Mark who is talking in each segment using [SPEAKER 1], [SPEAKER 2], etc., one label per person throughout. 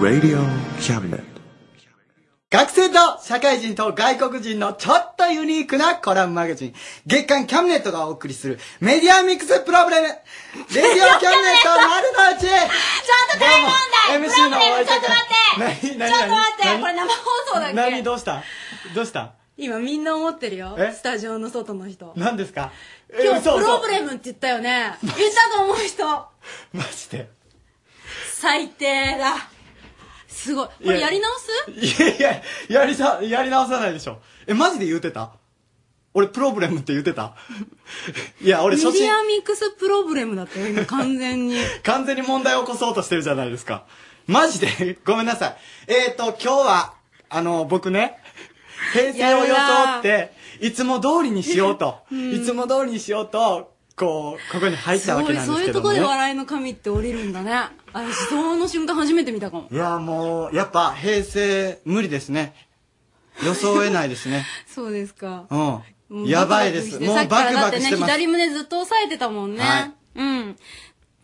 [SPEAKER 1] Radio Cabinet.
[SPEAKER 2] 学生と社会人と外国人のちょっとユニークなコラムマガジン、月刊キャムネットがお送りするメディアミックスプロブレム、レディオキャムネット丸の内ちょ
[SPEAKER 3] っと大問題
[SPEAKER 2] どうも MC の
[SPEAKER 3] プロブレム
[SPEAKER 2] 大坂
[SPEAKER 3] ちょっと待って
[SPEAKER 2] 何
[SPEAKER 3] ちょっと
[SPEAKER 2] 何
[SPEAKER 3] 待って
[SPEAKER 2] 何
[SPEAKER 3] これ生放送だっけ
[SPEAKER 2] 何どうしたどうした
[SPEAKER 3] 今みんな思ってるよ
[SPEAKER 2] え
[SPEAKER 3] スタジオの外の人
[SPEAKER 2] 何ですかえ
[SPEAKER 3] 今日プ
[SPEAKER 2] 嘘嘘
[SPEAKER 3] ロブレムって言ったよね言ったと思う人
[SPEAKER 2] マジで。
[SPEAKER 3] 最低だすごいこ
[SPEAKER 2] いや
[SPEAKER 3] れやり直す
[SPEAKER 2] いやいや、やりさ、やり直さないでしょ。え、マジで言うてた俺プロブレムって言うてたいや、俺
[SPEAKER 3] メディ
[SPEAKER 2] 初心、
[SPEAKER 3] アミックスプロブレムだったよ今完全に
[SPEAKER 2] 完全に問題を起こそうとしてるじゃないですか。マジで ごめんなさい。えーと、今日は、あの、僕ね、平成を装って、いつも通りにしようと、
[SPEAKER 3] うん
[SPEAKER 2] いつも通りにしようと、こう、ここに入ったわけなんです
[SPEAKER 3] そうい
[SPEAKER 2] け
[SPEAKER 3] う
[SPEAKER 2] ど
[SPEAKER 3] と
[SPEAKER 2] も
[SPEAKER 3] こ
[SPEAKER 2] ね。
[SPEAKER 3] で笑いの神って降りるんだねあれその瞬間初めて見たかも
[SPEAKER 2] いや、もう、やっぱ、平成、無理ですね。予想えないですね。
[SPEAKER 3] そうですか
[SPEAKER 2] う
[SPEAKER 3] も
[SPEAKER 2] ん。
[SPEAKER 3] う
[SPEAKER 2] やばいです。もうバ
[SPEAKER 3] さっきから
[SPEAKER 2] ク
[SPEAKER 3] だ
[SPEAKER 2] バ
[SPEAKER 3] って
[SPEAKER 2] クし
[SPEAKER 3] ね
[SPEAKER 2] てます。
[SPEAKER 3] 左胸ずっと押さえてたもんね、
[SPEAKER 2] はい
[SPEAKER 3] うん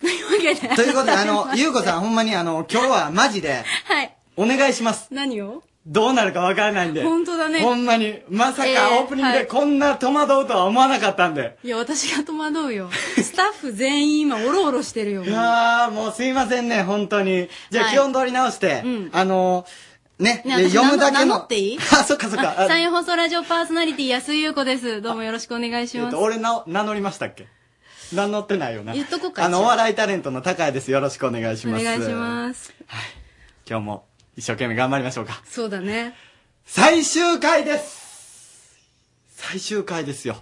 [SPEAKER 3] というわけで
[SPEAKER 2] ということで、あ の、ゆうこさん、ほんまに、あの、今日はマジで、
[SPEAKER 3] はい
[SPEAKER 2] お願いします。
[SPEAKER 3] 何を
[SPEAKER 2] どうなるかわからないんで。
[SPEAKER 3] 本当だね
[SPEAKER 2] ほんまに、まさ
[SPEAKER 3] え
[SPEAKER 2] か
[SPEAKER 3] ー
[SPEAKER 2] オープニング
[SPEAKER 3] は
[SPEAKER 2] で
[SPEAKER 3] い
[SPEAKER 2] こんな戸惑うとは思わなかったんで。
[SPEAKER 3] いや私が戸惑うよスタッフ全員今オロオロしてるよ
[SPEAKER 2] いやー、もうすいませんね、本当に。じゃあ、
[SPEAKER 3] はい
[SPEAKER 2] 基本通り直して、あの、ね、
[SPEAKER 3] ね
[SPEAKER 2] で
[SPEAKER 3] 私
[SPEAKER 2] 読むだけ
[SPEAKER 3] 名乗名乗っ
[SPEAKER 2] の。
[SPEAKER 3] ていい
[SPEAKER 2] あ、そっかそっか。あ
[SPEAKER 3] 山陽放送ラジオパーソナリティ安井優子ですどうもよろしくお願いし
[SPEAKER 2] えっ
[SPEAKER 3] ます
[SPEAKER 2] と、俺な、名乗りましたっけ名乗ってないよな。
[SPEAKER 3] 言っとこうか
[SPEAKER 2] あの、
[SPEAKER 3] 一
[SPEAKER 2] お
[SPEAKER 3] 応
[SPEAKER 2] 笑いタレントの高谷です。よろしくお願いし
[SPEAKER 3] お
[SPEAKER 2] ます。
[SPEAKER 3] 願いします
[SPEAKER 2] 今日も、一生懸命頑張りましょうか。
[SPEAKER 3] そうだね
[SPEAKER 2] 最終回です最終回ですよ。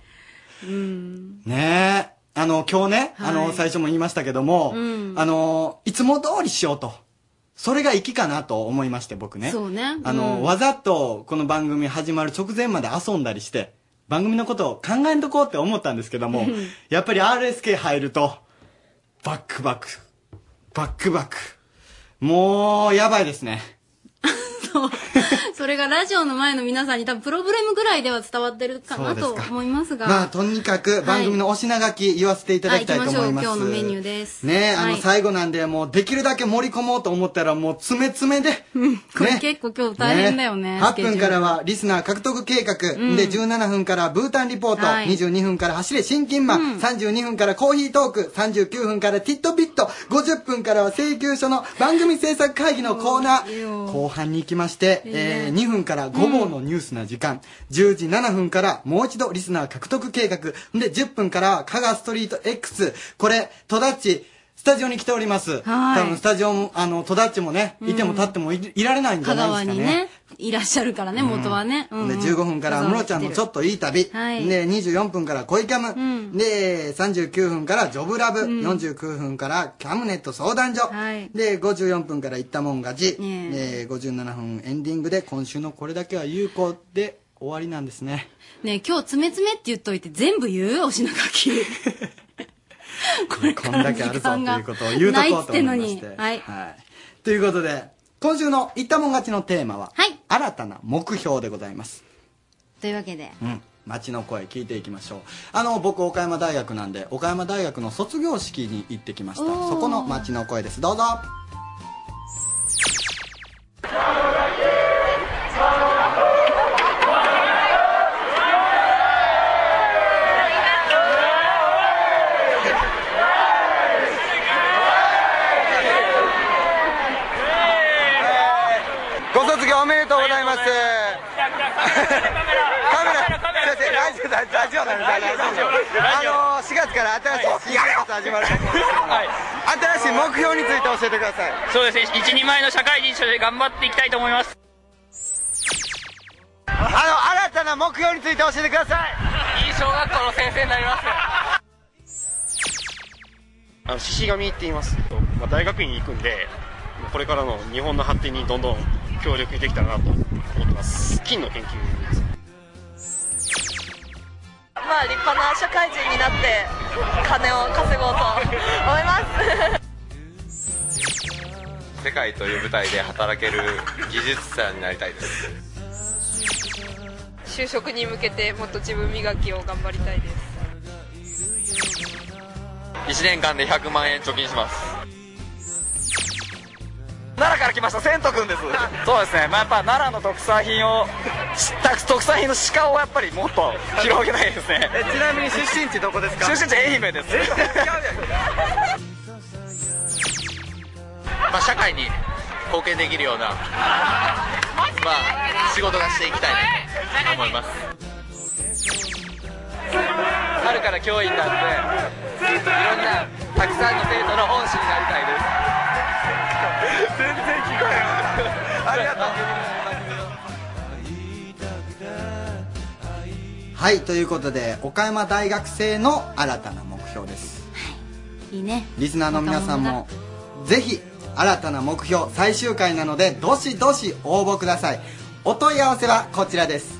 [SPEAKER 3] うん
[SPEAKER 2] ねえ。あの、今日ね、
[SPEAKER 3] はい
[SPEAKER 2] あの、最初も言いましたけども、
[SPEAKER 3] うん
[SPEAKER 2] あの、いつも通りしようと。それが粋かなと思いまして、僕ね。
[SPEAKER 3] そうね
[SPEAKER 2] あの、
[SPEAKER 3] うん
[SPEAKER 2] わざとこの番組始まる直前まで遊んだりして、番組のことを考えんとこうって思ったんですけども、
[SPEAKER 3] うん
[SPEAKER 2] やっぱり RSK 入ると、バックバック、バックバック。もう、やばいですね。
[SPEAKER 3] それがラジオの前の皆さんに多分プロブレムぐらいでは伝わってるかな
[SPEAKER 2] そ
[SPEAKER 3] と
[SPEAKER 2] うですか
[SPEAKER 3] 思いますが
[SPEAKER 2] まあ、とにかく番組のお品書き言わせていただきたいと思います。
[SPEAKER 3] はい行きましょう今日のメニューです
[SPEAKER 2] ねえ、あ
[SPEAKER 3] は
[SPEAKER 2] の、
[SPEAKER 3] い
[SPEAKER 2] 最後なんで、もうできるだけ盛り込もうと思ったら、もう詰め詰めで。
[SPEAKER 3] これ結構今日大変だよねス
[SPEAKER 2] 8
[SPEAKER 3] ケジュー
[SPEAKER 2] 分
[SPEAKER 3] ル
[SPEAKER 2] からはリスナー獲得計画、
[SPEAKER 3] うん
[SPEAKER 2] で17分からブータンリポート、
[SPEAKER 3] はい
[SPEAKER 2] 22分から走れ新金マン、32分からコーヒートーク39分からティットビット50分からは請求書の番組制作会議のコーナー後半に行きまして、
[SPEAKER 4] いいね
[SPEAKER 2] えー2分から午後のニュースな時間、10時7分からもう一度リスナー獲得計画で10分からは加賀ストリート X これ戸田っちスタジオに来ております。
[SPEAKER 3] はい
[SPEAKER 2] 多分スタジオも、あの、戸田っちもね、いても立ってもい,、られないんじゃ
[SPEAKER 3] 香
[SPEAKER 2] ない
[SPEAKER 3] 川
[SPEAKER 2] ですか
[SPEAKER 3] にねいらっしゃるからね元はね、うんうん
[SPEAKER 2] で15分からムロちゃんのちょっといい旅、
[SPEAKER 3] はい
[SPEAKER 2] で24分から恋キャム、
[SPEAKER 3] ん
[SPEAKER 2] で39分からジョブラブ、
[SPEAKER 3] うん
[SPEAKER 2] 49分からキャムネット相談所、
[SPEAKER 3] はい
[SPEAKER 2] で54分から行ったもん勝ち、
[SPEAKER 3] ねえ
[SPEAKER 2] で57分エンディングで今週のこれだけは有効で終わりなんです ね
[SPEAKER 3] ねえ今日「詰め詰め」って言っといて全部言うお品書き これ
[SPEAKER 2] こん
[SPEAKER 3] ら
[SPEAKER 2] だけあるぞと
[SPEAKER 3] 時間が
[SPEAKER 2] いうことを言うとこうと思いまして
[SPEAKER 3] ないっつってのにはい
[SPEAKER 2] ということで今週の「行ったもん勝ち」のテーマは、新たな目標でございます
[SPEAKER 3] というわけで
[SPEAKER 2] うん、街の声聞いていきましょうあの僕岡山大学なんで岡山大学の卒業式に行ってきました
[SPEAKER 3] おー
[SPEAKER 2] そこの街の声ですどうぞ
[SPEAKER 5] ご卒業おめでとうございます。カメラ、カメラ、先生、ラジオだ、ラジオなんですラジオ
[SPEAKER 6] ラジオ
[SPEAKER 5] あのー、4月から新しい新生活始まると思うんですけども新しい目標について教えてください。
[SPEAKER 6] そうですね、一人前の社会人として頑張っていきたいと思います。
[SPEAKER 5] あの、新たな目標について教えてください。いい小学校の先生になります。
[SPEAKER 7] あの獅子神って言います、まあ、大学院に行くんでこれからの日本の発展にどんどん協力できたらなと思ってます金の研究です
[SPEAKER 8] まあ立派な社会人になって金を稼ごうと思います
[SPEAKER 9] 世界という舞台で働ける技術者になりたいです
[SPEAKER 8] 就職に向けてもっと自分磨きを頑張りたいです
[SPEAKER 9] 1年間で100万円貯金します
[SPEAKER 10] 奈良から来ました千斗くんです そうですね、まあ、やっぱ奈良の特産品をた特産品の鹿をやっぱりもっと広げたいですねちなみに出身地どこですか出身地愛媛です
[SPEAKER 11] まあ、社会に貢献できるような、まあ、仕事がしていきたいなと思います。
[SPEAKER 10] 春から教員なんでいろんなたくさんの生徒の恩師になりたいです全然聞こえんありがとう
[SPEAKER 2] はいということで岡山大学生の新たな目標です
[SPEAKER 3] いいね
[SPEAKER 2] リスナーの皆さんもぜひ新たな目標最終回なのでどしどし応募くださいお問い合わせはこちらです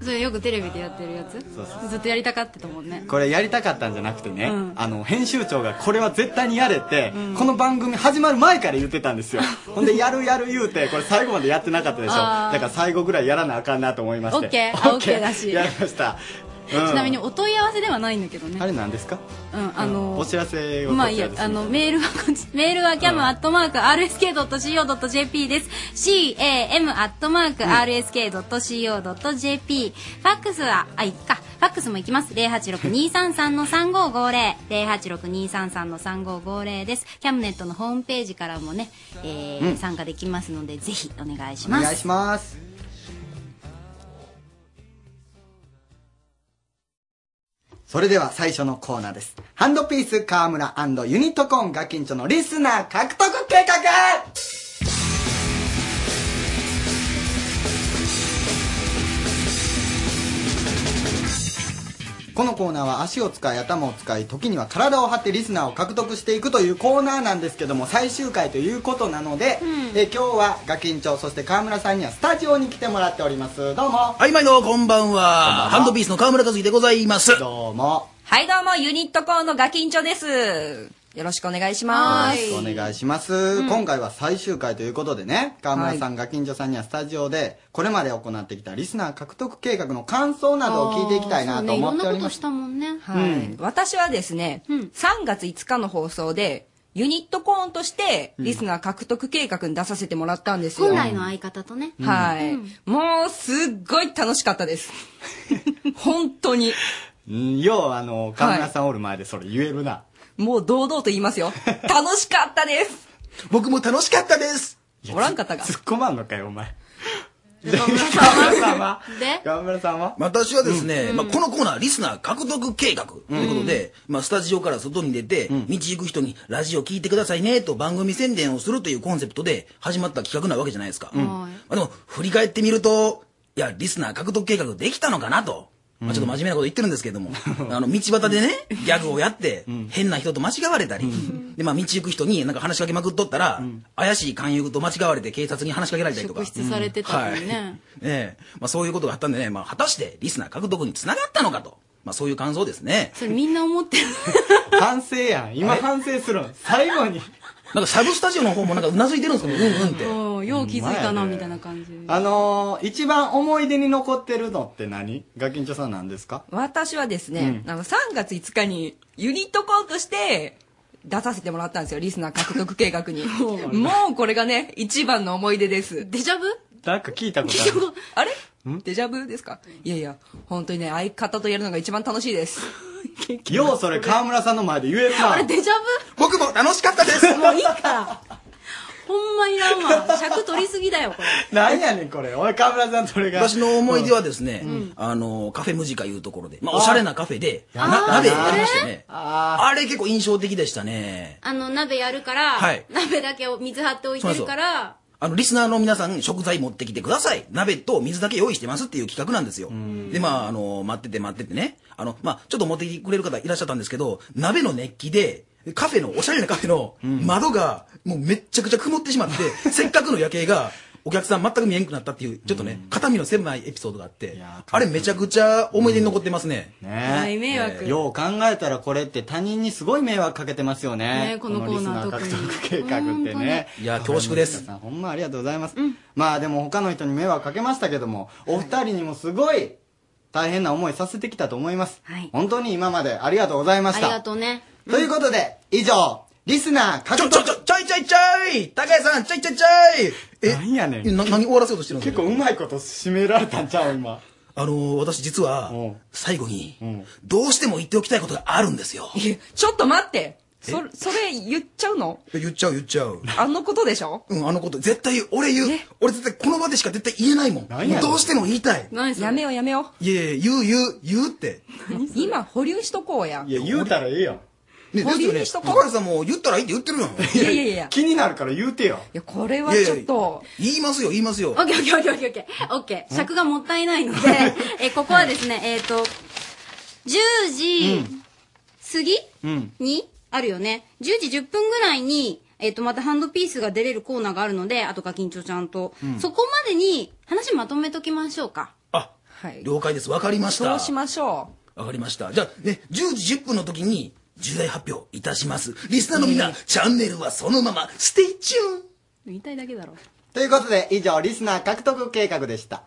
[SPEAKER 3] それよくテレビでやってるやつ
[SPEAKER 2] そうそう
[SPEAKER 3] ずっとやりたかってたもんね
[SPEAKER 2] これやりたかったんじゃなくてね、
[SPEAKER 3] うん
[SPEAKER 2] あの編集長がこれは絶対にやれって、
[SPEAKER 3] うん
[SPEAKER 2] この番組始まる前から言ってたんで すよほんでやるやる言うてこれ最後までやってなかったでしょだ
[SPEAKER 3] あー
[SPEAKER 2] から最後ぐらいやらなあかんなと思いまして
[SPEAKER 3] OK あ OK だし
[SPEAKER 2] やりました、うん
[SPEAKER 3] ちなみにお問い合わせではないんだけどね
[SPEAKER 2] あれなんですか
[SPEAKER 3] うんあの
[SPEAKER 2] お知らせをこちら
[SPEAKER 3] まあいいや
[SPEAKER 2] ですね
[SPEAKER 3] あのメールはこっち メールは cam.rsk.co.jp です cam.rsk.co.jp ファックスはあいっかファックスもいきます086-233-3550 086-233-3550ですキャムネットのホームページからもね、えー
[SPEAKER 2] うん
[SPEAKER 3] 参加できますのでぜひお願いし
[SPEAKER 2] お
[SPEAKER 3] ます
[SPEAKER 2] 願いしますそれでは最初のコーナーですハンドピース河村ユニットコーンガキンチョのリスナー獲得計画このコーナーは足を使い頭を使い時には体を張ってリスナーを獲得していくというコーナーなんですけども最終回ということなので、え今日はガキンチョそして川村さんにはスタジオに来てもらっておりますどうも
[SPEAKER 1] はい、毎度、こんばんは。ハンドピースの河村和樹でございます。
[SPEAKER 2] どうも。
[SPEAKER 12] はい、どうも、ユニットコーンのガキンチョです。よろしくお願いします。
[SPEAKER 2] よろしくお願いします、
[SPEAKER 12] ん
[SPEAKER 2] 今回は最終回ということでね川村さ
[SPEAKER 12] は
[SPEAKER 2] んが近所さんにはスタジオでこれまで行ってきたリスナー獲得計画の感想などを聞いていきたいなと思っております
[SPEAKER 3] たもんね
[SPEAKER 12] はい、
[SPEAKER 2] うん
[SPEAKER 12] 私はですね、3月5日の放送で、ユニットコーンとして、リスナー獲得計画に出させてもらったんですよ。
[SPEAKER 3] 本来の相方とね
[SPEAKER 12] はい、
[SPEAKER 3] うん
[SPEAKER 12] もう、すっごい楽しかったです。本当に。
[SPEAKER 2] うんようあの川村さんおる前でそれ言えるな、
[SPEAKER 12] もう、堂々と言います よ。楽しかったです。
[SPEAKER 1] 僕も楽しかったです。
[SPEAKER 12] おらんかったが。
[SPEAKER 2] 突っ込まんのかよお 前
[SPEAKER 3] で
[SPEAKER 2] 川村さんは
[SPEAKER 1] 私はですね、まあ、このコーナー、リスナー獲得計画ということで、まあ、スタジオから外に出て、道行く人にラジオ聞いてくださいねと番組宣伝をするというコンセプトで始まった企画なわけじゃないですか。まあ、でも、振り返ってみると、いや、リスナー獲得計画できたのかなと。まあ、ちょっと真面目なこと言ってるんですけ ども、あの、道端でね、ギャグをやって、変な人と間違われたり、で、まあ、道行く人になんか話しかけまくっとったら、怪しい勧誘と間違われて警察に話しかけられたりとか。
[SPEAKER 3] 職質されてたのにね
[SPEAKER 1] はいええまあ、そういうことがあったんでね、まあ、果たしてリスナー獲得につながったのかと、まあ、そういう感想ですね。
[SPEAKER 3] それみんな思ってる
[SPEAKER 2] 反省やん今反省するん最後に
[SPEAKER 1] なんかサブスタジオの方もなんかうなずいてるんですけど、うんうんって。
[SPEAKER 3] おーよう気づいたな
[SPEAKER 2] うまいね
[SPEAKER 3] みたいな感じ
[SPEAKER 2] あのー、一番思い出に残ってるのって何ガキンチョさんなんですか
[SPEAKER 12] 私はですね、あの3月5日にユニットコーンとして出させてもらったんですよリスナー獲得計画 にもうこれがね一番の思い出です
[SPEAKER 3] デジャブ
[SPEAKER 2] なんか聞いたことある
[SPEAKER 12] あれデジャブですかいやいや本当にね相方とやるのが一番楽しいです
[SPEAKER 2] ようそれ川村さんの前で言える
[SPEAKER 3] あれ
[SPEAKER 2] な
[SPEAKER 3] デジャ
[SPEAKER 1] 僕も楽しかったです
[SPEAKER 3] ブもういい からほんまい らんわ尺取りすぎだよこれ
[SPEAKER 2] なんやねんこれおい川村さんそれが
[SPEAKER 1] 私の思い出はですね、あの、カフェムジカいうところで、まあ、おしゃれなカフェで、な鍋やりましたよね。あれ結構印象的でしたね。
[SPEAKER 3] あの鍋やるから、
[SPEAKER 1] はい
[SPEAKER 3] 鍋だけを水張っておいてるから
[SPEAKER 1] あの、リスナーの皆さん、食材持ってきてください。鍋と水だけ用意してますっていう企画なんですよ。で、まあ、あの、待ってて待っててね。あの、まあ、ちょっと持ってきてくれる方いらっしゃったんですけど、鍋の熱気で、カフェの、おしゃれなカフェの窓が、もうめっちゃくちゃ曇ってしまって、 せっかくの夜景が、お客さん全く見えんくなったっていう、ちょっとね、肩身の狭いエピソードがあって、あれめちゃくちゃ思い出に残ってますね。
[SPEAKER 3] 大
[SPEAKER 2] ね
[SPEAKER 3] 迷惑、
[SPEAKER 2] えよう考えたらこれって他人にすごい迷惑かけてますよね
[SPEAKER 3] ねこのコーナー
[SPEAKER 2] このリスナ獲得
[SPEAKER 3] 特
[SPEAKER 2] 計
[SPEAKER 3] に
[SPEAKER 2] 画ってね
[SPEAKER 1] いや、恐縮です。
[SPEAKER 2] さんほんまありがとうございます、まあでも他の人に迷惑かけましたけどもお二人にもすごい大変な思いさせてきたと思います、
[SPEAKER 3] はい
[SPEAKER 2] 本当に今までありがとうございま
[SPEAKER 3] あ
[SPEAKER 2] し
[SPEAKER 3] り
[SPEAKER 2] た
[SPEAKER 3] がとうね
[SPEAKER 2] ということで以上リスナー獲
[SPEAKER 1] ちょ、
[SPEAKER 2] 得
[SPEAKER 1] ちょ、ちょ、ちょいちょいちょい高谷さん、ちょいちょいちょいえ、何やねん。な、何終わらせようとしてるの結構うまいこと締められたんちゃう今。あのー、私実は、最後に、どうしても言っておきたいことがあるんですよ。
[SPEAKER 4] ちょっと待ってそそれ言っちゃうの
[SPEAKER 1] 言っちゃう言っちゃう。
[SPEAKER 4] あのことでしょ
[SPEAKER 1] うん、あのこと、絶対俺言う。俺絶対この場でしか絶対言えないもん。
[SPEAKER 4] やねん
[SPEAKER 1] どうしても言いたい。
[SPEAKER 4] やめようやめよ
[SPEAKER 1] いやいや、言う言う、言うって。
[SPEAKER 4] う今保留しとこうや
[SPEAKER 1] いや、言うたらええやん。ね、
[SPEAKER 4] 保
[SPEAKER 1] です
[SPEAKER 4] 留
[SPEAKER 1] よ
[SPEAKER 4] に
[SPEAKER 1] ね。
[SPEAKER 4] しと
[SPEAKER 1] 高
[SPEAKER 4] こう
[SPEAKER 1] 橋さんも言ったらいいって言ってるやん。
[SPEAKER 4] いやいやいや
[SPEAKER 1] 気になるから言うてよ。い
[SPEAKER 4] や、これはちょっと。
[SPEAKER 1] 言いますよ、言いますよ
[SPEAKER 3] オ。ッケーオッケーオッケーオッケーオッケー。オッケー。尺がもったい ないので、え、ここはですね、えっと、10時過ぎ
[SPEAKER 13] うん。
[SPEAKER 3] にあるよね。10時10分ぐらいに、えっと、またハンドピースが出れるコーナーがあるので、あとガキンチョちゃんと
[SPEAKER 1] う。ん
[SPEAKER 3] そこまでに話まとめときましょうか。
[SPEAKER 1] 了解です。わかりました。
[SPEAKER 4] ましょ
[SPEAKER 1] わかりました。じゃあね、10時10分の時に重大発表いたします。リスナーのみんな、チャンネルはそのまま、ステイチューン
[SPEAKER 3] 言いたいだけだろ。
[SPEAKER 2] ということで、以上、リスナー獲得計画でした。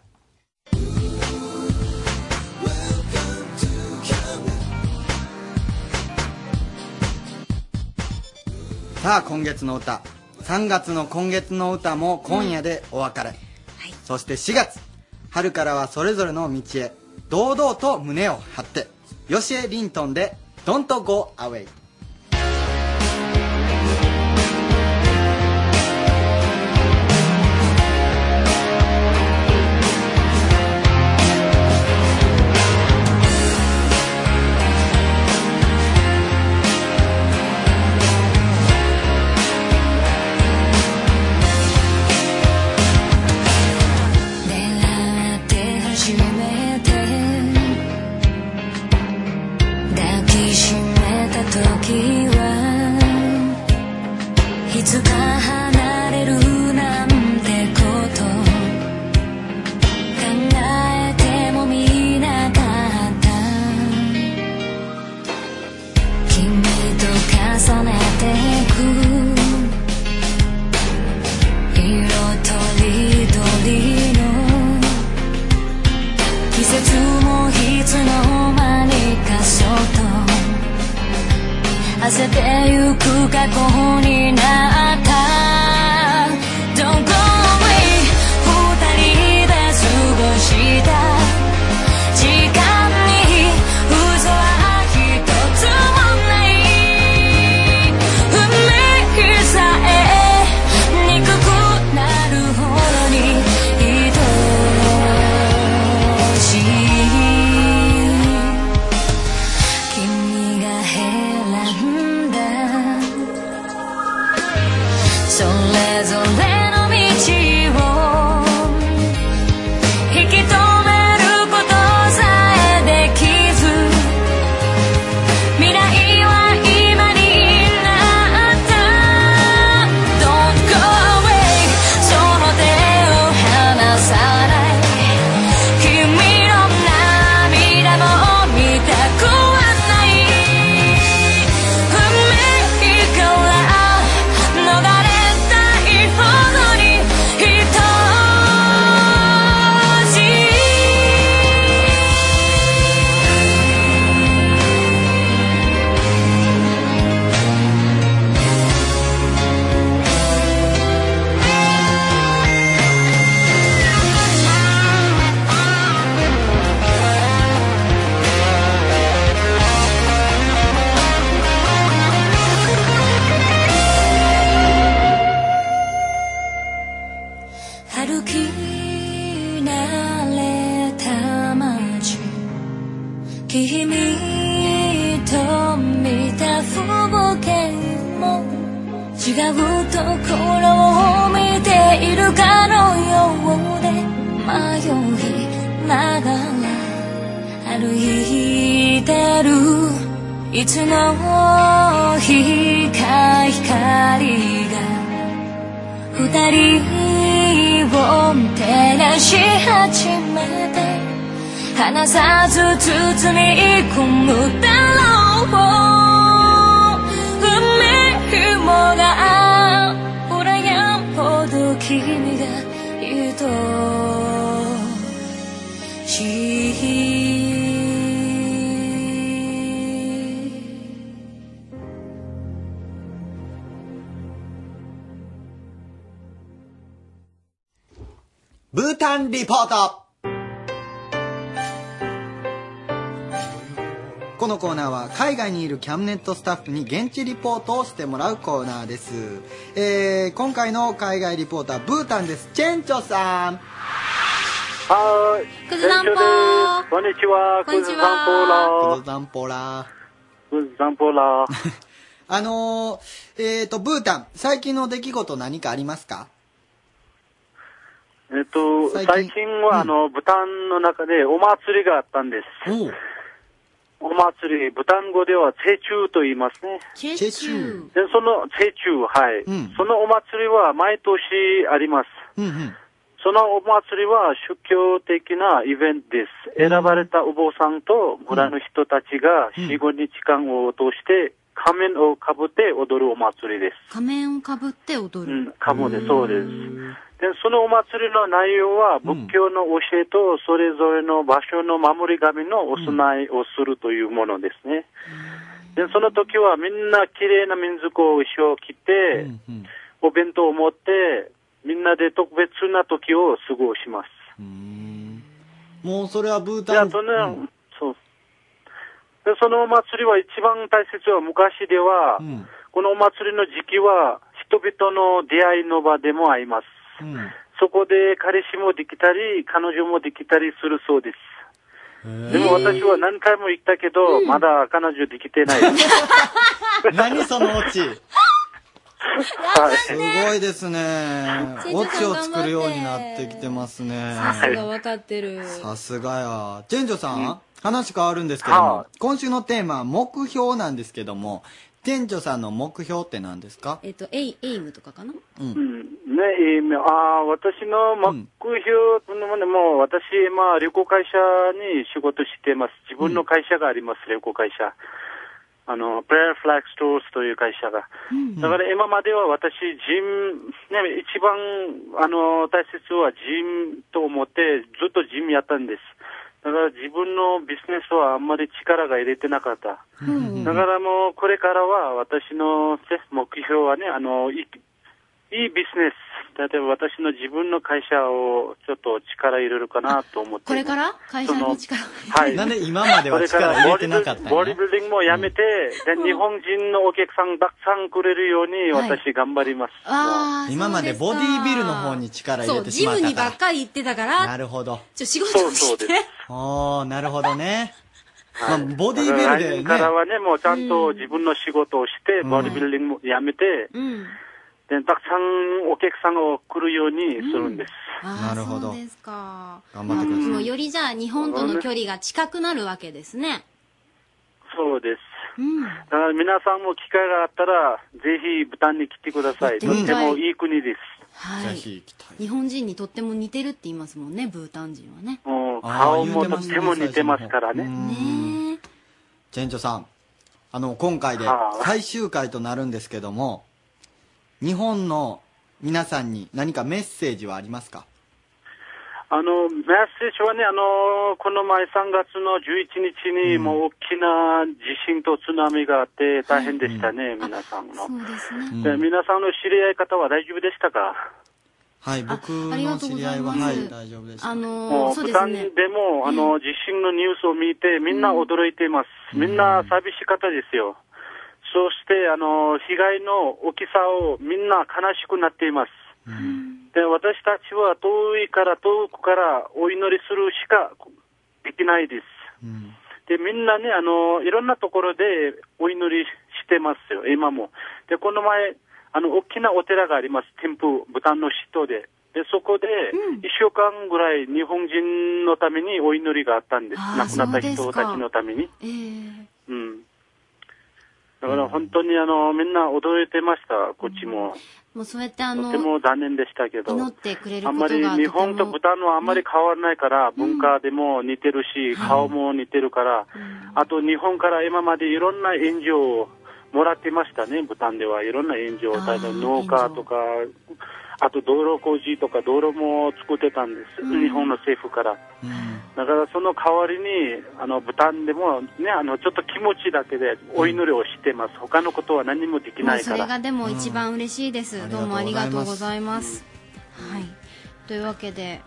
[SPEAKER 2] さあ、今月の歌。3月の今月の歌も今夜でお別れ。そして4月。春からはそれぞれの道へ。堂々と胸を張って。ヨシエ・リントンで、Don't Go Away。
[SPEAKER 13] 狙って初めて抱きしめた時はいつか離れるなんてこと考えてもみなかった君と重ねてく色とりどりの季節もいつの間にかそっと焦ってゆく過去になった「どこに二人で過ごした時間に嘘は一つもない」「海さえ」「憎くなるほどに愛しい」「君が選んだ」「それぞれの道を引き止めることさえできず」「未来は今になった」「Don't go away」「その手を離さない」「君の涙も見たくはない」「海から逃れたいほどに愛しい」歩き慣れた街君と見た風景も違うところを見ているかのようで迷いながら歩いてるいつの日か光が二人を照らし始めて離さず包み込むだろう海もが羨むほど君が愛しい
[SPEAKER 2] ブータンリポートこのコーナーは海外にいるキャムネットスタッフに現地リポートをしてもらうコーナーです、えー、今回の海外リポーターブータンですチェンチョさん
[SPEAKER 14] はーい。
[SPEAKER 2] くずだんぽー
[SPEAKER 14] こんにちは。
[SPEAKER 2] こんにちは
[SPEAKER 14] くず
[SPEAKER 2] ざんぽら
[SPEAKER 14] ー。くずざんぽらー。
[SPEAKER 2] あのー、えっ、とブータン最近の出来事何かありますか
[SPEAKER 14] えっと、
[SPEAKER 2] 最
[SPEAKER 14] 最
[SPEAKER 2] 近
[SPEAKER 14] 近は、あの、ブタンの中でお祭りがあったんです。お祭り、ブタン語では、チェチューと言いますね。
[SPEAKER 2] チェチュー
[SPEAKER 14] で、その、チェチュー、はい。
[SPEAKER 2] うん
[SPEAKER 14] そのお祭りは毎年あります。
[SPEAKER 2] うんうん
[SPEAKER 14] そのお祭りは宗教的なイベントです。選ばれたお坊さんと村の人たちが4、5日間を通して仮面をかぶって踊るお祭りです。
[SPEAKER 3] 仮面をかぶって踊る。
[SPEAKER 14] かもで、そうです。で、そのお祭りの内容は仏教の教えとそれぞれの場所の守り神のお供えをするというものですね。で、その時はみんな綺麗な民族を衣装を着て、お弁当を持って、みんなで特別な時を過ごします。
[SPEAKER 2] もうそれはブータン
[SPEAKER 14] そんなそう。で、そのお祭りは一番大切は昔では、このお祭りの時期は人々の出会いの場でもあります。そこで彼氏もできたり、彼女もできたりするそうです。でも私は何回も行ったけど、まだ彼女できてない。
[SPEAKER 2] 何そのオチ
[SPEAKER 14] はい
[SPEAKER 2] すごいですね
[SPEAKER 15] チェンチョさん
[SPEAKER 2] オチを作るようになってきてますね
[SPEAKER 15] さすが分かってる。
[SPEAKER 2] さすがや。チェンジョさん、話変わるんですけども、今週のテーマは目標なんですけども、チェンジョさんの目標って何ですか
[SPEAKER 3] えっと、エイ、エイムとかかな
[SPEAKER 2] うん。
[SPEAKER 14] ね、えーあー私の目標、もねもう私、まあ、旅行会社に仕事してます。自分の会社があります、旅行会社。あの、プレアフラックストースという会社が。だから今までは私、人、ね、一番、あの、大切は人と思って、ずっと人やったんです。だから自分のビジネスはあんまり力が入れてなかった。だからもう、これからは私のね目標はね、あの、いいいビジネス。例えば私の自分の会社をちょっと力入れるかなと思って。
[SPEAKER 3] これから会社に力を。
[SPEAKER 14] はい。
[SPEAKER 2] なんで今までは力入れてなかったんや
[SPEAKER 14] ボディビルディングもやめて、で日本人のお客さんたくさんくれるように私頑張ります。
[SPEAKER 3] ああ、
[SPEAKER 2] 今までボディービルの方に力入
[SPEAKER 3] そ
[SPEAKER 2] れ
[SPEAKER 3] う、
[SPEAKER 2] てし
[SPEAKER 3] ジ
[SPEAKER 2] まっ
[SPEAKER 3] ム
[SPEAKER 2] た
[SPEAKER 3] に
[SPEAKER 2] か
[SPEAKER 3] ば
[SPEAKER 2] ら
[SPEAKER 3] っ。かり行ってたから、
[SPEAKER 2] なるほど。
[SPEAKER 3] ちょ、仕事をして。
[SPEAKER 2] おー、なるほどね。まあ、ボディ
[SPEAKER 14] だ
[SPEAKER 2] ービ
[SPEAKER 14] から来
[SPEAKER 2] ルで
[SPEAKER 14] 年から
[SPEAKER 2] ね。
[SPEAKER 14] はね、もうちゃんと自分の仕事をして、
[SPEAKER 2] うん
[SPEAKER 14] ボディビルディングもやめて、
[SPEAKER 3] うん。
[SPEAKER 14] でたくさんお客さんが来るようにするんです。
[SPEAKER 3] あ
[SPEAKER 14] な
[SPEAKER 3] あ、
[SPEAKER 14] るほど
[SPEAKER 3] そうですか。
[SPEAKER 14] 頑張ってください
[SPEAKER 3] もうよりじゃあ日本との距離が近くなるわけですね。
[SPEAKER 14] そうです。
[SPEAKER 3] うん。
[SPEAKER 14] だから皆さんも機会があったら、ぜひブタンに来てください。
[SPEAKER 3] 行って
[SPEAKER 14] とっ
[SPEAKER 3] み
[SPEAKER 14] て
[SPEAKER 3] たい
[SPEAKER 14] もいい国です。
[SPEAKER 3] はい。日本人にとっても似てるって言いますもんね、ブータン人はね。
[SPEAKER 14] もう
[SPEAKER 2] あー
[SPEAKER 14] 顔
[SPEAKER 2] 言う
[SPEAKER 14] も
[SPEAKER 2] て
[SPEAKER 14] と
[SPEAKER 2] ま
[SPEAKER 14] っ
[SPEAKER 2] す
[SPEAKER 14] ても似てますからね。
[SPEAKER 2] チェンジョさん、あの、今回で最終回となるんですけども、日本の皆さんに何かメッセージはありますか
[SPEAKER 14] あの、メッセージはね、あの、この前3月の11日にもう大きな地震と津波があって大変でしたね、皆さんの。で皆さんの知り合い方は大丈夫でしたか
[SPEAKER 2] はい、僕
[SPEAKER 3] ありが
[SPEAKER 2] の
[SPEAKER 3] とう
[SPEAKER 2] 知
[SPEAKER 3] ご
[SPEAKER 2] り
[SPEAKER 3] ざ
[SPEAKER 2] 合
[SPEAKER 3] い
[SPEAKER 2] いは、
[SPEAKER 3] ます
[SPEAKER 2] はい、大丈夫です。
[SPEAKER 3] あの
[SPEAKER 14] も
[SPEAKER 3] ー、
[SPEAKER 14] う、
[SPEAKER 3] そう
[SPEAKER 14] ブ
[SPEAKER 3] で
[SPEAKER 14] タ
[SPEAKER 3] す
[SPEAKER 14] ン
[SPEAKER 3] ね。
[SPEAKER 14] でも、あの、地震のニュースを見て、みんな驚いています。みんな寂しかったですよ。そして、あの、被害の大きさをみんな悲しくなっています。で、私たちは遠いから遠くからお祈りするしかできないです。で、みんなね、あの、いろんなところでお祈りしてますよ、今も。で、この前、あの、大きなお寺があります、天風、ブタンの首都で。で、そこで、一週間ぐらい日本人のためにお祈りがあったんです。
[SPEAKER 3] あー
[SPEAKER 14] 亡くなった
[SPEAKER 3] そう
[SPEAKER 14] 人
[SPEAKER 3] ですか
[SPEAKER 14] たちのために。
[SPEAKER 3] えー
[SPEAKER 14] うん。だから本当にあの、みんな驚いてました、こっちも。
[SPEAKER 3] もうそうやってあ
[SPEAKER 14] と
[SPEAKER 3] の
[SPEAKER 14] て、も残念でしたけど。
[SPEAKER 3] 祈ってくれる
[SPEAKER 14] あ
[SPEAKER 3] こ
[SPEAKER 14] ん
[SPEAKER 3] と
[SPEAKER 14] ま
[SPEAKER 3] がと
[SPEAKER 14] り
[SPEAKER 3] ても
[SPEAKER 14] 日本と豚のあんまり変わらないから、文化でも似てるし、顔も似てるから、あと日本から今までいろんな援助をもらってましたね、豚ではいろんな援助を、例えば農家とか、あと道路工事とか道路も作ってたんです、
[SPEAKER 16] うん
[SPEAKER 14] 日本の政府から。だからその代わりに、あの豚でもね、あのちょっと気持ちだけでお祈りをしてます、他のことは何もでき
[SPEAKER 3] も
[SPEAKER 14] な
[SPEAKER 3] う
[SPEAKER 14] い
[SPEAKER 3] そ
[SPEAKER 14] か
[SPEAKER 3] れ
[SPEAKER 14] ら。
[SPEAKER 3] がでも一番嬉しいです、どうもありがとうございます、はいというわけで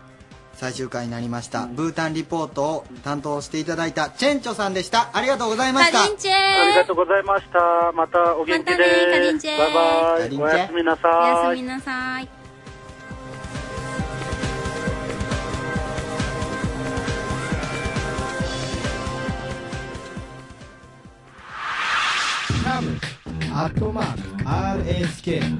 [SPEAKER 2] 最終回になりました、ブータンリポートを担当していただいたチェンチョさんでしたありがとうございました
[SPEAKER 14] カリンチェありがとうございましたまたお元気で
[SPEAKER 3] カリンチェ
[SPEAKER 14] バイバ
[SPEAKER 2] カリン
[SPEAKER 14] イ
[SPEAKER 2] チェ
[SPEAKER 14] おやすみな
[SPEAKER 3] お
[SPEAKER 14] さ
[SPEAKER 3] や
[SPEAKER 14] い
[SPEAKER 3] すみなさい
[SPEAKER 15] カムアットマーク RSK.CO.JP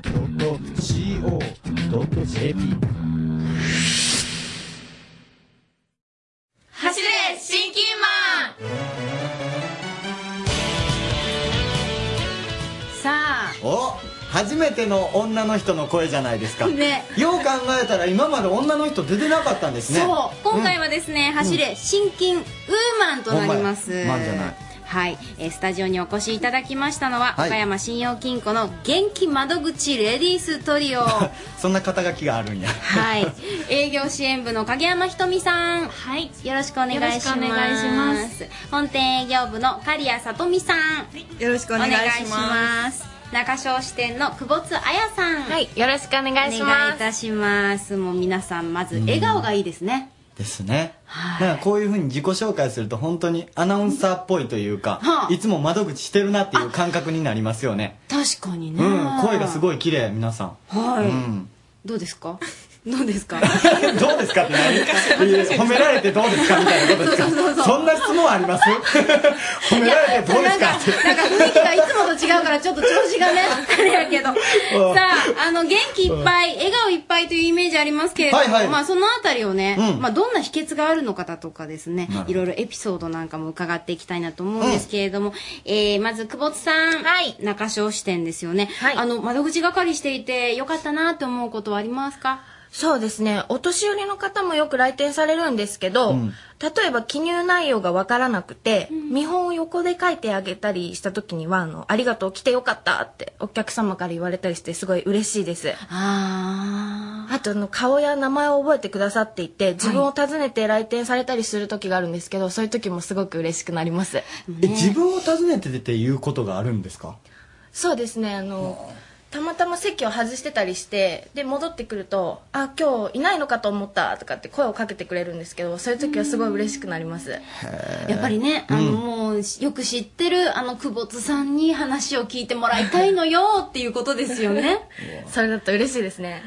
[SPEAKER 16] 走れ新金マンさあ
[SPEAKER 2] お初めての女の人の声じゃないですか、
[SPEAKER 3] ね
[SPEAKER 2] よう考えたら今まで女の人出てなかったんですね
[SPEAKER 3] そう今回はですね、走れ新金ウーマンとなります
[SPEAKER 2] ほんまやマンじゃない
[SPEAKER 3] はい、えースタジオにお越しいただきましたのは、
[SPEAKER 2] はい
[SPEAKER 3] 岡山信用金庫の元気窓口レディーストリオは
[SPEAKER 2] そんな肩書きがあるんや
[SPEAKER 3] い営業支援部の影山ひとみさんはいよろしくお願いします
[SPEAKER 16] よろしくお願いします
[SPEAKER 3] 本店営業部の刈谷さとみさん、よろしく
[SPEAKER 16] お願いします
[SPEAKER 3] す中小支店の久保津彩さんはい
[SPEAKER 16] よろしくお願いし
[SPEAKER 3] お
[SPEAKER 16] ます
[SPEAKER 3] 願いいたしますもう皆さんまず笑顔がいいですね、
[SPEAKER 2] ですね、なんかこういうふうに自己紹介すると本当にアナウンサーっぽいというか、いつも窓口してるなっていう感覚になりますよね
[SPEAKER 3] 確かにね、
[SPEAKER 2] うん声がすごい綺麗皆さん
[SPEAKER 3] はい
[SPEAKER 2] うん、
[SPEAKER 3] どうです かどうですか
[SPEAKER 2] どうですかって何いや褒められてどうですかみたいなことですか
[SPEAKER 3] そうそうそうそう
[SPEAKER 2] そんな質問あります褒められてどうですかって
[SPEAKER 3] なんか雰囲気がいつもと違うからちょっと調子がね あれやけどさ
[SPEAKER 2] うん
[SPEAKER 3] ああの元気いっぱい笑顔いっぱいというイメージありますけれども、
[SPEAKER 16] はいはい
[SPEAKER 3] まあ、そのあたりをね、
[SPEAKER 16] うん
[SPEAKER 3] まあ、どんな秘訣があるのかだとかですね
[SPEAKER 16] なるほど
[SPEAKER 3] いろいろエピソードなんかも伺っていきたいなと思うんですけれども、えーまず久保津さん、中小支店ですよね、あの窓口係していてよかったなと思うことはありますか
[SPEAKER 16] そうですねお年寄りの方もよく来店されるんですけど、
[SPEAKER 3] うん
[SPEAKER 16] 例えば記入内容がわからなくて、見本を横で書いてあげたりした時にはあの「ありがとう来てよかった」ってお客様から言われたりしてすごい嬉しいです
[SPEAKER 3] あ
[SPEAKER 16] あとあの顔や名前を覚えてくださっていて自分を訪ねて来店されたりする時があるんですけど、そういう時もすごく嬉しくなります
[SPEAKER 2] え自分を訪ねてっていうことがあるんですか
[SPEAKER 16] そうですねあのたまたま席を外してたりしてで戻ってくると「あ今日いないのかと思った」とかって声をかけてくれるんですけどそういう時はすごい嬉しくなります
[SPEAKER 3] やっぱりね、あの、もう、よく知ってる、あの、久保津さんに話を聞いてもらいたいのよ、っていうことですよね。
[SPEAKER 16] それだと嬉しいですね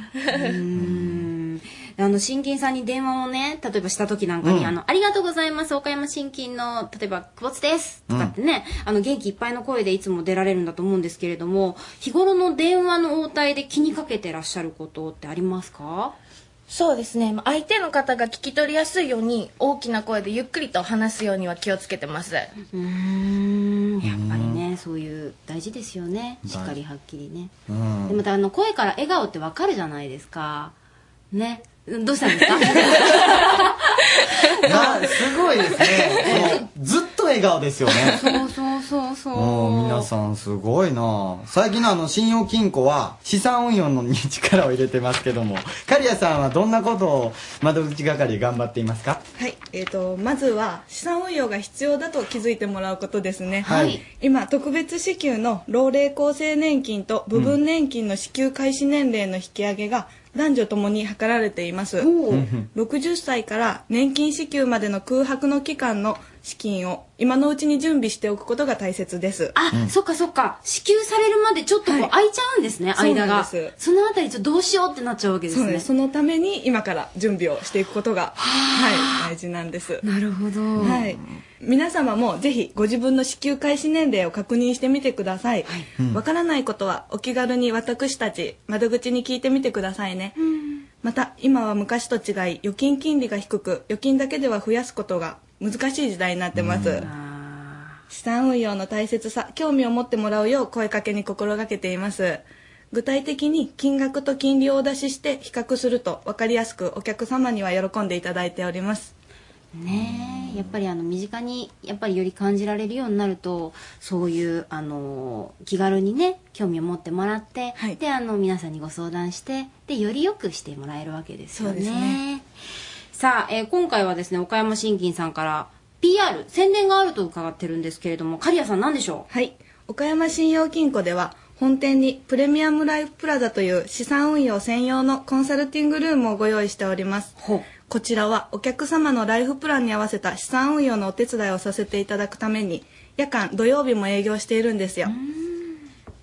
[SPEAKER 3] あの、新金さんに電話をね、例えばした時なんかに、
[SPEAKER 16] うん
[SPEAKER 3] あの、ありがとうございます、岡山新金の、例えば、久保津です、とかってね、あの、元気いっぱいの声でいつも出られるんだと思うんですけれども、日頃の電話の応対で気にかけてらっしゃることってありますか
[SPEAKER 16] そうですねまあ相手の方が聞き取りやすいように大きな声でゆっくりと話すようには気をつけてます
[SPEAKER 3] うんやっぱりね、そういう、大事ですよね。しっかりはっきりね。
[SPEAKER 2] うん
[SPEAKER 3] でまたあの声から笑顔ってわかるじゃないですか。ね。どうしたんですか
[SPEAKER 2] なす ごいですねそうずっと笑顔ですよね
[SPEAKER 3] そうそうそうそう。
[SPEAKER 2] おー皆さんすごいな最近のあの信用金庫は資産運用のに力を入れてますけども刈谷さんはどんなことを窓口係で頑張っていますか
[SPEAKER 17] はい、えー、とまずは資産運用が必要だと気づいてもらうことですね、
[SPEAKER 2] はい
[SPEAKER 17] 今特別支給の老齢厚生年金と部分年金の支給開始年齢の引き上げが男女ともに図られています、
[SPEAKER 18] うん
[SPEAKER 17] 60歳から年金支給までの空白の期間の資金を今のうちに準備しておくことが大切です
[SPEAKER 3] あ、そっかそっか支給されるまでちょっとこう空いちゃうんですね、間が。
[SPEAKER 17] そうなんです
[SPEAKER 3] そのあたりちょっとどうしようってなっちゃうわけです
[SPEAKER 17] そう
[SPEAKER 3] ね。
[SPEAKER 17] ですそのために今から準備をしていくことが、はい、大事なんです
[SPEAKER 3] なるほど、
[SPEAKER 17] はい、皆様もぜひご自分の支給開始年齢を確認してみてくださいわ、
[SPEAKER 16] うん
[SPEAKER 17] からないことはお気軽に私たち窓口に聞いてみてくださいね、また今は昔と違い預金金利が低く預金だけでは増やすことが難しい時代になってます、資産運用の大切さ興味を持ってもらうよう声かけに心がけています具体的に金額と金利をお出しして比較すると分かりやすくお客様には喜んでいただいております
[SPEAKER 3] ねえやっぱりあの身近にやっぱりより感じられるようになるとそういうあの気軽にね興味を持ってもらって、であの皆さんにご相談してでより良くしてもらえるわけですよ
[SPEAKER 16] そう
[SPEAKER 3] ね。
[SPEAKER 16] ですね
[SPEAKER 3] さあ、えー今回はですね岡山新金さんから PR 宣伝があると伺ってるんですけれども刈谷さん何でしょう
[SPEAKER 17] はい岡山信用金庫では本店にプレミアムライフプラザという資産運用専用のコンサルティングルームをご用意しておりますこちらはお客様のライフプランに合わせた資産運用のお手伝いをさせていただくために夜間土曜日も営業しているんですよ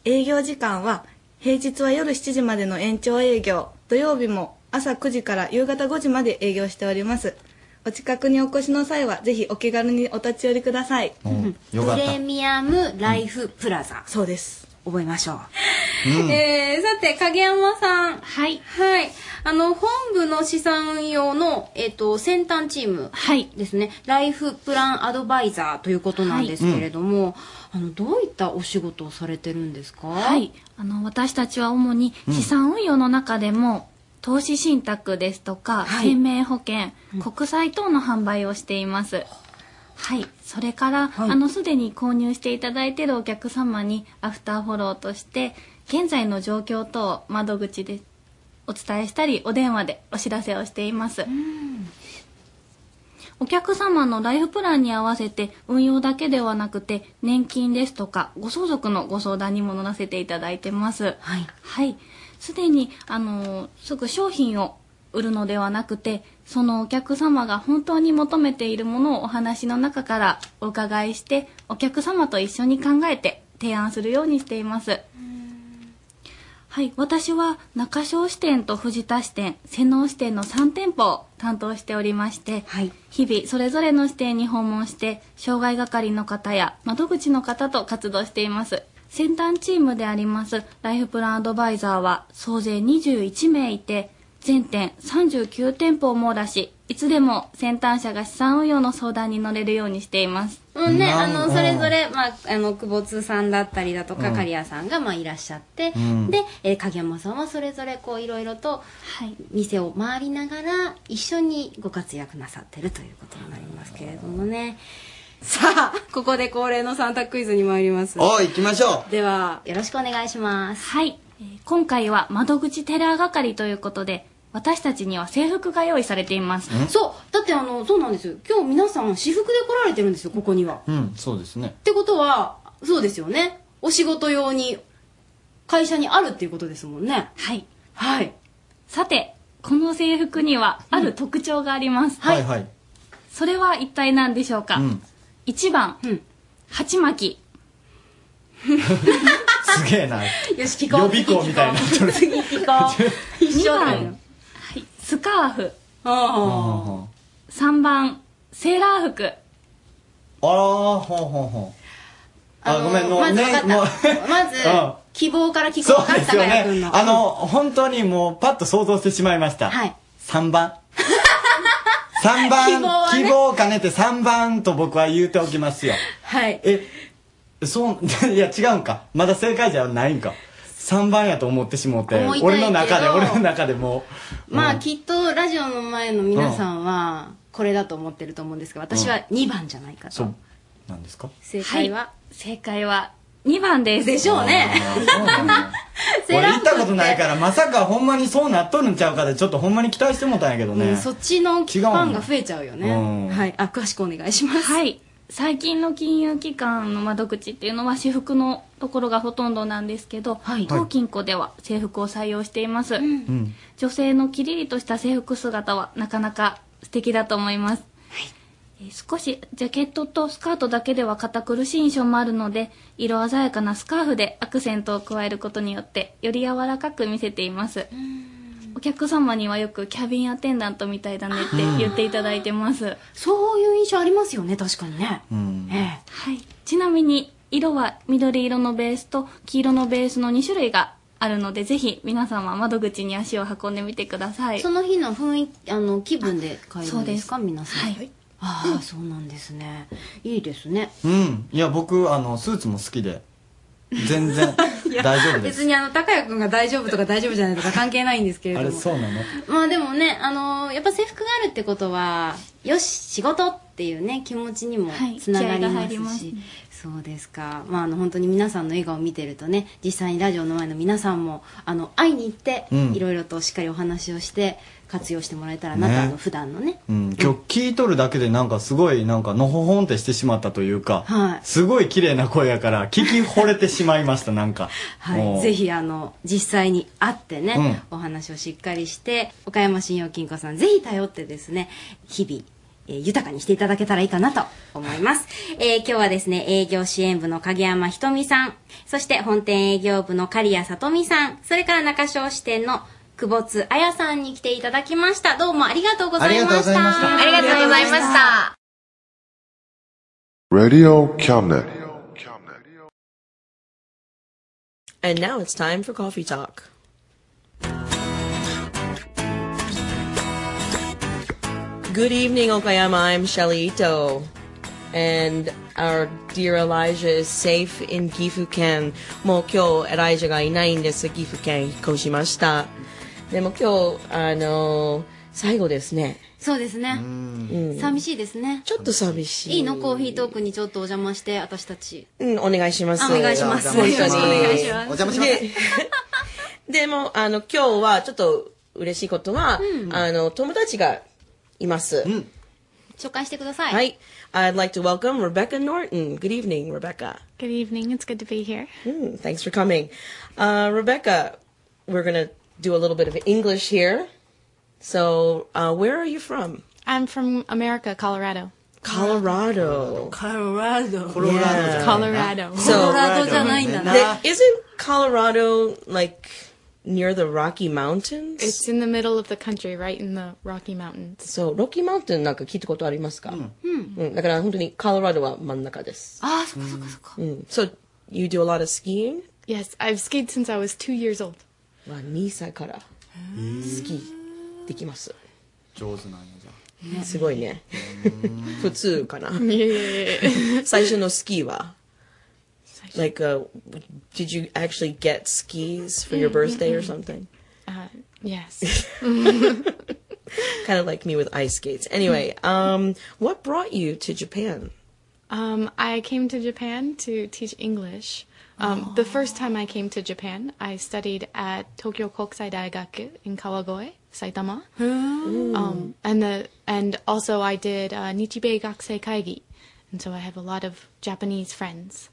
[SPEAKER 17] 営業時間は平日は夜7時までの延長営業土曜日も朝9時から夕方5時まで営業しておりますお近くにお越しの際はぜひお気軽にお立ち寄りください
[SPEAKER 15] よかったプレミアムライフプラザ、
[SPEAKER 17] そうです
[SPEAKER 15] 覚えましょう
[SPEAKER 3] うんえー、さて、影山さん。
[SPEAKER 19] はい。
[SPEAKER 3] はい。あの、本部の資産運用の、えっ、と、先端チーム。ですね。ライフプランアドバイザーということなんですけれども、あの、どういったお仕事をされてるんですか
[SPEAKER 19] はい。あの私たちは主に資産運用の中でも、投資信託ですとか、生命保険、国債等の販売をしています。はい、それから、あのすでに購入していただいているお客様にアフターフォローとして現在の状況等を窓口でお伝えしたりお電話でお知らせをしています。お客様のライフプランに合わせて運用だけではなくて年金ですとかご相続のご相談にも乗らせていただいてます。
[SPEAKER 15] はい。
[SPEAKER 19] すでに、あのーすぐ商品を売るのではなくてそのお客様が本当に求めているものをお話の中からお伺いしてお客様と一緒に考えて提案するようにしています。はい、私は中小支店と藤田支店瀬能支店の3店舗を担当しておりまして、日々それぞれの支店に訪問して障害係の方や窓口の方と活動しています先端チームでありますライフプランアドバイザーは総勢21名いて全店39店舗を網羅しいつでも先端者が資産運用の相談に乗れるようにしています
[SPEAKER 3] うんね、あ
[SPEAKER 19] なるほ
[SPEAKER 3] の、
[SPEAKER 19] ど
[SPEAKER 3] それぞれ、まあ、あの、久保津さんだったりだとか、
[SPEAKER 19] うん
[SPEAKER 3] 刈谷さんが、まあ、いらっしゃって、
[SPEAKER 19] うん
[SPEAKER 3] で、えー影山さんはそれぞれ、こう、いろいろと、店を回りながら、一緒にご活躍なさってるということになりますけれどもね。さあ、ここで恒例の三択クイズに参ります。
[SPEAKER 2] おい、行きましょ
[SPEAKER 3] では、よろしくお願いします。
[SPEAKER 19] はい、えー今回は窓口テラー係ということで私たちには制服が用意されています
[SPEAKER 3] そうだってあのそうなんですよ今日皆さん私服で来られてるんですよここには
[SPEAKER 10] うん、そうですね
[SPEAKER 3] っ。てことはそうですよねお仕事用に会社にあるっていうことですもんね
[SPEAKER 19] はい
[SPEAKER 3] はい
[SPEAKER 19] さてこの制服にはある特徴があります、
[SPEAKER 10] はいはい。
[SPEAKER 19] それは一体何でしょうか、
[SPEAKER 10] うん。
[SPEAKER 19] 1番、鉢巻
[SPEAKER 10] すげえな。
[SPEAKER 3] きよし
[SPEAKER 10] 予備校みたいになってる。
[SPEAKER 3] 次行こう一緒だよ、
[SPEAKER 19] はい、スカーフ
[SPEAKER 3] あ
[SPEAKER 19] 3番セーラー服
[SPEAKER 10] あらー、ほうほうほう。あ、ごめん、も
[SPEAKER 3] ま
[SPEAKER 10] う
[SPEAKER 3] ず分か
[SPEAKER 10] ね
[SPEAKER 3] っ、た
[SPEAKER 10] もう。
[SPEAKER 3] まず
[SPEAKER 10] うん
[SPEAKER 3] 希望から聞こ
[SPEAKER 10] そうう
[SPEAKER 3] か
[SPEAKER 10] ですよ
[SPEAKER 3] 高谷君
[SPEAKER 10] ね。
[SPEAKER 3] の
[SPEAKER 10] あの、本当にもうパッと想像してしまいました。
[SPEAKER 3] はい
[SPEAKER 10] 3番。3番、
[SPEAKER 3] 希望はね
[SPEAKER 10] 希望を兼ねて3番と僕は言うておきますよ。
[SPEAKER 3] はい
[SPEAKER 10] え、そう、い や違うんか。まだ正解じゃないんか。3番やと思ってしもうて
[SPEAKER 3] 思い、たい
[SPEAKER 10] 俺の中
[SPEAKER 3] け
[SPEAKER 10] で、
[SPEAKER 3] ど
[SPEAKER 10] 俺の中でもう。
[SPEAKER 3] まあ
[SPEAKER 10] うん
[SPEAKER 3] きっとラジオの前の皆さんはこれだと思ってると思うんですが私は2番じゃないかと、
[SPEAKER 10] そう。なんですか
[SPEAKER 3] 正解は、
[SPEAKER 19] 正解は2番です
[SPEAKER 3] でしょうね
[SPEAKER 10] 俺行ったことない
[SPEAKER 3] ら
[SPEAKER 10] からまさかほんまにそうなっとるんちゃうかでちょっとほんまに期待してもたんやけどね、
[SPEAKER 3] うん、そっちのフ
[SPEAKER 10] 違うの
[SPEAKER 3] ァンが増えちゃうよね
[SPEAKER 10] うん
[SPEAKER 3] はいあ詳しくお願いします
[SPEAKER 19] はい最近の金融機関の窓口っていうのは私服のところがほとんどなんですけど、当金庫では制服を採用しています、
[SPEAKER 10] うん
[SPEAKER 19] 女性のキリリとした制服姿はなかなか素敵だと思います、えー少しジャケットとスカートだけでは堅苦しい印象もあるので色鮮やかなスカーフでアクセントを加えることによってより柔らかく見せていますお客様にはよくキャビンアテンダントみたいだねって言っていただいてます
[SPEAKER 3] そういう印象ありますよね確かにね
[SPEAKER 10] うん
[SPEAKER 3] え
[SPEAKER 19] はい、ちなみに色は緑色のベースと黄色のベースの2種類があるのでぜひ皆様窓口に足を運んでみてください
[SPEAKER 3] その日の雰囲気あの気分で買える
[SPEAKER 19] そ
[SPEAKER 3] ん
[SPEAKER 19] うで
[SPEAKER 3] ですすか皆さんはいああそうなんですねいいですね
[SPEAKER 10] うんいや僕あのスーツも好きで全 然大丈夫です
[SPEAKER 3] 別にあの高谷君が大丈夫とか大丈夫じゃないとか関係ないんですけれ
[SPEAKER 10] あ
[SPEAKER 3] ど
[SPEAKER 10] れ
[SPEAKER 3] も
[SPEAKER 10] そうなの
[SPEAKER 3] まあでもねあのーやっぱ制服があるってことはよし仕事っっていうね気持ちにもつながり
[SPEAKER 19] 気合が
[SPEAKER 3] ま
[SPEAKER 19] 入りますす
[SPEAKER 3] し、そうですか、まあ、あの本当に皆さんの笑顔を見てるとね実際にラジオの前の皆さんもあの会いに行って、
[SPEAKER 10] うん
[SPEAKER 3] いろいろとしっかりお話をして活用してもらえたらなと、
[SPEAKER 10] ね
[SPEAKER 3] あの普段のね
[SPEAKER 10] うん、今日聞いとるだけでなんかすごいなんかのほほんってしてしまったというか、
[SPEAKER 3] はい
[SPEAKER 10] すごい綺麗な声やから聞き惚れてしまいましたなんか、
[SPEAKER 3] は
[SPEAKER 10] も
[SPEAKER 3] い、
[SPEAKER 10] う
[SPEAKER 3] ぜひあの実際に会ってね、お話をしっかりして岡山信用金庫さんぜひ頼ってですね日々、えー豊かにしていただけたらいいかなと思います、えー今日はですね営業支援部の影山ひとみさんそして本店営業部の刈谷さとみさんそれから中小支店の久保津彩さんに来ていただきましたどうもありがとうございました
[SPEAKER 15] ありがとうございました
[SPEAKER 3] ありがとうございました
[SPEAKER 20] Radio Cabinet.
[SPEAKER 21] And now it's time for coffee talk. Good evening, Okayama. I'm Shelly Ito. And our dear Elijah is safe in Gifu Ken. もう今日、Elijah がいないんです。岐阜県引っ越しました。でも今日、あのー最後ですね。
[SPEAKER 3] そうですね
[SPEAKER 21] うん
[SPEAKER 3] 寂しいですね
[SPEAKER 21] ちょっと寂しい。
[SPEAKER 3] いいのコーヒートークにちょっとお邪魔して私たち
[SPEAKER 21] うん、お願いします。
[SPEAKER 3] あお願いしますお
[SPEAKER 21] 本当
[SPEAKER 3] 邪魔
[SPEAKER 21] に。
[SPEAKER 3] しますお願いしますお邪魔します
[SPEAKER 21] で。でも、あの、今日はちょっと嬉しいことは、
[SPEAKER 3] うん
[SPEAKER 21] あの、友達がいます。
[SPEAKER 3] 紹介してください
[SPEAKER 21] はい。I'd like to welcome Rebecca Norton. Good evening, Rebecca.
[SPEAKER 22] Good evening. It's good to be here.
[SPEAKER 21] Mm, thanks for coming. Uh, Rebecca, we're going to do a little bit of English here. So, uh, where are you from?
[SPEAKER 22] I'm from America, Colorado.
[SPEAKER 21] Colorado. Colorado.
[SPEAKER 22] Colorado. Colorado. Colorado じゃないんだな。
[SPEAKER 21] There- Isn't Colorado like near the Rocky Mountains?
[SPEAKER 22] It's in the middle of the country, right in the Rocky Mountains.
[SPEAKER 21] そう、ロッキーマウンテンなんか聞いたことありますかうん。だから本当にカロラドは真ん中です。
[SPEAKER 22] あ
[SPEAKER 21] そっかそっかそっか。うん。So, you do a lot of skiing?
[SPEAKER 22] Yes, I've skied since I was two years old.
[SPEAKER 21] は2歳からスキーできます。
[SPEAKER 10] 上手なんやじゃあ
[SPEAKER 21] すごいね。普通かな。
[SPEAKER 22] いやいやいや
[SPEAKER 21] 最初のスキーは Like, uh, did you actually get skis for
[SPEAKER 22] う
[SPEAKER 21] your
[SPEAKER 22] んうんうん
[SPEAKER 21] birthday or something?
[SPEAKER 22] Uh, yes.
[SPEAKER 21] Kind of like me with ice skates. Anyway, um, what brought you to Japan?
[SPEAKER 22] um, I came to Japan to teach English. Um, The first time I came to Japan, I studied at Tokyo Kokusai Daigaku in Kawagoe, Saitama. Um, and the and also I did uh, Nichibei Gakusei Kaigi, and so I have a lot of Japanese friends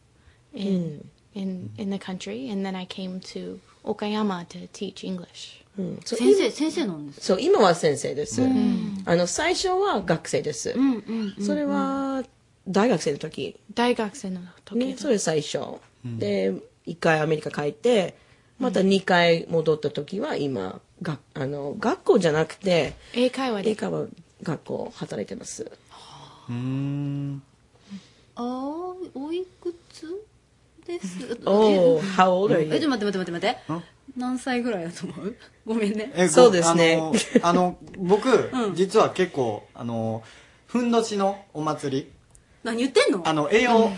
[SPEAKER 22] in in in the country. And then I came to Okayama to teach English.
[SPEAKER 21] うんそう
[SPEAKER 22] 先生
[SPEAKER 21] 今そう今は先生です、
[SPEAKER 22] うん
[SPEAKER 21] あの最初は学生です、それは大学生の時
[SPEAKER 22] 大学生の時、
[SPEAKER 21] ね、それ最初、で1回アメリカ帰ってまた2回戻った時は今があの学校じゃなくて
[SPEAKER 22] 英会話で
[SPEAKER 21] 英会話学校働いてます
[SPEAKER 10] うん
[SPEAKER 3] あーおいくつです
[SPEAKER 21] おー
[SPEAKER 3] え
[SPEAKER 21] how old are you？
[SPEAKER 3] えちょっと待って待って待って待って何歳ぐらいだと思うごめんね
[SPEAKER 10] えごあのあの僕、 実は結構あのふんどしのお祭り
[SPEAKER 3] 何言ってんの
[SPEAKER 10] あの栄養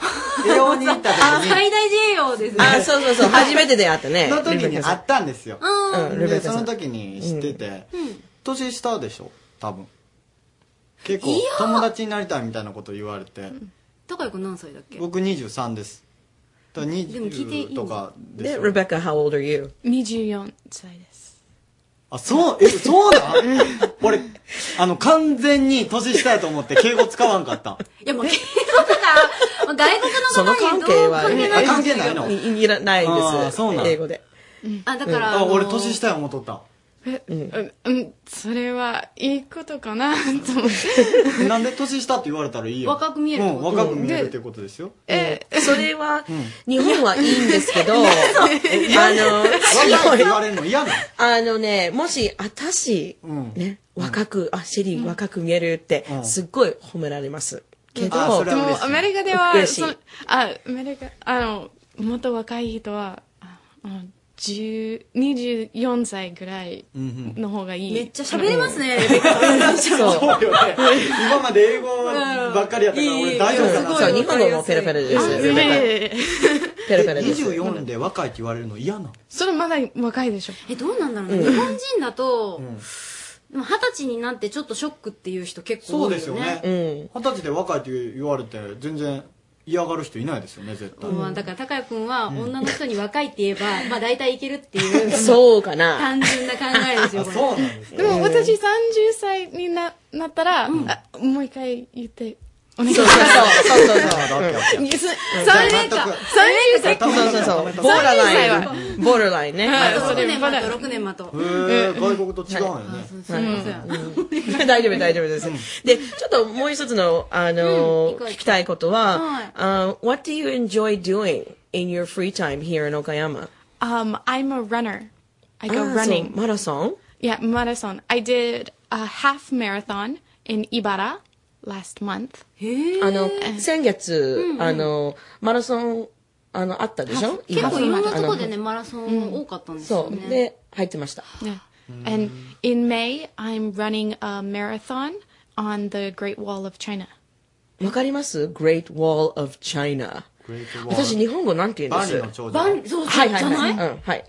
[SPEAKER 10] 栄養に行った時
[SPEAKER 3] あ
[SPEAKER 10] に
[SPEAKER 3] 最大栄養ですね
[SPEAKER 21] あそうそうそう初めて出会った ね
[SPEAKER 10] の時に会ったんですよ
[SPEAKER 3] うん
[SPEAKER 21] うんルベ
[SPEAKER 10] で
[SPEAKER 21] カさ
[SPEAKER 10] そ
[SPEAKER 21] ん
[SPEAKER 10] の時に知ってて、
[SPEAKER 3] うん
[SPEAKER 10] 年下でしょ多分結構
[SPEAKER 3] いや
[SPEAKER 10] 友達になりたいみたいなこと言われて
[SPEAKER 3] 高井君何歳だっけ
[SPEAKER 10] 僕23ですだから
[SPEAKER 3] でも聞いていい
[SPEAKER 10] 20
[SPEAKER 3] の
[SPEAKER 10] とかです
[SPEAKER 21] で
[SPEAKER 10] よ
[SPEAKER 21] Rebecca how old are you?
[SPEAKER 22] 24歳です
[SPEAKER 10] あそうえそうだ 俺あの完全に年下やと思って敬語使わんかった
[SPEAKER 3] いやもう敬語とかもう外国 の
[SPEAKER 21] その
[SPEAKER 3] 方に
[SPEAKER 21] 関
[SPEAKER 3] ど
[SPEAKER 21] 係
[SPEAKER 3] う
[SPEAKER 21] は
[SPEAKER 3] 関係ない
[SPEAKER 10] 関係ないの
[SPEAKER 21] いいらないで
[SPEAKER 10] あー
[SPEAKER 21] す
[SPEAKER 10] そうなん
[SPEAKER 21] 英語で
[SPEAKER 3] あだから、
[SPEAKER 10] あ俺
[SPEAKER 3] あの
[SPEAKER 10] 年下や思っとった
[SPEAKER 22] えうんうん、それはいいことかなと思って
[SPEAKER 10] えなんで年下って言われたらいいよ
[SPEAKER 22] 若く見える
[SPEAKER 10] う
[SPEAKER 22] って
[SPEAKER 10] ん
[SPEAKER 22] こと
[SPEAKER 10] 若く見えるってことですよ
[SPEAKER 21] えそれは日本はいいんですけ どあ
[SPEAKER 10] え嫌な
[SPEAKER 21] の
[SPEAKER 10] 若い言 われるの嫌なの
[SPEAKER 21] あのね、もし、私、ね、若く、あ、シェリー若く見えるって、すっごい褒められます。け
[SPEAKER 22] あ
[SPEAKER 21] ど、
[SPEAKER 22] でもアメリカでは
[SPEAKER 21] 嬉しい
[SPEAKER 22] そのあアメリカあのもっと若い人はああの10 24歳ぐらいの方がいい、
[SPEAKER 3] めっちゃ喋れますね
[SPEAKER 10] そうよね今まで英語ばっかりやったから俺大丈夫かな
[SPEAKER 21] そう、日本語もペラペラで
[SPEAKER 10] あ
[SPEAKER 21] す。
[SPEAKER 10] いやいやい
[SPEAKER 22] や
[SPEAKER 21] ペラペラです。
[SPEAKER 10] 24で若いって言われるの嫌なの
[SPEAKER 22] それまだ若いでしょ
[SPEAKER 3] えどうなんだろうね、
[SPEAKER 10] うん
[SPEAKER 3] 日本人だと、でも二十歳になってちょっとショックっていう人結構
[SPEAKER 10] そう
[SPEAKER 3] 多
[SPEAKER 10] で
[SPEAKER 3] い
[SPEAKER 10] す
[SPEAKER 3] よ
[SPEAKER 10] よ
[SPEAKER 3] ね
[SPEAKER 10] ね二十歳で若いって言われて全然嫌がる人いないですよね絶対
[SPEAKER 3] もうだから高谷君は
[SPEAKER 10] うん
[SPEAKER 3] 女の人に若いって言えば、まあ大体いけるっていう
[SPEAKER 21] そうかな
[SPEAKER 3] 単純な考えですよこれ
[SPEAKER 10] そうなんです
[SPEAKER 3] ね
[SPEAKER 22] でも私30歳にななったら、あもう一回言ってお願いします
[SPEAKER 21] そうそうそう
[SPEAKER 22] そういやす 三年間三年間
[SPEAKER 21] そうそうそ
[SPEAKER 22] 三年間
[SPEAKER 21] うボーダーライ
[SPEAKER 22] 三年
[SPEAKER 21] ンボーダーラインね
[SPEAKER 3] はい
[SPEAKER 21] そ
[SPEAKER 3] 6
[SPEAKER 21] れ
[SPEAKER 3] 年待と6年待と
[SPEAKER 10] へー外国と違うんよね
[SPEAKER 21] うん大丈夫、大丈夫です。で、ちょっともう一つの、あの、聞きたいことは、あー What do you enjoy doing in your free time here in Okayama?
[SPEAKER 22] Um, I'm a runner. I go
[SPEAKER 21] あー
[SPEAKER 22] running.
[SPEAKER 21] そうマラソン
[SPEAKER 22] Yeah, marathon. I did a half marathon in Ibarra last month.
[SPEAKER 21] あの、先月、あの、マラソン、あの、あったでしょ
[SPEAKER 3] 結構いろんなとこでね
[SPEAKER 21] あの
[SPEAKER 3] マラソン多かったんですよ
[SPEAKER 21] そ
[SPEAKER 3] ね、
[SPEAKER 21] う。で、入ってました。
[SPEAKER 22] Yeah. Mm. And in May, I'm running a marathon on the Great Wall of China.
[SPEAKER 21] わかります ?Great Wall of China。私、日本語なんて言うんです
[SPEAKER 10] 万里の長城
[SPEAKER 3] 万そうそう
[SPEAKER 21] はいはい
[SPEAKER 3] じ
[SPEAKER 21] はい。
[SPEAKER 3] ゃない
[SPEAKER 21] うん、はい。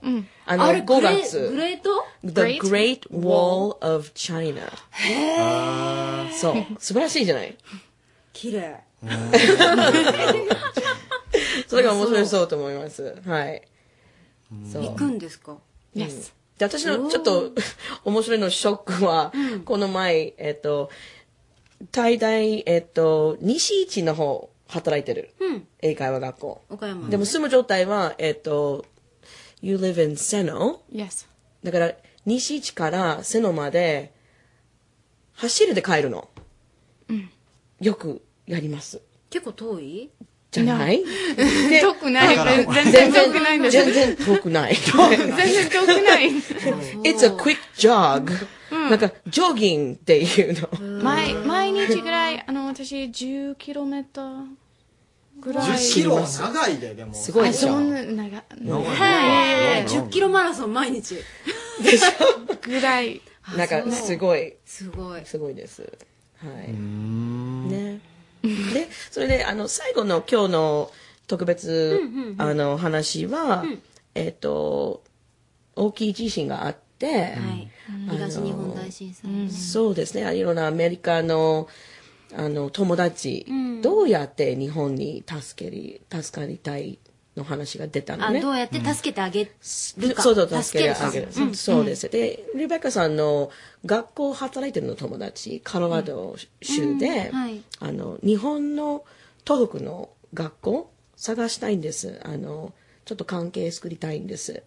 [SPEAKER 21] あ
[SPEAKER 3] あ
[SPEAKER 21] の、
[SPEAKER 3] れ
[SPEAKER 21] 5
[SPEAKER 3] グレー
[SPEAKER 21] 月
[SPEAKER 3] グ。レート
[SPEAKER 21] The Great Wall of China。そう。素晴らしいじゃない
[SPEAKER 3] 綺麗
[SPEAKER 21] それが面白そうと思います。はい。そう
[SPEAKER 3] 行くんですか
[SPEAKER 21] うんで私のちょっと 面白いのショックは、この前、えっと、大大、えっと、西市の方働いてる。
[SPEAKER 3] うん
[SPEAKER 21] 英会話学校。
[SPEAKER 3] 岡山
[SPEAKER 21] でも住む状態は、えっと、You live in Seno?
[SPEAKER 22] Yes.
[SPEAKER 21] だから、西市から瀬野まで、走るで帰るの。
[SPEAKER 3] うん
[SPEAKER 21] よくやります。
[SPEAKER 3] 結構遠い
[SPEAKER 21] じゃない
[SPEAKER 22] で遠くない
[SPEAKER 21] だから
[SPEAKER 22] 全然遠くないんです
[SPEAKER 21] 全然遠くない。
[SPEAKER 22] 全然遠くない。
[SPEAKER 21] It's a quick jog. なんか、ジョギングっていうの。
[SPEAKER 22] 毎毎日ぐらい、あの、私、10キロメーターぐらい。
[SPEAKER 10] 10キロは長いででも
[SPEAKER 21] すごいでし
[SPEAKER 22] あそ
[SPEAKER 21] ょ。
[SPEAKER 22] んな長
[SPEAKER 10] 長い
[SPEAKER 3] はい
[SPEAKER 10] 長い
[SPEAKER 3] 10キロマラソン毎日
[SPEAKER 22] ぐらい。
[SPEAKER 21] なんか、すごい。
[SPEAKER 3] すごい。
[SPEAKER 21] すごいです。はい。ね。で、それで、あの、最後の今日の特別
[SPEAKER 3] うんうんう、ん
[SPEAKER 21] あの、話は
[SPEAKER 3] うん、
[SPEAKER 21] えっと、大きい地震があって、あの
[SPEAKER 3] 東日本大震災ね
[SPEAKER 21] そうですね。いろんなアメリカの、あの、友達、
[SPEAKER 3] うん
[SPEAKER 21] どうやって日本に助けり、助かりたいの話が出たの
[SPEAKER 3] あ
[SPEAKER 21] ね。
[SPEAKER 3] どうやって助けてあげるか
[SPEAKER 21] そうそう、助けてあ
[SPEAKER 3] 助け
[SPEAKER 21] げる
[SPEAKER 3] る。
[SPEAKER 21] そ
[SPEAKER 3] か
[SPEAKER 21] うそうです。で、リベッカさんの学校働いてるの友達、カロラド州で、
[SPEAKER 3] うんはい
[SPEAKER 21] あの、日本の東北の学校探したいんです。あの、ちょっと関係作りたいんです。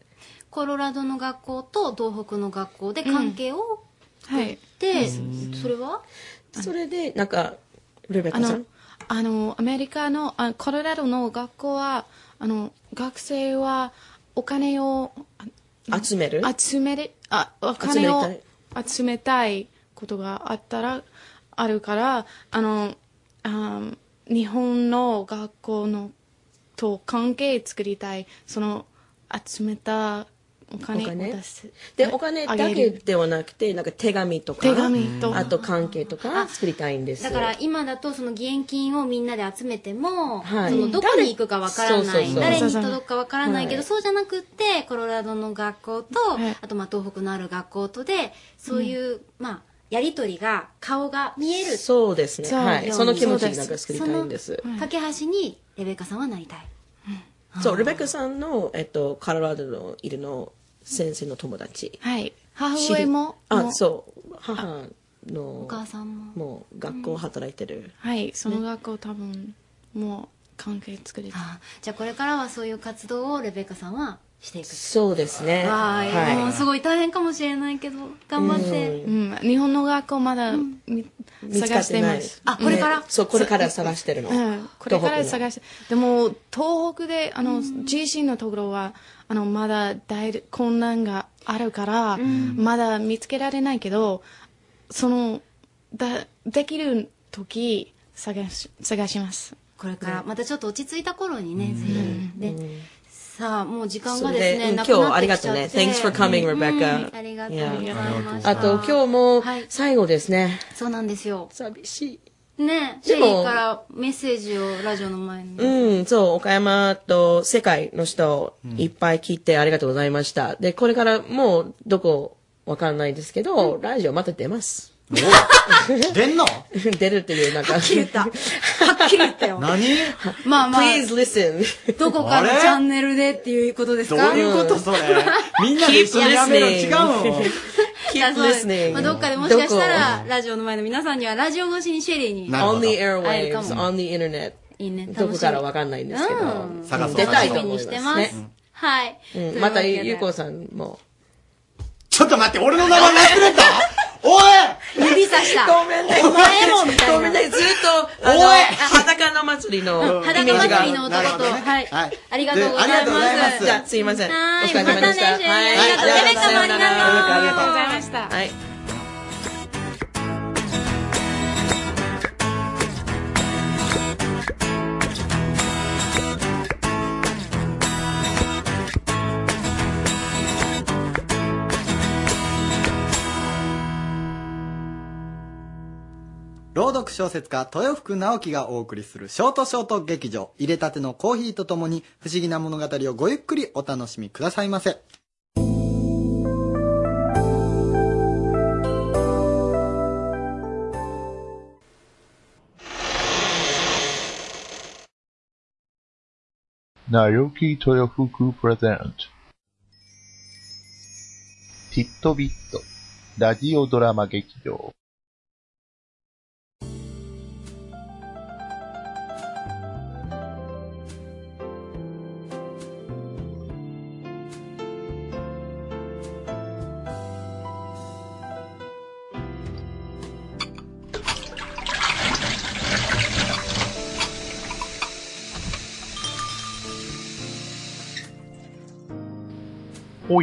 [SPEAKER 3] コロラドの学校と東北の学校で関係を
[SPEAKER 22] はい。
[SPEAKER 3] でそれは
[SPEAKER 21] それで、なんか、リベッ
[SPEAKER 22] あ
[SPEAKER 21] カさ
[SPEAKER 22] の
[SPEAKER 21] ん。、
[SPEAKER 22] あの、アメリカの、あコロラドの学校は、あの、学生はお金を
[SPEAKER 21] 集める
[SPEAKER 22] 集めれ、あ、お金を
[SPEAKER 21] 集め
[SPEAKER 22] 集めたいことがあったら、あるから、あの、あ日本の学校のと関係作りたい、その、集めたお金
[SPEAKER 21] お
[SPEAKER 22] を
[SPEAKER 21] 金
[SPEAKER 22] 出す。
[SPEAKER 21] で、お金だ
[SPEAKER 22] あげ
[SPEAKER 21] け
[SPEAKER 22] る
[SPEAKER 21] ではなくて、なんか手紙とか、
[SPEAKER 22] 手紙と
[SPEAKER 21] あと関係とか作りたいんです。
[SPEAKER 3] だから今だとその義援金をみんなで集めても、
[SPEAKER 21] はい
[SPEAKER 3] そのどこに行くかわからない
[SPEAKER 21] 誰そうそうそう
[SPEAKER 3] 誰に届くかわからないけど、
[SPEAKER 21] はい
[SPEAKER 3] そうじゃなくってコロラドの学校と、あとまあ東北のある学校とでそういう、まあやり取りが顔が見える
[SPEAKER 21] そうですね。
[SPEAKER 3] そう
[SPEAKER 21] はい。その気持ちに
[SPEAKER 3] そ
[SPEAKER 21] な
[SPEAKER 3] うんです
[SPEAKER 21] か作りたいんです。
[SPEAKER 3] 架け橋にレベッカさんはなりたい
[SPEAKER 21] そう、レベッカさんの、えっと、カロラドのいるの先生の友達。
[SPEAKER 22] はい。母親も、
[SPEAKER 21] あ、
[SPEAKER 22] も
[SPEAKER 21] そう。母の、
[SPEAKER 3] お母さんも
[SPEAKER 21] もう学校働いてる。
[SPEAKER 22] はい、その学校多分、もう関係作りたい。
[SPEAKER 3] じゃあこれからはそういう活動をレベッカさんはしていく
[SPEAKER 21] そうですね。
[SPEAKER 3] わーい、もうす
[SPEAKER 21] い。
[SPEAKER 3] ごい大変かもしれないけど頑張って、
[SPEAKER 22] うん、日本の学校まだみ
[SPEAKER 21] 見つか
[SPEAKER 22] 探
[SPEAKER 21] っ
[SPEAKER 22] して
[SPEAKER 21] て
[SPEAKER 22] ま
[SPEAKER 21] ない
[SPEAKER 22] す。。
[SPEAKER 3] あこれから
[SPEAKER 21] ねそう、これから探してるの。
[SPEAKER 22] うん、これから
[SPEAKER 21] 東北の
[SPEAKER 22] 探してでも東北であの地震のところはあのまだ大混乱があるから、まだ見つけられないけどそのだできる時探し探します
[SPEAKER 3] これからまたちょっと落ち着いた頃にね、ぜひね、さあもう時間
[SPEAKER 21] そ
[SPEAKER 3] が
[SPEAKER 21] れ
[SPEAKER 3] です
[SPEAKER 21] で
[SPEAKER 3] ね
[SPEAKER 21] うん
[SPEAKER 3] な
[SPEAKER 21] 今
[SPEAKER 3] くなってきちゃって
[SPEAKER 21] 日ありがとうね。Thanks for coming,
[SPEAKER 3] うん
[SPEAKER 21] Rebecca.
[SPEAKER 3] ありがとうござい
[SPEAKER 21] Yeah.
[SPEAKER 3] ました
[SPEAKER 21] あと今日も
[SPEAKER 3] はい
[SPEAKER 21] 最後ですね。
[SPEAKER 3] そうなんですよ
[SPEAKER 21] 寂し
[SPEAKER 3] いねえシ
[SPEAKER 21] で
[SPEAKER 3] ェ
[SPEAKER 21] も
[SPEAKER 3] リーからメッセージをラジオの前に
[SPEAKER 21] うん、そう、岡山と世界の人いっぱい聞いてありがとうございました。で、これからもうどこわかんないですけど、ラジオまた出ます。
[SPEAKER 23] 出んの
[SPEAKER 21] 出るっていう、なんか。
[SPEAKER 3] はっきり言った。はっきり言ったよ。
[SPEAKER 23] 何
[SPEAKER 3] まあまあ。
[SPEAKER 21] Please listen.
[SPEAKER 3] どこかの
[SPEAKER 21] あれ
[SPEAKER 3] チャンネルでっていうことですか
[SPEAKER 21] どういうことそれ
[SPEAKER 23] みんなで一緒にやめろ違うもん
[SPEAKER 3] いやそうです。
[SPEAKER 21] listening.
[SPEAKER 3] まあ、どっかでもしかした
[SPEAKER 21] ど
[SPEAKER 3] ら、ラジオの前の皆さんには、ラジオ越しにシェリーに。
[SPEAKER 21] on the
[SPEAKER 3] 会えるか
[SPEAKER 21] airwaves,
[SPEAKER 3] も
[SPEAKER 21] on the internet.
[SPEAKER 3] いいね楽しみ
[SPEAKER 21] どこからわかんないんですけど
[SPEAKER 3] うん。
[SPEAKER 23] 探そう
[SPEAKER 21] 出たいと
[SPEAKER 3] 楽しみに
[SPEAKER 21] 思い
[SPEAKER 3] して
[SPEAKER 21] ま
[SPEAKER 3] ま
[SPEAKER 21] すね
[SPEAKER 3] す。。はい。
[SPEAKER 21] うん
[SPEAKER 3] という
[SPEAKER 21] ま
[SPEAKER 3] わけ
[SPEAKER 21] た、
[SPEAKER 3] で
[SPEAKER 21] ゆうこさんも。
[SPEAKER 23] ちょっと待って、俺の名前忘 れたおい
[SPEAKER 3] 指さした。
[SPEAKER 21] ごめんね。
[SPEAKER 3] お前もみたいな
[SPEAKER 21] ごめんね。ずっと、あの、
[SPEAKER 3] おい
[SPEAKER 21] 裸の祭りのイメージが。
[SPEAKER 3] 裸祭りの男と、はい。ありがとうございます。
[SPEAKER 21] じゃあ、すいません。お
[SPEAKER 3] はい
[SPEAKER 21] 疲れ様で
[SPEAKER 3] ま
[SPEAKER 21] した。
[SPEAKER 3] たねシェリーありがとう
[SPEAKER 21] はい
[SPEAKER 3] ベベカもありがとう
[SPEAKER 21] さよなら
[SPEAKER 3] ありがとうござい
[SPEAKER 24] ました
[SPEAKER 21] はい。
[SPEAKER 2] 朗読小説家、豊福直樹がお送りするショートショート劇場、入れたてのコーヒーとともに不思議な物語をごゆっくりお楽しみくださいませ。
[SPEAKER 25] Naoki Toyofuku present ティットビットラジオドラマ劇場お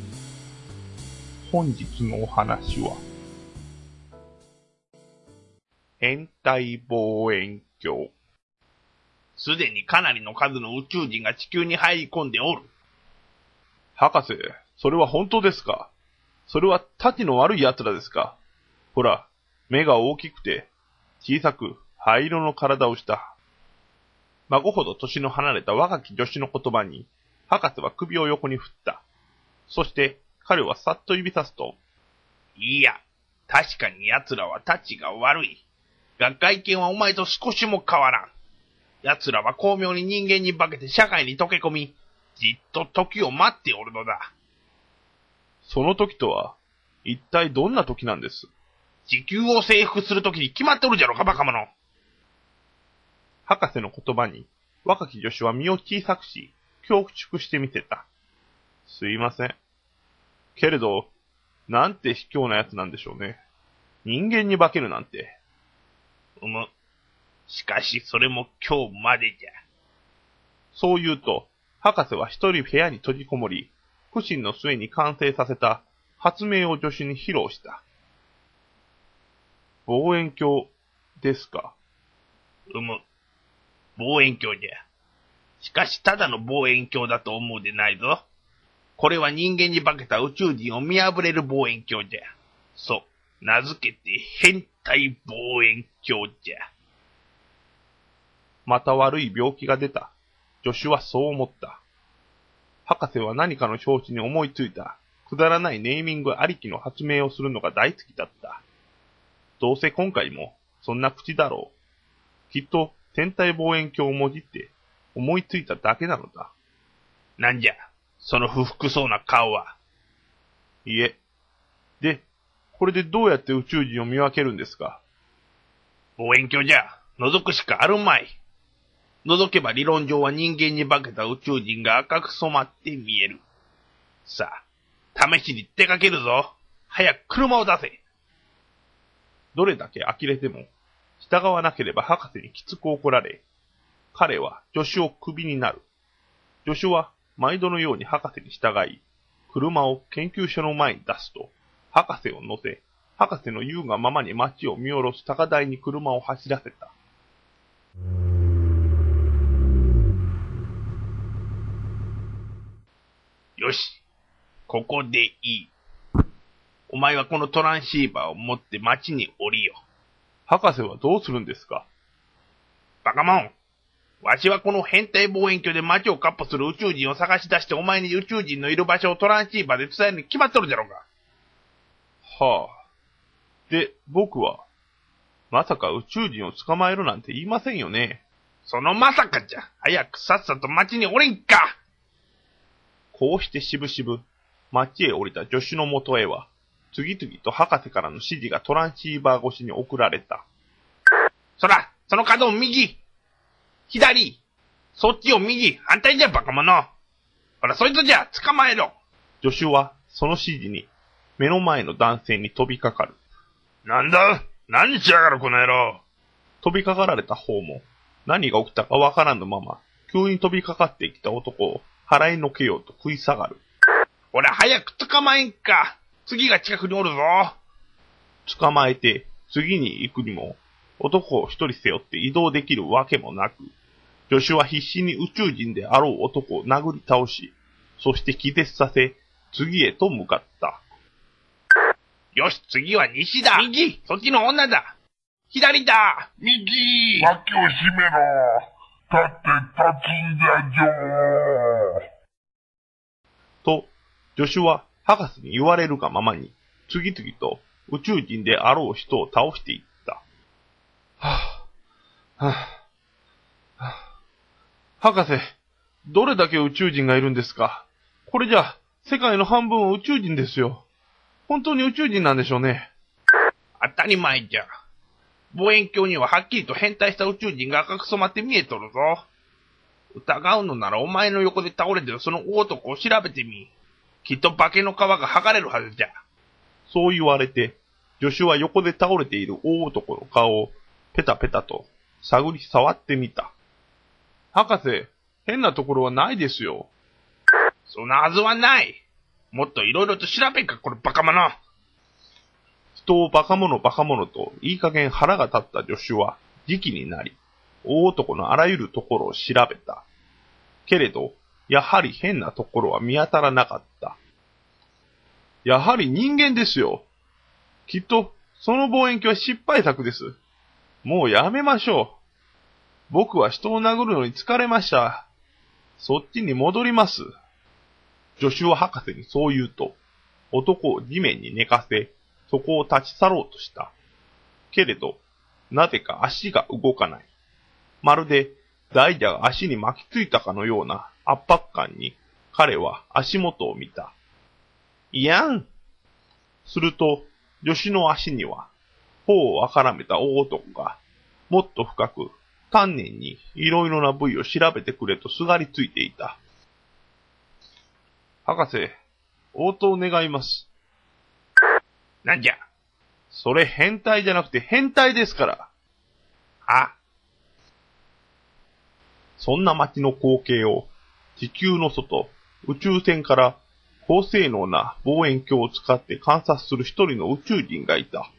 [SPEAKER 25] 本日のお話は、変態望遠鏡。
[SPEAKER 1] すでにかなりの数の宇宙人が地球に入り込んでおる。
[SPEAKER 25] 博士、それは本当ですかそれは立ちの悪い奴らですかほら、目が大きくて、小さく灰色の体をした。
[SPEAKER 1] 孫ほど年の離れた若き女子の言葉に、博士は首を横に振った。そして、彼はさっと指さすと、いや、確かに奴らは立ちが悪い。が外見はお前と少しも変わらん。奴らは巧妙に人間に化けて社会に溶け込み、じっと時を待っておるのだ。
[SPEAKER 25] その時とは、一体どんな時なんです
[SPEAKER 1] 地球を征服するときに決まっとるじゃろか、バカ者。
[SPEAKER 25] 博士の言葉に、若き女子は身を小さくし、恐縮してみせた。すいません。けれど、なんて卑怯な奴なんでしょうね。人間に化けるなんて。
[SPEAKER 1] うむ。しかし、それも今日までじゃ。
[SPEAKER 25] そう言うと、博士は一人部屋に閉じこもり、不審の末に完成させた発明を助手に披露した。望遠鏡ですか。
[SPEAKER 1] うむ。望遠鏡じゃ。しかし、ただの望遠鏡だと思うでないぞ。これは人間に化けた宇宙人を見破れる望遠鏡じゃ。そう。名付けて、変態望遠鏡じゃ。
[SPEAKER 25] また悪い病気が出た。助手はそう思った。博士は何かの表紙に思いついた、くだらないネーミングありきの発明をするのが大好きだった。どうせ今回も、そんな口だろう。きっと、天体望遠鏡をもじって、思いついただけなのだ。
[SPEAKER 1] なんじゃ。その不服そうな顔は。
[SPEAKER 25] いえ。で、これでどうやって宇宙人を見分けるんですか
[SPEAKER 1] 望遠鏡じゃ。覗くしかあるまい。覗けば理論上は人間に化けた宇宙人が赤く染まって見える。さあ、試しに出かけるぞ。早く車を出せ。
[SPEAKER 25] どれだけ呆れても、従わなければ博士にきつく怒られ、彼は助手をクビになる。助手は毎度のように博士に従い、車を研究所の前に出すと、博士を乗せ、博士の優雅ままに街を見下ろす高台に車を走らせた。よし、ここでいい。お前はこのトランシーバーを持って街に降りよ。博士はどうするんですかバカモンわしはこの変態望遠鏡で街をカッポする宇宙人を探し出してお前に宇宙人のいる場所をトランシーバーで伝えるに決まっとるじゃろうが。はあ。で、僕は、まさか宇宙人を捕まえるなんて言いませんよね。そのまさかじゃ早くさっさと街に降りんかこうしてしぶしぶ、街へ降りた助手の元へは、次々と博士からの指示がトランシーバー越しに送られた。そら、その角を右左そっちを右反対じゃ、バカ者ほら、そいつじゃ、捕まえろ助手は、その指示に、目の前の男性に飛びかかる。なんだ何しやがる、この野郎飛びかかられた方も、何が起きたかわからぬまま、急に飛びかかってきた男を払いのけようと食い下がる。ほら、早く捕まえんか次が近くにおるぞ捕まえて、次に行くにも、男を一人背負って移動できるわけもなく、助手は必死に宇宙人であろう男を殴り倒し、そして気絶させ、次へと向かった。よし、次は西だ右そっちの女だ左だ右
[SPEAKER 6] 脇を締めろ立って立つんじゃよ
[SPEAKER 25] と、助手は博士に言われるがままに、次々と宇宙人であろう人を倒していった。はぁ、はぁ、博士、どれだけ宇宙人がいるんですかこれじゃ、世界の半分は宇宙人ですよ。本当に宇宙人なんでしょうね。当たり前じゃ。望遠鏡にははっきりと変態した宇宙人が赤く染まって見えとるぞ。疑うのならお前の横で倒れてるその大男を調べてみ。きっと化けの皮が剥がれるはずじゃ。そう言われて、助手は横で倒れている大男の顔をペタペタと探り触ってみた。博士、変なところはないですよ。そんなはずはない。もっといろいろと調べんか、これバカ者。人をバカ者バカ者といい加減腹が立った助手は時期になり、大男のあらゆるところを調べた。けれど、やはり変なところは見当たらなかった。やはり人間ですよ。きっと、その望遠鏡は失敗作です。もうやめましょう。僕は人を殴るのに疲れました。そっちに戻ります。助手は博士にそう言うと、男を地面に寝かせ、そこを立ち去ろうとした。けれど、なぜか足が動かない。まるで、大蛇が足に巻きついたかのような圧迫感に、彼は足元を見た。いやんすると、助手の足には、頬をあからめた大男が、もっと深く、丹念にいろいろな部位を調べてくれとすがりついていた。博士、応答願います。なんじゃそれ変態じゃなくて変態ですから。あそんな街の光景を、地球の外、宇宙船から高性能な望遠鏡を使って観察する一人の宇宙人がいた。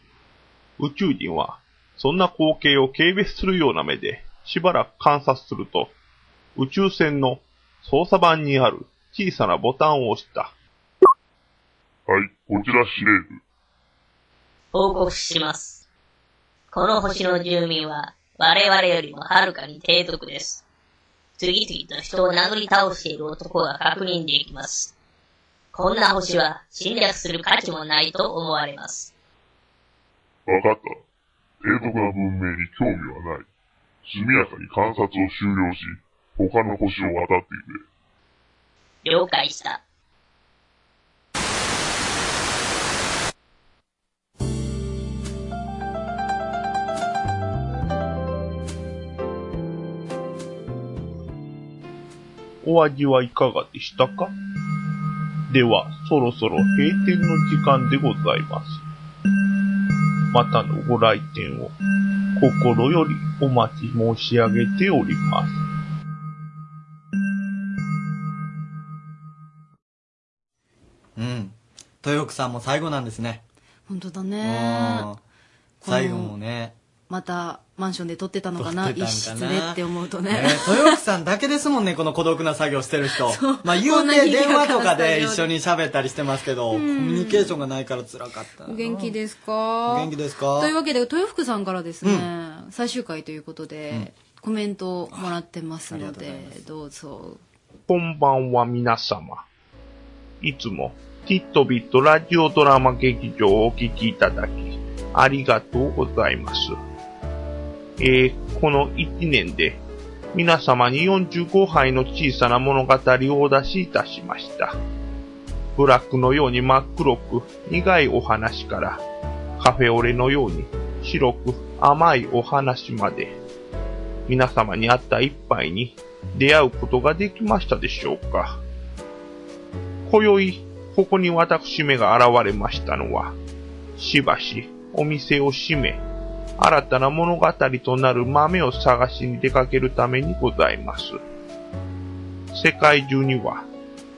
[SPEAKER 25] 宇宙人は、そんな光景を軽蔑するような目で、しばらく観察すると、宇宙船の操作盤にある小さなボタンを押した。
[SPEAKER 6] はい、こちら司令部。
[SPEAKER 26] 報告します。この星の住民は我々よりもはるかに低俗です。次々と人を殴り倒している男が確認できます。こんな星は侵略する価値もないと思われます。
[SPEAKER 6] わかった。帝国な文明に興味はない。速やかに観察を終了し、他の星を渡っていく。
[SPEAKER 26] 了解した。
[SPEAKER 25] お味はいかがでしたかでは、そろそろ閉店の時間でございます。またのご来店を心よりお待ち申し上げております。
[SPEAKER 10] うん。豊福さんも最後なんですね。
[SPEAKER 18] 本当だ
[SPEAKER 10] うん
[SPEAKER 18] ね
[SPEAKER 10] 最後もね。
[SPEAKER 18] またマンションで撮ってたのかな
[SPEAKER 10] 撮ってたんかな
[SPEAKER 18] 一室でって思うとね
[SPEAKER 10] ね豊福さんだけですもんね、この孤独な作業してる人
[SPEAKER 18] そう。
[SPEAKER 10] まあ言
[SPEAKER 18] こ
[SPEAKER 10] うん
[SPEAKER 18] な
[SPEAKER 10] て
[SPEAKER 18] に賑
[SPEAKER 10] 電
[SPEAKER 18] や
[SPEAKER 10] 話
[SPEAKER 18] か
[SPEAKER 10] と
[SPEAKER 18] な
[SPEAKER 10] か
[SPEAKER 18] スタ
[SPEAKER 10] で
[SPEAKER 18] ジオ
[SPEAKER 10] 一緒に喋ったりしてますけど、
[SPEAKER 18] う
[SPEAKER 10] コ
[SPEAKER 18] ん
[SPEAKER 10] ミュニケーションがないから辛かったな。
[SPEAKER 18] お元気です
[SPEAKER 10] お
[SPEAKER 18] か
[SPEAKER 10] 元気ですか
[SPEAKER 18] というわけで豊福さんからですね、
[SPEAKER 10] う
[SPEAKER 18] 最終回ということで、コメントをもらってますのでどうぞ
[SPEAKER 25] こんばんは皆様。いつも、ティットビットラジオドラマ劇場をお聞きいただき、ありがとうございます。えーこの1年で、皆様に45杯の小さな物語をお出しいたしました。ブラックのように真っ黒く苦いお話から、カフェオレのように白く甘いお話まで、皆様に合った一杯に出会うことができましたでしょうか。今宵、ここに私めが現れましたのは、しばしお店を閉め、新たな物語となる豆を探しに出かけるためにございます。世界中には、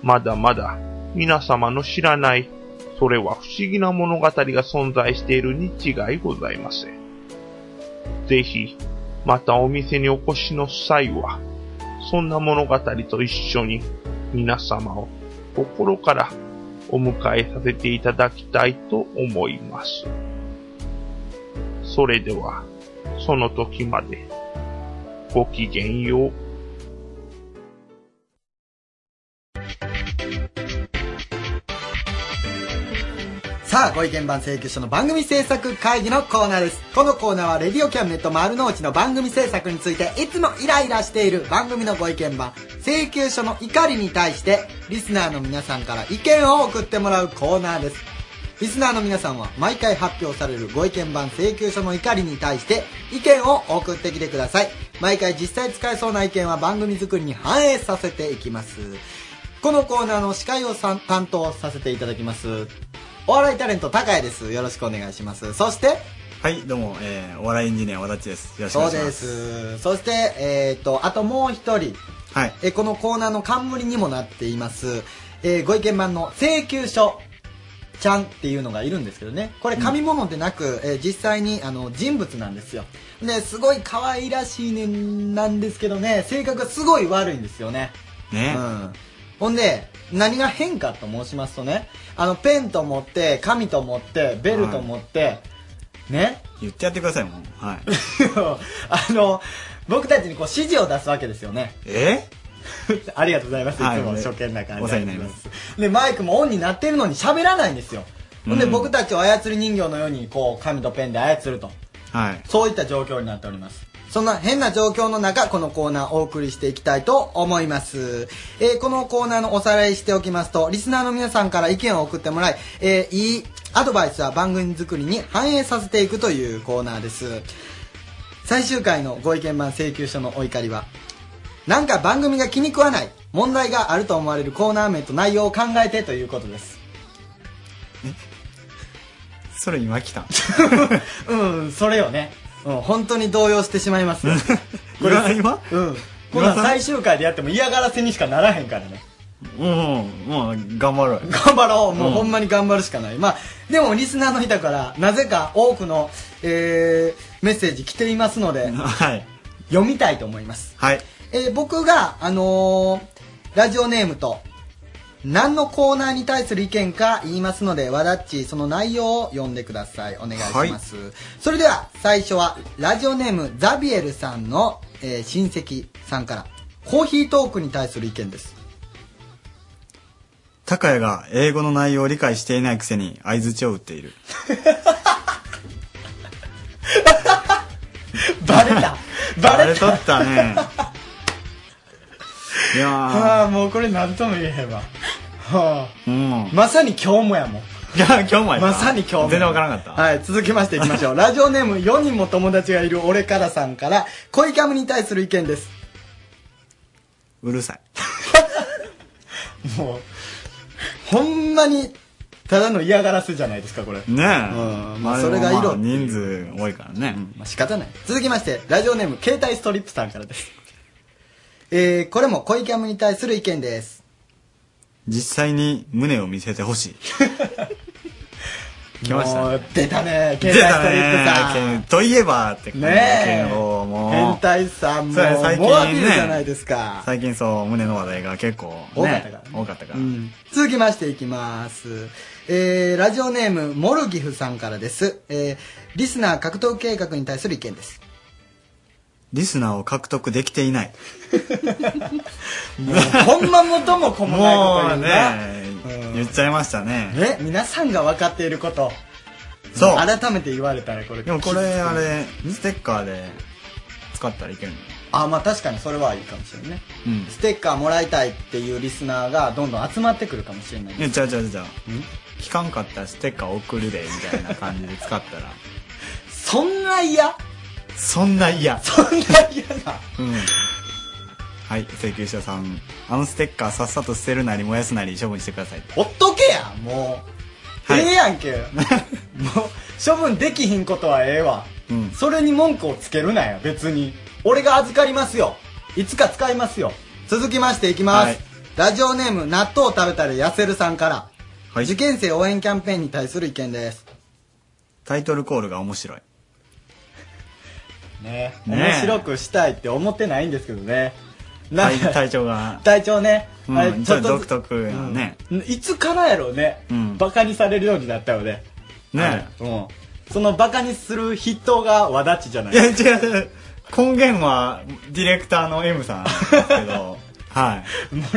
[SPEAKER 25] まだまだ皆様の知らない、それは不思議な物語が存在しているに違いございません。ぜひ、またお店にお越しの際は、そんな物語と一緒に皆様を心からお迎えさせていただきたいと思います。それでは、その時まで、ごきげんよう。
[SPEAKER 2] さあ、ご意見番請求書の番組制作会議のコーナーです。このコーナーは、レディオキャンネット丸の内の番組制作について、いつもイライラしている番組のご意見番、請求書の怒りに対して、リスナーの皆さんから意見を送ってもらうコーナーです。リスナーの皆さんは、毎回発表されるご意見番請求書の怒りに対して、意見を送ってきてください。毎回実際使えそうな意見は番組作りに反映させていきます。このコーナーの司会をさん担当させていただきます。お笑いタレント、高谷です。よろしくお願いします。そして、
[SPEAKER 7] はい、どうも、えー、お笑いエンジニア、わだちです。よろしくお
[SPEAKER 2] そ
[SPEAKER 7] 願
[SPEAKER 2] う
[SPEAKER 7] いしま。
[SPEAKER 2] ですす。そして、えっ、と、あともう一人、
[SPEAKER 7] はい。
[SPEAKER 2] えーこのコーナーの冠にもなっています、えーご意見番の請求書ちゃんっていうのがいるんですけどねこれ紙物でなく、えー実際にあの人物なんですよですごい可愛らしいねんなんですけどね性格がすごい悪いんですよね
[SPEAKER 7] ね。
[SPEAKER 2] うん、ほんで何が変かと申しますとねあのペンと持って紙と持ってベルと持って、ね
[SPEAKER 7] 言ってやってください、もう。 はい。
[SPEAKER 2] あの僕たちにこう指示を出すわけですよね
[SPEAKER 7] え
[SPEAKER 2] ありがとうございます、
[SPEAKER 7] はい
[SPEAKER 2] い、つも
[SPEAKER 7] ね
[SPEAKER 2] 初見な感じ
[SPEAKER 7] お世話になります。
[SPEAKER 2] でマイクもオンになってるのに喋らないんですよほんで
[SPEAKER 7] うん
[SPEAKER 2] 僕たちを操り人形のようにこう紙とペンで操ると
[SPEAKER 7] はい。
[SPEAKER 2] そういった状況になっておりますそんな変な状況の中このコーナーをお送りしていきたいと思います、えーこのコーナーのおさらいしておきますとリスナーの皆さんから意見を送ってもらい、えーいいアドバイスは番組作りに反映させていくというコーナーです最終回のご意見番請求書のお怒りはなんか番組が気に食わない問題があると思われるコーナー名と内容を考えてということです
[SPEAKER 7] それ今来た。
[SPEAKER 2] うんそれよね、うん、本当に動揺してしまいます よこれ
[SPEAKER 7] 今
[SPEAKER 2] うんこんなん最終回でやっても嫌がらせにしかならへんからね
[SPEAKER 7] うん、もう、頑張ろうよ。
[SPEAKER 2] 頑張ろうもう
[SPEAKER 7] うん
[SPEAKER 2] ほんまに頑張るしかない、まあでもリスナーの人からなぜか多くの、えーメッセージ来ていますので、
[SPEAKER 7] はい
[SPEAKER 2] 読みたいと思います、
[SPEAKER 7] はい。
[SPEAKER 2] えー僕があのーラジオネームと何のコーナーに対する意見か言いますのでわだっちその内容を読んでくださいお願いします、それでは最初はラジオネームザビエルさんの、えー親戚さんからコーヒートークに対する意見です
[SPEAKER 7] 高谷が英語の内容を理解していないくせに相づちを打っている。
[SPEAKER 2] バレた
[SPEAKER 7] バレとった ね。いや
[SPEAKER 2] ああもうこれ何とも言えへんわ、は
[SPEAKER 7] ー、うん。
[SPEAKER 2] あ、まさに今日もやもん
[SPEAKER 7] いや、今日もやった
[SPEAKER 2] まさに今日も
[SPEAKER 7] 全然わからなかっ
[SPEAKER 2] はい続きましていき ましょうラジオネーム4人も友達がいる俺からさんから恋キャムに対する意見です
[SPEAKER 7] うるさい。
[SPEAKER 2] もうほんまにただの嫌がらせじゃないですかこれ
[SPEAKER 7] た。ねえ。
[SPEAKER 2] うんまあそれが色
[SPEAKER 7] あれもまあ人数多いからね。
[SPEAKER 2] まあ、仕方ない続きましてラジオネーム携帯ストリップさんからですえー、これも恋キャムに対する意見です
[SPEAKER 7] 実際に胸を見せてほしい。
[SPEAKER 27] 来ましたね。
[SPEAKER 10] 出たね、
[SPEAKER 27] 出
[SPEAKER 10] 携帯
[SPEAKER 27] た
[SPEAKER 10] ストリップさん。
[SPEAKER 27] ね。といえばって感じ
[SPEAKER 10] ねえ
[SPEAKER 27] けど、もう。
[SPEAKER 10] 変態さんも
[SPEAKER 27] そうや最
[SPEAKER 10] 猛アピー
[SPEAKER 27] 近
[SPEAKER 10] ルじゃない
[SPEAKER 27] ね、
[SPEAKER 10] ですか。
[SPEAKER 27] 最近そう、胸の話題が結構、
[SPEAKER 10] 多
[SPEAKER 27] ね、
[SPEAKER 10] かったから
[SPEAKER 27] 多かったから。
[SPEAKER 10] うん続きましていきます。えー、ラジオネーム、モルギフさんからです。えー、リスナー格闘計画に対する意見です。
[SPEAKER 27] リスナーを獲得できていない。
[SPEAKER 10] ほんま元も子もないこと
[SPEAKER 27] も
[SPEAKER 10] 言
[SPEAKER 27] う
[SPEAKER 10] うな。
[SPEAKER 27] ね、言っちゃいましたね。
[SPEAKER 10] え、皆さんが分かっていること。
[SPEAKER 27] そう
[SPEAKER 10] 改めて言われたらこれ。
[SPEAKER 27] でもこれ、あれ、ステッカーで使ったらいけるの
[SPEAKER 10] あ、まあ確かにそれはいいかもしれないね。
[SPEAKER 27] うん。
[SPEAKER 10] ステッカーもらいたいっていうリスナーがどんどん集まってくるかもしれない
[SPEAKER 27] いや、じゃあじゃあじゃあ。聞かんかったらステッカー送るで、みたいな感じで使ったら。
[SPEAKER 10] そんな嫌
[SPEAKER 27] そんな嫌。
[SPEAKER 10] そんな嫌だ。
[SPEAKER 27] うん。はい、請求書さん。あのステッカーさっさと捨てるなり燃やすなり処分してください。
[SPEAKER 10] ほっとけやもう、
[SPEAKER 27] はい
[SPEAKER 10] ええや んけもう処分できひんことはええわ、それに文句をつけるなよ別に俺が預かりますよいつか使いますよ続きましていきます、
[SPEAKER 27] はい
[SPEAKER 10] ラジオネーム納豆を食べたら痩せるさんから、受験生応援キャンペーンに対する意見です
[SPEAKER 27] タイトルコールが面白い。
[SPEAKER 10] ね
[SPEAKER 27] ね
[SPEAKER 10] 面白くしたいって思ってないんですけどねな
[SPEAKER 27] 体体調が。
[SPEAKER 10] 体調ね、
[SPEAKER 27] うん、
[SPEAKER 10] あ
[SPEAKER 27] ち
[SPEAKER 10] れ
[SPEAKER 27] ょっ
[SPEAKER 10] ちょっ
[SPEAKER 27] と
[SPEAKER 10] と
[SPEAKER 27] 独
[SPEAKER 10] ず
[SPEAKER 27] 特やね。
[SPEAKER 10] いつからやろうね、バカにされるようになったよね
[SPEAKER 27] ね
[SPEAKER 10] うんそのバカにする筆頭がわだちじゃない
[SPEAKER 27] いや、違う違う。根源は、ディレクターの M さんですけど、は い。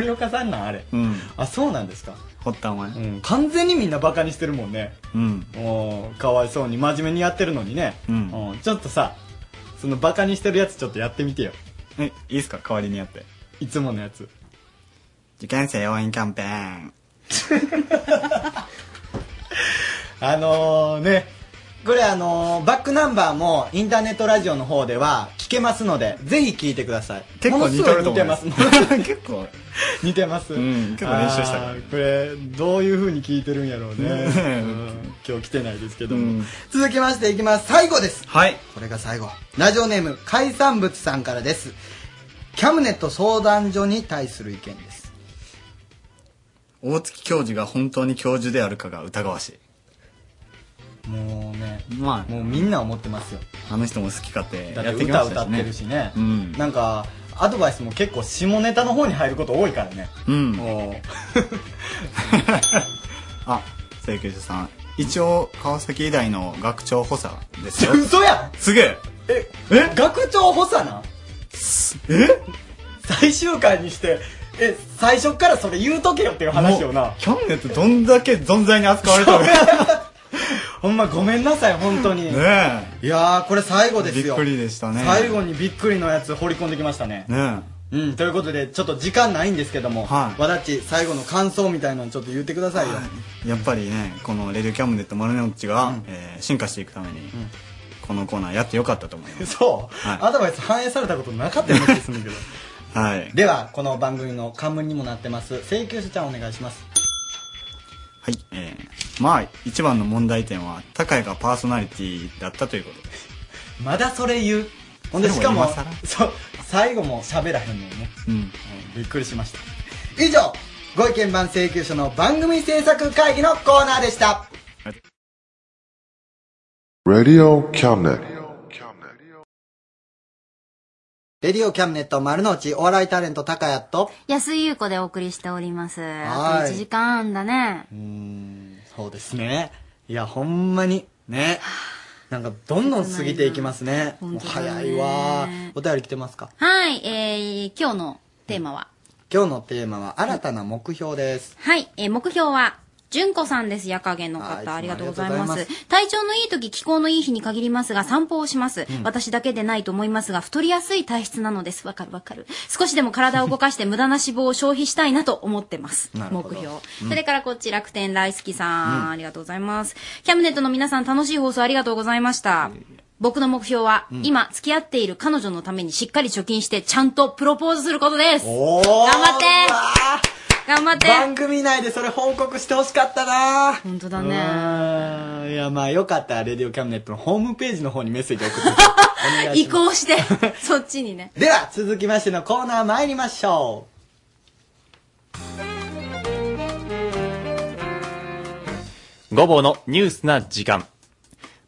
[SPEAKER 10] 森岡さんなんあれ
[SPEAKER 27] うん。
[SPEAKER 10] あそうなんですか
[SPEAKER 27] 掘ったお前。
[SPEAKER 10] うん完全にみんなバカにしてるもんね
[SPEAKER 27] うん。
[SPEAKER 10] もうかわいそうに真面目にやってるのにね、
[SPEAKER 27] うん。
[SPEAKER 10] うんちょっとさそのバカにしてるやつちょっとやってみてよ
[SPEAKER 27] え、いいっすか代わりにやって。
[SPEAKER 10] いつものやつ。
[SPEAKER 27] 受験生応援キャンペーン。
[SPEAKER 10] あのー、ねこれあのーバックナンバーもインターネットラジオの方では聞けますのでぜひ聞いてください
[SPEAKER 27] 結構似てると思います
[SPEAKER 10] ものごい似てます
[SPEAKER 27] 結構。
[SPEAKER 10] 似てます、
[SPEAKER 27] うん結構練習したから
[SPEAKER 10] あーこれどういう風に聞いてるんや ろうね、
[SPEAKER 27] ね
[SPEAKER 10] うん今日来てないですけど
[SPEAKER 27] う
[SPEAKER 10] も、
[SPEAKER 27] ん
[SPEAKER 10] 続きましていきます最後です
[SPEAKER 27] はい。
[SPEAKER 10] これが最後ラジオネーム海産物さんからですキャムネット相談所に対する意見です
[SPEAKER 27] 大月教授が本当に教授であるかが疑わしい。
[SPEAKER 10] もうね
[SPEAKER 27] まあ、
[SPEAKER 10] もうみんな思ってますよ
[SPEAKER 27] あの人も好き勝手
[SPEAKER 10] だ
[SPEAKER 27] や
[SPEAKER 10] っ
[SPEAKER 27] っ
[SPEAKER 10] て
[SPEAKER 27] てきま
[SPEAKER 10] 歌
[SPEAKER 27] したし
[SPEAKER 10] 歌
[SPEAKER 27] ね。
[SPEAKER 10] ってるしね
[SPEAKER 27] うん。
[SPEAKER 10] なんかアドバイスも結構下ネタの方に入ること多いからね
[SPEAKER 27] うん。
[SPEAKER 10] もう
[SPEAKER 27] あ、請求書さん。一応、川崎医大の学長補佐ですよ。
[SPEAKER 10] 嘘やん
[SPEAKER 27] すげえ
[SPEAKER 10] え学長補佐なん
[SPEAKER 27] え
[SPEAKER 10] 最終回にしてえ最初からそれ言うとけよっていう話をな
[SPEAKER 27] キャンネットどんだけ存在に扱わ れたのね
[SPEAKER 10] ほんまごめんなさい本当に、
[SPEAKER 27] え。
[SPEAKER 10] いやーこれ最後ですよ
[SPEAKER 27] びっくりでしたね。
[SPEAKER 10] 最後にびっくりのやつ放り込んできましたね
[SPEAKER 27] ね
[SPEAKER 10] うんということでちょっと時間ないんですけども、
[SPEAKER 27] はい
[SPEAKER 10] わだっち最後の感想みたいなのちょっと言ってくださいよ、
[SPEAKER 27] え。やっぱりね、このレディオキャムネットマルネオッチが、えー進化していくために、このコーナーやってよかったと思います。
[SPEAKER 10] そう、
[SPEAKER 27] はい
[SPEAKER 10] アドバイス反映されたことなかったような気がするんだけど
[SPEAKER 27] はい。
[SPEAKER 10] ではこの番組の冠にもなってます請求書ちゃんお願いします
[SPEAKER 27] はい。えー、まあ、一番の問題点は、高谷がパーソナリティだったということです。
[SPEAKER 10] まだそれ言うほんでし
[SPEAKER 27] それ
[SPEAKER 10] か
[SPEAKER 27] も
[SPEAKER 10] も
[SPEAKER 27] 今更
[SPEAKER 10] そう最後も喋らへんのよね
[SPEAKER 27] うん。
[SPEAKER 10] びっくりしました以上ご意見番請求書の番組制作会議のコーナーでした
[SPEAKER 20] ラディオキャムネット
[SPEAKER 10] レディオキャムネット丸の内お笑いタレント高谷と
[SPEAKER 3] 安井優子でお送りしております。あ
[SPEAKER 10] はい
[SPEAKER 3] と1時間半だね。
[SPEAKER 10] そうですねいやほんまにねなんかどんどん過ぎていきますねもう早いわお便り来てますか
[SPEAKER 3] はい、えー、今日のテーマは、
[SPEAKER 10] 今日のテーマは新たな目標です
[SPEAKER 3] はい、えー、目標は、純子さんです。夜影の方、ありがとうございま
[SPEAKER 10] ありがと
[SPEAKER 3] す
[SPEAKER 10] うございま。
[SPEAKER 3] 体調のいい時、気候のいい日に限りますが、散歩をします。
[SPEAKER 10] うん
[SPEAKER 3] 私だけでないと思いますが、太りやすい体質なのです。わかるわかる。少しでも体を動かして無駄な脂肪を消費したいなと思ってます。
[SPEAKER 12] なる
[SPEAKER 3] 目
[SPEAKER 12] ほど
[SPEAKER 3] 標
[SPEAKER 12] う。ん
[SPEAKER 3] それからこっち、楽天大好きさん、
[SPEAKER 12] うん
[SPEAKER 3] ありがとうございます。キャムネットの皆さん、楽しい放送ありがとうございました。僕の目標は、
[SPEAKER 12] うん
[SPEAKER 3] 今、付き合っている彼女のためにしっかり貯金して、ちゃんとプロポーズすることです。頑
[SPEAKER 10] おー
[SPEAKER 3] 張って頑張って
[SPEAKER 10] 番組内でそれ報告してほしかったな
[SPEAKER 3] 本当
[SPEAKER 10] だ
[SPEAKER 3] ね
[SPEAKER 10] ねいやまあよかったらレディオキャムネットのホームページの方にメッセージ送って お願いし
[SPEAKER 3] 移
[SPEAKER 10] ま
[SPEAKER 3] 行 して、そっちにね。
[SPEAKER 10] すでは続きましてのコーナー参りましょ
[SPEAKER 20] う
[SPEAKER 11] 午後のニュースな時間。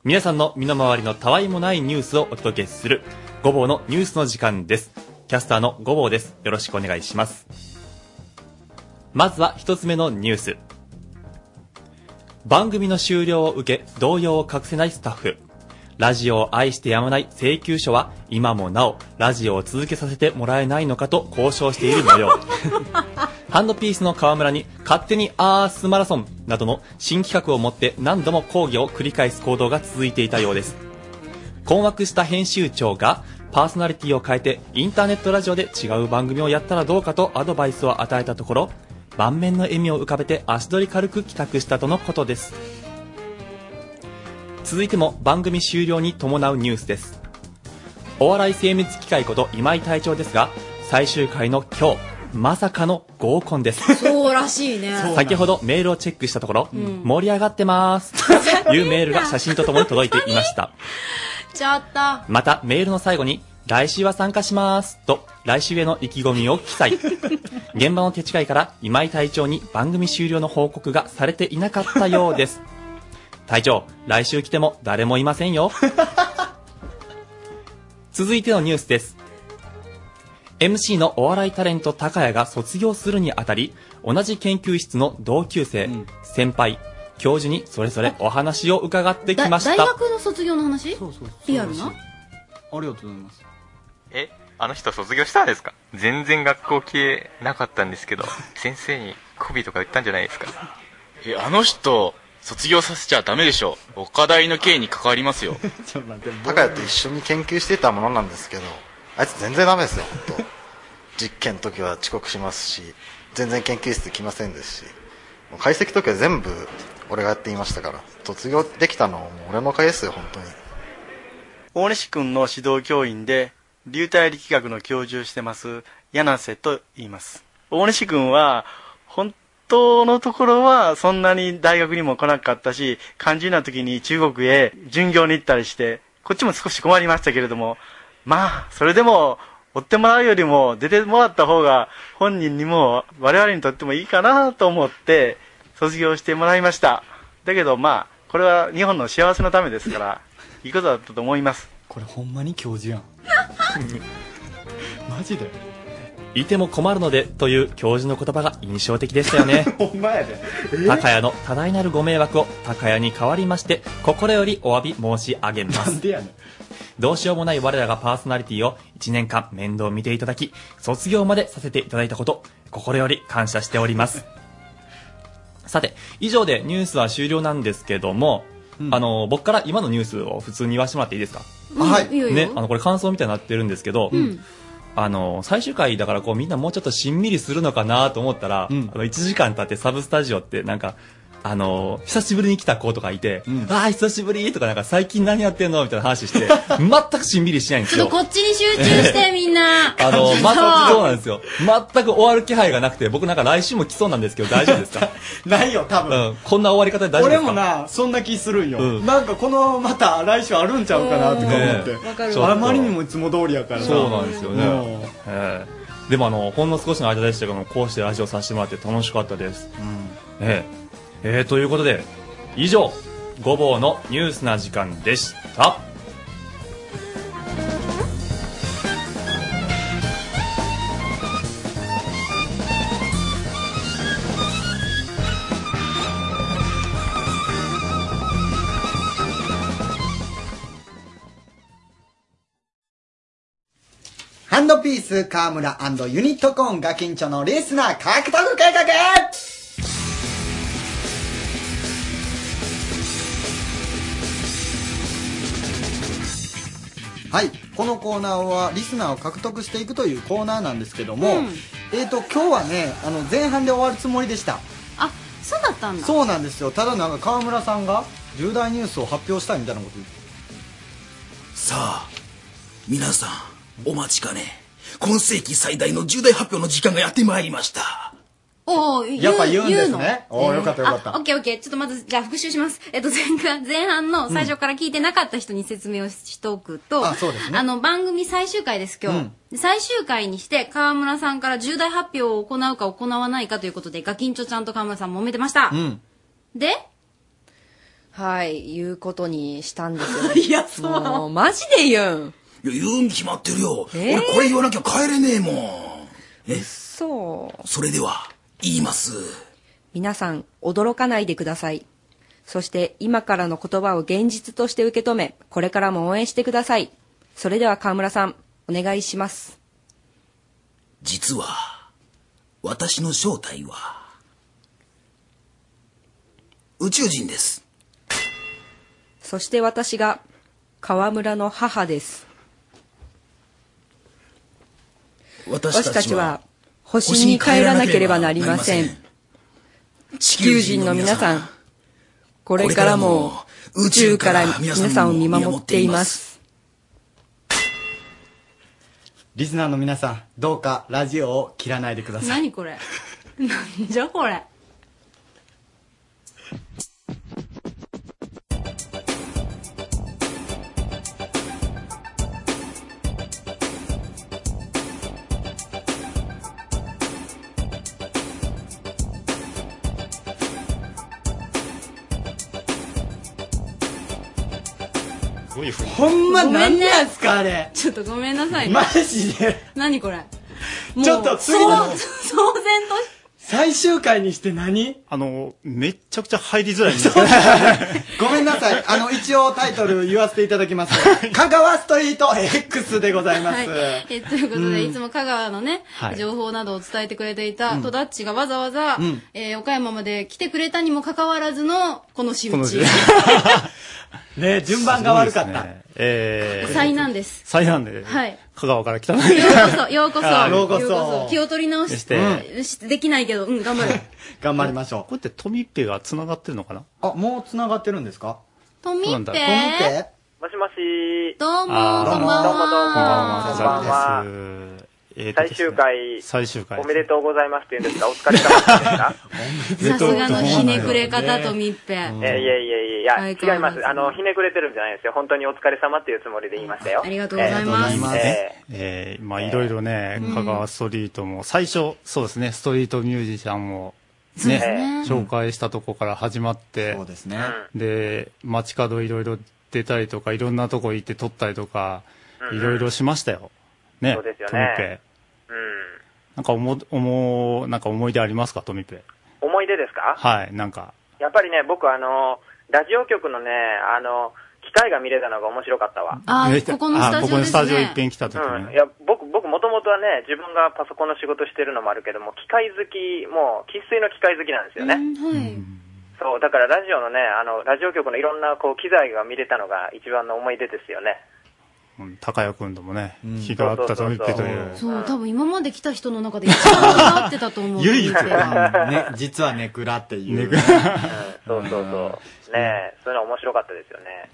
[SPEAKER 11] 皆さんの身の回りのたわいもないニュースをお届けする、午後のニュースの時間です。キャスターの午後です。よろしくお願いします。まずは一つ目のニュース。番組の終了を受け、動揺を隠せないスタッフ。ラジオを愛してやまない請求書は、今もなお、ラジオを続けさせてもらえないのかと交渉している模様。ハンドピースの河村に勝手にアースマラソンなどの新企画を持って何度も抗議を繰り返す行動が続いていたようです。困惑した編集長がパーソナリティを変えてインターネットラジオで違う番組をやったらどうかとアドバイスを与えたところ、満面の笑みを浮かべて足取り軽く帰宅したとのことです。続いても番組終了に伴うニュースです。お笑い精密機械こと今井隊長ですが、最終回の今日、まさかの合コンです。
[SPEAKER 3] そうらしいね。
[SPEAKER 11] 先ほどメールをチェックしたところ、
[SPEAKER 3] う ん
[SPEAKER 11] 盛り上がってます。というメールが写真とともに届いていました。
[SPEAKER 3] ちょっと。
[SPEAKER 11] また、メールの最後に、来週は参加しますと、来週への意気込みを記 載。現場の手違いから今井隊長に番組終了の報告がされていなかったようです。隊長、来週来ても誰もいません よ。続いてのニュースです。MC のお笑いタレント高谷が卒業するにあたり、同じ研究室の同級生、先輩、教授にそれぞれお話を伺ってき
[SPEAKER 3] だ
[SPEAKER 11] ました。
[SPEAKER 3] 大学の卒業の話リアルな
[SPEAKER 2] ありがとうございます。
[SPEAKER 5] えあの人卒業したんですか全然学校消えなかったんですけど先生にコビとか言ったんじゃないですか
[SPEAKER 28] えあの人卒業させちゃダメでしょ岡大の刑に関わりますよ
[SPEAKER 29] ちょっと待って高谷と一緒に研究してたものなんですけどあいつ全然ダメですよ本当 実験の時は遅刻しますし全然研究室来ませんですしもう解析の時は全部俺がやっていましたから卒業できたのもう俺のおかげですよ本当に
[SPEAKER 10] 大西君の指導教員で流体力学の教授をしてます柳瀬と言います大西君は本当のところはそんなに大学にも来なかったし肝心な時に中国へ巡業に行ったりしてこっちも少し困りましたけれどもまあそれでも追ってもらうよりも出てもらった方が本人にも我々にとってもいいかなと思って卒業してもらいましただけどまあこれは日本の幸せのためですからいいことだったと思います
[SPEAKER 2] これほんまに教授やん。マジで
[SPEAKER 11] いても困るのでという教授の言葉が印象的でしたよね。
[SPEAKER 2] ほんまやで。
[SPEAKER 11] 高谷の多大なるご迷惑を高谷に代わりまして、心よりお詫び申し上げます。どうしようもない我らがパーソナリティを1年間面倒見ていただき、卒業までさせていただいたこと、心より感謝しており ます。さて、以上でニュースは終了なんですけども、あの、僕から今のニュースを普通に言わせてもらっていいですか、
[SPEAKER 2] うんはいいいよいいよ
[SPEAKER 11] ね、あの、これ感想みたいになってるんですけど、
[SPEAKER 2] うん
[SPEAKER 11] あの、最終回だからこうみんなもうちょっとしんみりするのかなと思ったら、あの、1時間経ってサブスタジオってなんか、あの、久しぶりに来た子とかいて、ああ、久しぶりとかなんか最近何やってんのみたいな話して、 全くしんみりしないんです
[SPEAKER 3] ちょっ
[SPEAKER 11] よ
[SPEAKER 3] と。こっちに集中 してみんな。
[SPEAKER 11] あの、また、そうなん
[SPEAKER 3] う。
[SPEAKER 11] ですよ。全く終わる気配がなくて、僕なんか来週も来そうなんですけど、大丈夫ですか
[SPEAKER 2] ないよ、多分。
[SPEAKER 11] うん、こんな終わり方で大丈夫で
[SPEAKER 2] 俺
[SPEAKER 11] すか
[SPEAKER 2] もな、そんな気するんよ。
[SPEAKER 11] うん
[SPEAKER 2] なんかこの、また来週あるんちゃうかなとか思って。
[SPEAKER 11] ねえわかる
[SPEAKER 2] あまりにもいつも通りやからな
[SPEAKER 11] そうなんですよね
[SPEAKER 2] もう。
[SPEAKER 11] ええでもあの、ほんの少しの間でしたけども、こうしてラジオさせてもらって楽しかったです。ええええということで、以上、ごぼうのニュースな時間でした。
[SPEAKER 30] ハンドピース河村ユニットコーンガキンチョのリスナー獲得計画
[SPEAKER 2] はい、このコーナーはリスナーを獲得していくというコーナーなんですけども、
[SPEAKER 3] うん
[SPEAKER 2] えっ、と今日はねあの前半で終わるつもりでした
[SPEAKER 3] あ、そうだったんだ。
[SPEAKER 2] そうなんですよただなんか川村さんが重大ニュースを発表したいみたいなこと言って
[SPEAKER 1] さあ皆さんお待ちかね今世紀最大の重大発表の時間がやってまいりました
[SPEAKER 3] おー
[SPEAKER 1] やっぱ言うんですね
[SPEAKER 3] の
[SPEAKER 1] おーよかったよかった
[SPEAKER 3] あオッケーオッケー。ちょっとまず、じゃあ復習します。えっと、前回、前半の最初から聞いてなかった人に説明をしておくと、
[SPEAKER 13] あそうですね
[SPEAKER 3] あの、番組最終回です、今日。
[SPEAKER 13] うん
[SPEAKER 3] で最終回にして、河村さんから重大発表を行うか行わないかということで、ガキンチョちゃんと河村さん揉めてました。
[SPEAKER 2] ん
[SPEAKER 3] で、
[SPEAKER 12] はい、いうことにしたんですよ。
[SPEAKER 1] いやそう
[SPEAKER 12] もう、マジで言うん。
[SPEAKER 1] いや、言うに決まってるよ。
[SPEAKER 12] えー
[SPEAKER 1] 俺これ言わなきゃ帰れねえもん。え、
[SPEAKER 12] そう。
[SPEAKER 1] それでは、言います。
[SPEAKER 12] 皆さん、驚かないでください。そして、今からの言葉を現実として受け止め、これからも応援してください。それでは河村さん、お願いします。
[SPEAKER 1] 実は、私の正体は、宇宙人です。
[SPEAKER 12] そして私が、河村の母です。
[SPEAKER 1] 私た
[SPEAKER 12] 私た
[SPEAKER 1] ち
[SPEAKER 12] ち
[SPEAKER 1] は
[SPEAKER 12] は、星に帰らなければなりません。
[SPEAKER 1] 地
[SPEAKER 12] 球人の皆さん、これからも宇宙から皆さんを見守っています。
[SPEAKER 10] リスナーの皆さん、どうかラジオを切らないでください。
[SPEAKER 3] 何これ何じゃこれ
[SPEAKER 10] ほんま
[SPEAKER 3] ごめ
[SPEAKER 10] 何
[SPEAKER 3] んね
[SPEAKER 10] なんすか、あれ。
[SPEAKER 3] ちょっとごめんなさいね
[SPEAKER 10] マジで。
[SPEAKER 3] 何これ
[SPEAKER 10] ちょっと次
[SPEAKER 3] もう
[SPEAKER 10] の
[SPEAKER 3] そう騒然とし
[SPEAKER 10] 最終回にして何
[SPEAKER 7] あの、めっちゃくちゃ入りづらいんです
[SPEAKER 10] けどごめんなさい。あの、一応タイトル言わせていただきます。香川ストリート X でございます。
[SPEAKER 3] はい、えということで、
[SPEAKER 10] うん
[SPEAKER 3] いつも香川のね、
[SPEAKER 10] はい
[SPEAKER 3] 情報などを伝えてくれていた、
[SPEAKER 10] うん
[SPEAKER 3] 戸田っちがわざわざ、
[SPEAKER 10] うん
[SPEAKER 3] えー岡山まで来てくれたにもかかわらずのこの仕打ち
[SPEAKER 10] ね順番が悪かった。
[SPEAKER 7] えー、
[SPEAKER 3] 災難です
[SPEAKER 7] 災難で、
[SPEAKER 3] はい
[SPEAKER 7] 香川から来 たの
[SPEAKER 3] ようこそようこ
[SPEAKER 7] あ
[SPEAKER 3] そ
[SPEAKER 7] ーようこそ
[SPEAKER 3] 気を取り直し、
[SPEAKER 7] して
[SPEAKER 3] うんしできないけどうん頑張る
[SPEAKER 10] 頑張りましょう。
[SPEAKER 7] こうやってトミッペが繋がってるのかな
[SPEAKER 10] あ、もう繋がってるんですか
[SPEAKER 3] とみ
[SPEAKER 7] そうな
[SPEAKER 3] っ
[SPEAKER 7] ん
[SPEAKER 3] ぺ
[SPEAKER 7] だ
[SPEAKER 31] もしもし。
[SPEAKER 3] どうもこん
[SPEAKER 7] あー
[SPEAKER 3] ばんは
[SPEAKER 31] どうもどうも。
[SPEAKER 7] こんばんは
[SPEAKER 31] こんばんは。
[SPEAKER 7] えーと
[SPEAKER 31] 最終回、
[SPEAKER 7] 最終回
[SPEAKER 31] おめでとうございますって言うんですが、お疲れ様ですか
[SPEAKER 3] さすがのひねくれ方とみっぺ、
[SPEAKER 31] いやいやいやい
[SPEAKER 3] 相
[SPEAKER 31] や、
[SPEAKER 3] 変わ
[SPEAKER 31] 違い
[SPEAKER 3] ら
[SPEAKER 31] ま
[SPEAKER 3] ず
[SPEAKER 31] す。あの、ひねくれてるんじゃないですよ。本当にお疲れ様っていうつもりで言いましたよ。
[SPEAKER 3] ありがとうございます
[SPEAKER 31] え
[SPEAKER 7] ねえーまあいろいろね、香川ストリートも、最初、そうですね、ストリートミュージシャンも、
[SPEAKER 3] そう
[SPEAKER 7] ね
[SPEAKER 3] ですね
[SPEAKER 7] 紹介したとこから始まって、そうですね。で、街角いろいろ出たりとか、いろんなとこ行って撮ったりとか、
[SPEAKER 31] うんうん
[SPEAKER 7] いろいろしましたよ。ね、
[SPEAKER 31] そうですよね
[SPEAKER 7] トミペ。
[SPEAKER 31] ーうん。
[SPEAKER 7] なんか思、思う、なんか思い出ありますか、トミペ。
[SPEAKER 31] 思い出ですか
[SPEAKER 7] はい、なんか。
[SPEAKER 31] やっぱりね、僕あの、ラジオ局のね、あの、機械が見れたのが面白かったわ。
[SPEAKER 3] あ
[SPEAKER 7] え
[SPEAKER 3] ここのスタジオですね
[SPEAKER 7] あここのスタジオ一遍来た時に。
[SPEAKER 31] うん、いや僕、僕もともとはね、自分がパソコンの仕事してるのもあるけども、機械好き、もう、生粋の機械好きなんですよね。
[SPEAKER 3] はい
[SPEAKER 31] そう、だからラジオのね、あの、ラジオ局のいろんな、こう、機材が見れたのが一番の思い出ですよね。
[SPEAKER 7] うん高谷君ともね、気が合ったトミペという。
[SPEAKER 3] そう多分今まで来た人の中で一番合ってたと思う
[SPEAKER 10] うんね、実はネクラっていう。ネクラ。
[SPEAKER 31] そうそうそう。ねえ、そういうの面白かったですよね。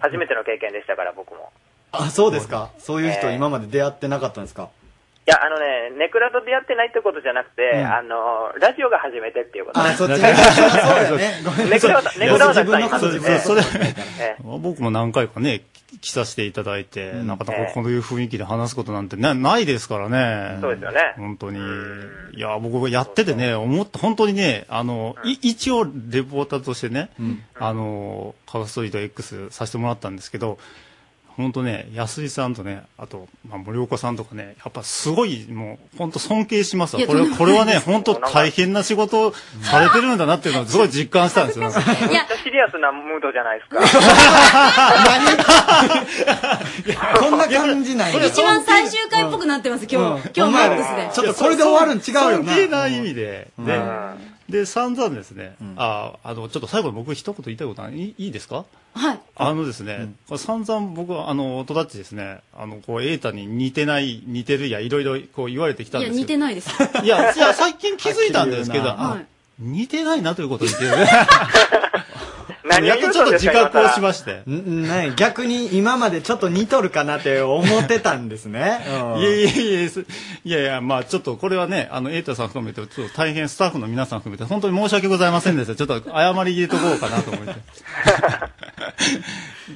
[SPEAKER 31] 初めての経験でしたから、僕も。
[SPEAKER 10] あ、そうですか。そういう人今まで出会ってなかったんですか
[SPEAKER 31] いや、あのね、ネクラと出会ってないってことじゃなくて、
[SPEAKER 10] うん
[SPEAKER 31] あの、ラジオが初めてっていうことね、
[SPEAKER 10] あそっちがそうだねごめん
[SPEAKER 31] ネ
[SPEAKER 10] な
[SPEAKER 31] ク
[SPEAKER 10] さい
[SPEAKER 31] ラは、ネクラはたくさんいま
[SPEAKER 7] そ
[SPEAKER 31] す
[SPEAKER 7] う
[SPEAKER 31] ね
[SPEAKER 7] そうそれ
[SPEAKER 31] え
[SPEAKER 7] 僕も何回かね、き来させていただいて、なかなかこういう雰囲気で話すことなんてなないですからね。
[SPEAKER 31] そうですよね
[SPEAKER 7] 本当に。いや、僕やっててね、思った、本当にね、あの、い一応レポーターとしてね、あの、カウストリート X させてもらったんですけど、本当ね、安井さんとね、あと、まあ、森岡さんとかね、やっぱすごい、もう、本当尊敬しますわ
[SPEAKER 14] いや
[SPEAKER 7] これ
[SPEAKER 14] と
[SPEAKER 7] は、
[SPEAKER 14] んでも
[SPEAKER 7] これはね、
[SPEAKER 14] ないです
[SPEAKER 7] 本当大変な仕事をされてるんだなっていうのは、すごい実感したんで すよ。
[SPEAKER 31] めっちゃシリアスなムードじゃないですか。
[SPEAKER 10] こんな感じない
[SPEAKER 3] 一番最終回っぽくなってます今日、今日マックスで
[SPEAKER 7] いや
[SPEAKER 10] ちょっとこれで終わるん違うよな
[SPEAKER 7] 尊敬な意味で。
[SPEAKER 10] うん
[SPEAKER 7] で
[SPEAKER 10] うん、
[SPEAKER 7] で、散々ですね、あ、あの、ちょっと最後に僕一言言いたいことあいいいですか
[SPEAKER 3] はい。
[SPEAKER 7] あのですね、これ散々僕は、あの、戸田っちですね、あの、こう、瑛太に似てない、似てるや、いろいろこう言われてきたん
[SPEAKER 3] いや
[SPEAKER 7] です
[SPEAKER 3] 似
[SPEAKER 7] け
[SPEAKER 3] てないです
[SPEAKER 7] ど。いや、いや、最近気づいたんですけど、
[SPEAKER 3] は
[SPEAKER 7] あ
[SPEAKER 3] い、
[SPEAKER 7] 似てないなということに気づいて
[SPEAKER 10] 何
[SPEAKER 7] やっとちょっと自覚をしまして。
[SPEAKER 10] んない逆に今までちょっと似とるかなって思ってたんですね。うん
[SPEAKER 7] いやいやいやす、いやいや、まあちょっとこれはね、あの、瑛太さん含めて、ちょっと大変スタッ フの皆さん含めて、本当に申し訳ございませんでした。ちょっと謝り入れとこうかなと思って。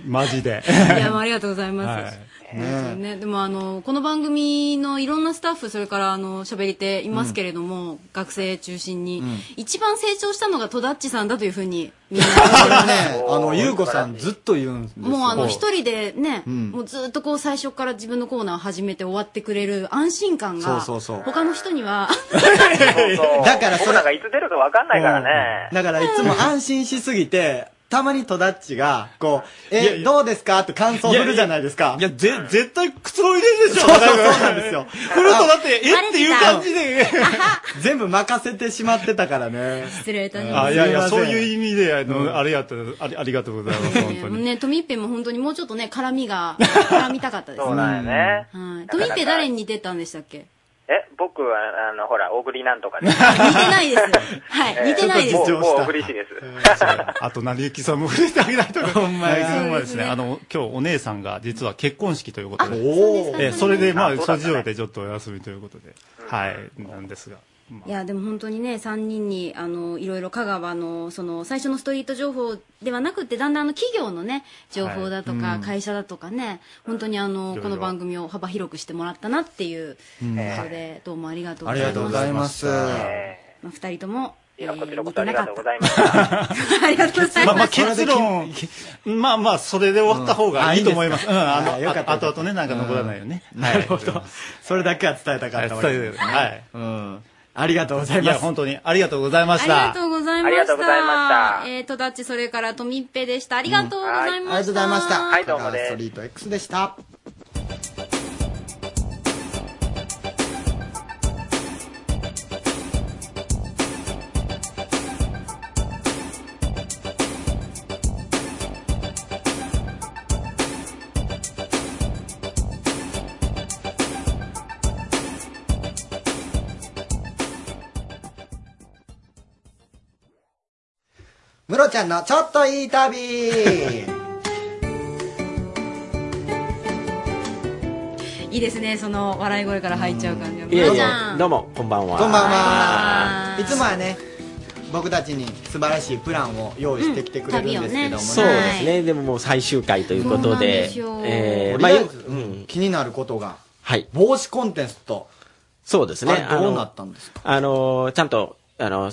[SPEAKER 7] マジで。
[SPEAKER 3] いや、もうありがとうございます。
[SPEAKER 7] はい
[SPEAKER 3] そうですよね、でもあのこの番組のいろんなスタッフそれからあの喋り手いますけれども、学生中心に、
[SPEAKER 10] うん
[SPEAKER 3] 一番成長したのが戸田っちさんだというふうにみんな
[SPEAKER 10] あの、ゆうこさんずっと言うんですよ
[SPEAKER 3] もうあの一人でね、
[SPEAKER 10] うん
[SPEAKER 3] もうずっとこう最初から自分のコーナーを始めて終わってくれる安心感が
[SPEAKER 10] そうそうそう
[SPEAKER 3] 他の人には
[SPEAKER 10] だからそれ
[SPEAKER 31] 僕なんかいつ出るか分かんないからね。
[SPEAKER 10] だからいつも 安心しすぎて、たまに戸田っちが、こう、え、どうですかって感想振るじゃないですか。いや、ぜ、絶対くつろいでるで
[SPEAKER 7] しょ
[SPEAKER 10] そうそうそうなんですよ。
[SPEAKER 7] 振ると だってえっていう感じ
[SPEAKER 10] で。全部任せてしまってたからね。
[SPEAKER 3] 失礼いたします
[SPEAKER 7] あいやいや、そう
[SPEAKER 10] う
[SPEAKER 7] いう意味で、あの、ありがとう、ありありがとうございます、本当に。
[SPEAKER 3] ねトミッペも本当にもうちょっとね絡みが絡みたかったですね
[SPEAKER 7] そうなんやね
[SPEAKER 3] はい、トミッペ誰に似てたんでしたっけ
[SPEAKER 31] え、僕は、あの、ほら、大栗なんとかです。
[SPEAKER 3] 似てないです はい似てないです
[SPEAKER 31] もう、もう
[SPEAKER 7] した
[SPEAKER 31] 大栗氏です。
[SPEAKER 7] あと、成幸さんも触れてあげないと。ほん
[SPEAKER 31] まや
[SPEAKER 7] さんはですね、あの、今日お姉さんが実は結婚式ということで。えーそれで、まあ、
[SPEAKER 3] あそうだ
[SPEAKER 7] 諸事情でちょっとお休みということで。はい、なんですが。
[SPEAKER 3] いやでも本当にね3人にあのいろいろ香川のその最初のストリート情報ではなくてだんだんあの企業のね情報だとか、
[SPEAKER 12] はいうん
[SPEAKER 3] 会社だとかね本当にあ
[SPEAKER 12] いろ
[SPEAKER 3] の
[SPEAKER 12] いろ
[SPEAKER 3] この番組を幅広くしてもらったなっていう
[SPEAKER 12] う
[SPEAKER 3] こ
[SPEAKER 12] ん
[SPEAKER 3] とで、どうもありがとうございます。
[SPEAKER 10] ありがとうございます
[SPEAKER 3] まあ、2人とも
[SPEAKER 31] いや、こちらこ
[SPEAKER 3] 似
[SPEAKER 31] そ
[SPEAKER 3] て
[SPEAKER 31] あり
[SPEAKER 3] な
[SPEAKER 31] が
[SPEAKER 3] か
[SPEAKER 31] とうご
[SPEAKER 3] った。
[SPEAKER 31] ざいました。
[SPEAKER 3] ありがとうござい
[SPEAKER 7] ま
[SPEAKER 3] ま
[SPEAKER 7] あ
[SPEAKER 3] す。
[SPEAKER 7] まあ結論、 まあまあ、それで終わった方がいいと思います。
[SPEAKER 10] う
[SPEAKER 7] うんん、
[SPEAKER 10] あ
[SPEAKER 7] あ
[SPEAKER 10] いいですねあーよ
[SPEAKER 7] の、
[SPEAKER 10] かった
[SPEAKER 7] ああとあとね、なんか残らないよね。
[SPEAKER 10] なるほど。 それだけは伝えたかったわけですね
[SPEAKER 7] はい。
[SPEAKER 10] うん。ありがとうございます。
[SPEAKER 7] いや本当にありがとうございま
[SPEAKER 3] ありがとうございました。
[SPEAKER 10] ありがとうございました
[SPEAKER 3] えー、とだっち、それからとみっぺでした。ありがとうご
[SPEAKER 10] は
[SPEAKER 3] ざ
[SPEAKER 10] いあ
[SPEAKER 3] い
[SPEAKER 10] り
[SPEAKER 3] ました。
[SPEAKER 10] がとうございました。
[SPEAKER 3] はい、
[SPEAKER 10] どうもです。ストリート X でした。ムロちゃんのちょっといい旅
[SPEAKER 3] いいですね、その笑い声から入っちゃう感じが。
[SPEAKER 9] いえい
[SPEAKER 3] み
[SPEAKER 9] え
[SPEAKER 3] なさん
[SPEAKER 9] どうもこんばんは
[SPEAKER 10] こんばんは。いつもはね、僕たちに素晴らしいプランを用意してきてくれるんですけどもね。
[SPEAKER 9] そうですね、でももう最終回ということでえーまあよ
[SPEAKER 10] 気になることが、
[SPEAKER 9] はい
[SPEAKER 10] 帽子コンテンツと、
[SPEAKER 9] そうですね
[SPEAKER 10] あれどうなったんです
[SPEAKER 9] かあのちゃんとあの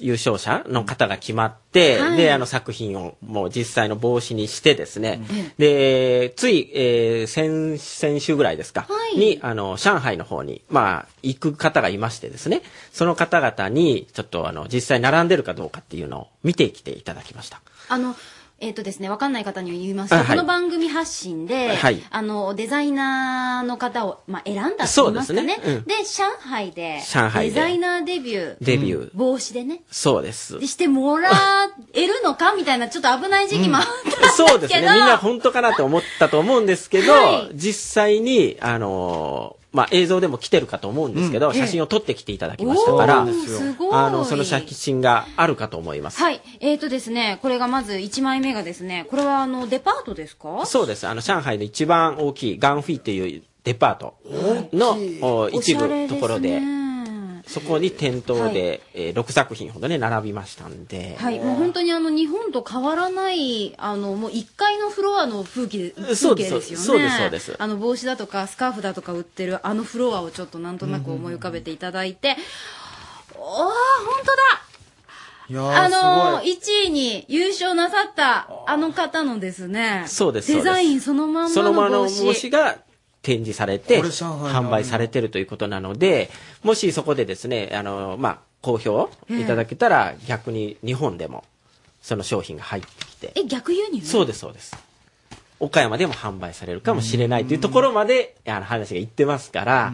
[SPEAKER 9] 優勝者の方が決まって、
[SPEAKER 10] はい
[SPEAKER 9] であの作品をもう実際の帽子にしてですね、
[SPEAKER 10] うん
[SPEAKER 9] でつい、えー先先週ぐらいですか、
[SPEAKER 10] はい
[SPEAKER 9] にあの上海の方に、まあ、行く方がいましてですねその方々にちょっとあの実際並んでるかどうかっていうのを見てきていただきました。
[SPEAKER 3] あの、えっ、とですね、わかんない方には言いますと、
[SPEAKER 9] あはい
[SPEAKER 3] この番組発信で、
[SPEAKER 9] はい
[SPEAKER 3] あの、デザイナーの方を、まあ、選んだと
[SPEAKER 9] そ
[SPEAKER 3] 言い
[SPEAKER 9] うで
[SPEAKER 3] ます
[SPEAKER 9] す
[SPEAKER 3] か
[SPEAKER 9] ね
[SPEAKER 3] ね。で
[SPEAKER 9] うん
[SPEAKER 3] 上海で、
[SPEAKER 9] 上海で
[SPEAKER 3] デザイナーデビュー、
[SPEAKER 9] デビュー
[SPEAKER 3] うん帽子でね、
[SPEAKER 9] そうです
[SPEAKER 3] でしてもらえるのかみたいな、ちょっと危ない時期もあったんですけど、
[SPEAKER 9] そうですね。みんな本当かなと思ったと思うんですけど、実際に、あのーまあ、映像でも来てるかと思うんですけど、
[SPEAKER 3] うん
[SPEAKER 9] 写真を撮ってきていただきましたから、
[SPEAKER 3] おーすごい
[SPEAKER 9] あの、その写真があるかと思います。
[SPEAKER 3] はい。えっ、とですね、これがまず1枚目がですね、これはあの、デパートですか
[SPEAKER 9] そうです。あの、上海の一番大きいガンフィーというデパートのお
[SPEAKER 3] おし
[SPEAKER 9] 一
[SPEAKER 3] ゃれです
[SPEAKER 9] 部
[SPEAKER 3] ね
[SPEAKER 9] ところで、そこに店頭で、え6作品ほどね、並びましたんで。
[SPEAKER 3] はい、もう本当にあの日本と変わらないあのもう1階のフロアの風景風
[SPEAKER 9] そうで
[SPEAKER 3] 景
[SPEAKER 9] す
[SPEAKER 3] ですよね
[SPEAKER 9] そうですそうです
[SPEAKER 3] あの帽子だとかスカーフだとか売ってるあのフロアをちょっとなんとなく思い浮かべていただいて、おー本
[SPEAKER 10] いや
[SPEAKER 3] 当だあ
[SPEAKER 10] ー、
[SPEAKER 3] の
[SPEAKER 10] す
[SPEAKER 3] ー、1位に優勝なさったあの方のですね
[SPEAKER 9] そうですそう
[SPEAKER 3] デ
[SPEAKER 9] です
[SPEAKER 3] ザインそのまんま
[SPEAKER 9] その
[SPEAKER 3] の
[SPEAKER 9] ままの
[SPEAKER 3] 帽
[SPEAKER 9] 帽
[SPEAKER 3] 子
[SPEAKER 9] 子が展示されて、
[SPEAKER 10] これ上海なの
[SPEAKER 9] 販売されてるということなので、もしそこでですね、あの、まあ、好評
[SPEAKER 3] ええ
[SPEAKER 9] いただけたら、逆に日本でも、その商品が入ってきて、
[SPEAKER 3] え逆輸入
[SPEAKER 9] そうです、そうです。岡山でも販売されるかもしれないというところまで、あの話が行ってますから、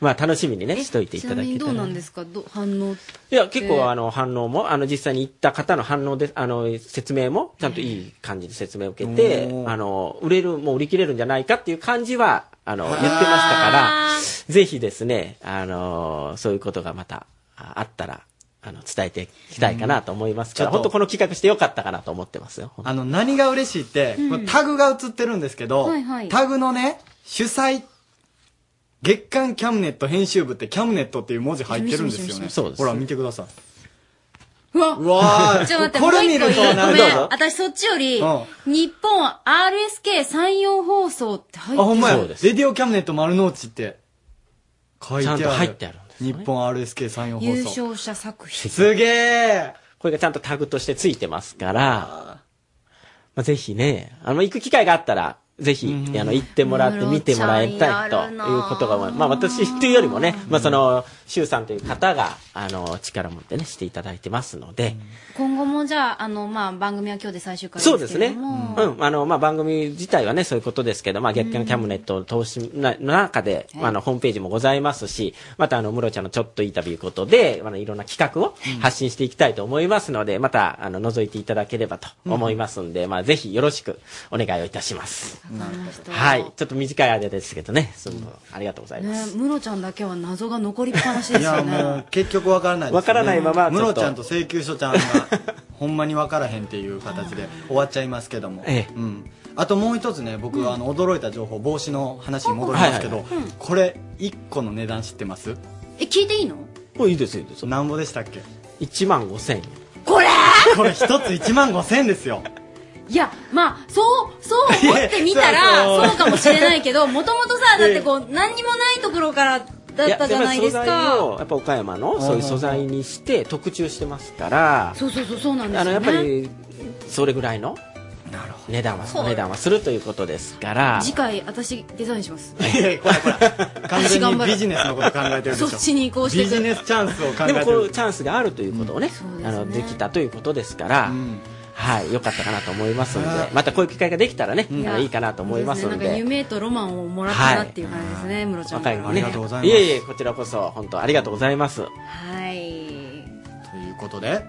[SPEAKER 9] まあ、楽しみにね、しといてい
[SPEAKER 3] ちな
[SPEAKER 9] ただ
[SPEAKER 3] み
[SPEAKER 9] け
[SPEAKER 3] に
[SPEAKER 9] た
[SPEAKER 3] どう
[SPEAKER 9] ら
[SPEAKER 3] な。んですかど反応
[SPEAKER 9] いや、結
[SPEAKER 3] え
[SPEAKER 9] 構
[SPEAKER 3] ー
[SPEAKER 9] あの反応も、あの実際に行った方の反応で、あの説明も、ちゃんといい感じで説明を受けて、あの、売れる、もう売り切れるんじゃないかっていう感じは、あの、言ってましたから、ぜひですね、あの、そういうことがまたああったら、あの、伝えていきたいかなと思いますから、
[SPEAKER 10] うんちょっと
[SPEAKER 9] 本当この企画してよかったかなと思ってますよ。
[SPEAKER 10] あの、何が嬉しいって、これタグが映ってるんですけど、
[SPEAKER 9] はいはい
[SPEAKER 10] タグのね、主催、月刊キャムネット編集部ってキャムネットっていう文字入ってるんですよ
[SPEAKER 9] 見
[SPEAKER 10] ね。
[SPEAKER 9] せて見せて見せてそうです
[SPEAKER 10] ほら、見てください。
[SPEAKER 3] うわ
[SPEAKER 2] うわー
[SPEAKER 3] ちょっと待って、も
[SPEAKER 2] こ
[SPEAKER 3] う
[SPEAKER 2] れ
[SPEAKER 3] 一
[SPEAKER 2] 見
[SPEAKER 3] 個
[SPEAKER 2] る
[SPEAKER 3] い
[SPEAKER 2] と
[SPEAKER 3] い。
[SPEAKER 2] な
[SPEAKER 3] ご
[SPEAKER 2] ん
[SPEAKER 3] め
[SPEAKER 2] か
[SPEAKER 3] ん。私そっちより
[SPEAKER 2] うん、
[SPEAKER 3] 日本 RSK 山陽放送って入ってる
[SPEAKER 2] あ、ほんまや。レディオキャムネット丸の内って書いてある。
[SPEAKER 9] ちゃんと入ってある
[SPEAKER 2] んです、日本 RSK34
[SPEAKER 3] 優
[SPEAKER 2] 放送。
[SPEAKER 3] 勝者作品。
[SPEAKER 9] す
[SPEAKER 2] げえ
[SPEAKER 9] これがちゃんとタグとしてついてますから、まあ、ぜひね、あの、行く機会があったら、ぜひ、あの、行ってもらって、見てもらいたいということが思います。まあ、私っていうよりもね、まあ、その、周さんという方が、あの、力を持ってね、していただいてますので、
[SPEAKER 3] 今後もじゃあ、あの、まあ、番組は今日で最終回
[SPEAKER 9] そう
[SPEAKER 3] で
[SPEAKER 9] ですす
[SPEAKER 3] けれ
[SPEAKER 9] ね。
[SPEAKER 3] ども。
[SPEAKER 9] うん。あの、まあ、番組自体はね、そういうことですけど、まあ、月刊キャムネットの投資なの中で、
[SPEAKER 3] はい
[SPEAKER 9] まああの、ホームページもございますし、また、あの、ムロちゃんのちょっといい旅いうことで、あの、いろんな企画を発信していきたいと思いますので、また、あの、覗いていただければと思いますんで、まあ、ぜひよろしくお願いをいたします。はい。ちょっと短い間ですけどね、その、ありがとうございます。
[SPEAKER 3] ね、ムロちゃんだけは謎が残りっぱなしですよ
[SPEAKER 2] いやも
[SPEAKER 3] ね
[SPEAKER 2] う。結局わからないですよね
[SPEAKER 9] わからないままちょっと
[SPEAKER 2] ムロちゃんと請求書ちゃんがほんまにわからへんっていう形で 終わっちゃいますけども、
[SPEAKER 9] ええ
[SPEAKER 2] うん、あともう一つね僕、あの驚いた情報帽子の話に戻りますけど、
[SPEAKER 3] はいはいはいうん
[SPEAKER 2] これ一個の値段知ってます
[SPEAKER 3] え、聞いていいの
[SPEAKER 9] もういいですいいです
[SPEAKER 2] なんぼでしたっけ
[SPEAKER 9] 1万5千円
[SPEAKER 3] これ
[SPEAKER 2] これ一つ1万5千円ですよ
[SPEAKER 3] いや、まあ、そう、そう思ってみたら、
[SPEAKER 2] いやそう
[SPEAKER 3] そうかもしれないけど、もともとさ、だっ
[SPEAKER 9] い
[SPEAKER 3] て
[SPEAKER 9] や
[SPEAKER 3] こう、何にもないところからだったじゃないです
[SPEAKER 9] ややっぱり素材
[SPEAKER 3] か。
[SPEAKER 9] をやっぱ岡山のそういう素材にして特注してますから、
[SPEAKER 3] そうそうそう、そうなんで
[SPEAKER 9] あ
[SPEAKER 3] す
[SPEAKER 9] のや
[SPEAKER 3] よ
[SPEAKER 9] っぱ
[SPEAKER 3] ね。
[SPEAKER 9] りそれぐらいの値段は
[SPEAKER 3] そう
[SPEAKER 9] お値段はするということですから
[SPEAKER 3] 次回、私、デザインします。
[SPEAKER 2] 完
[SPEAKER 3] 私
[SPEAKER 2] 全
[SPEAKER 3] 頑
[SPEAKER 2] に
[SPEAKER 3] 張る
[SPEAKER 2] ビジネスのこと考えてるでしょ
[SPEAKER 3] そっちに移行していく
[SPEAKER 2] ビジネスチャンスを考えて
[SPEAKER 9] でも
[SPEAKER 2] る
[SPEAKER 9] こうチャンスがあるということをね,、あのできたということですから、はい良かったかなと思いますのでまたこういう機会ができたらね、
[SPEAKER 3] うん
[SPEAKER 9] あのいいかなと思います
[SPEAKER 3] そう
[SPEAKER 9] の
[SPEAKER 3] ですねなんか
[SPEAKER 9] で。
[SPEAKER 3] 夢とロマンをもらったなっていう感じですね、ムロちゃん
[SPEAKER 9] 若
[SPEAKER 3] か
[SPEAKER 9] い
[SPEAKER 3] ら
[SPEAKER 9] 子
[SPEAKER 3] はね。
[SPEAKER 9] ね、いえいえ、こちらこそ、本 当ありがとうございます。
[SPEAKER 3] はい。
[SPEAKER 2] ということで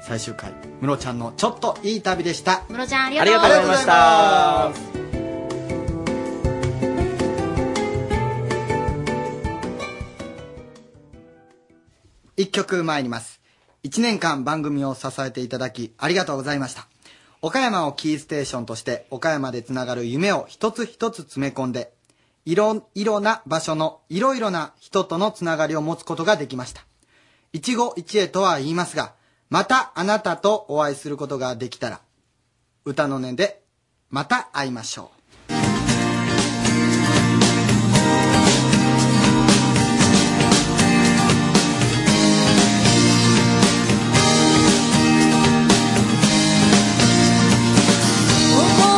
[SPEAKER 2] 最終回ムロちゃんのちょっといい旅でした
[SPEAKER 3] ムロちゃん、あり
[SPEAKER 2] あ
[SPEAKER 3] が
[SPEAKER 2] り
[SPEAKER 3] とう
[SPEAKER 2] がとうございました一曲参ります一年間番組を支えていただきありがとうございました岡山をキーステーションとして岡山でつながる夢を一つ一つ詰め込んでいろいろな場所のいろいろな人とのつながりを持つことができました一期一会とは言いますがまたあなたとお会いすることができたら歌の音でまた会いましょう
[SPEAKER 15] 微笑みながら見てくれることが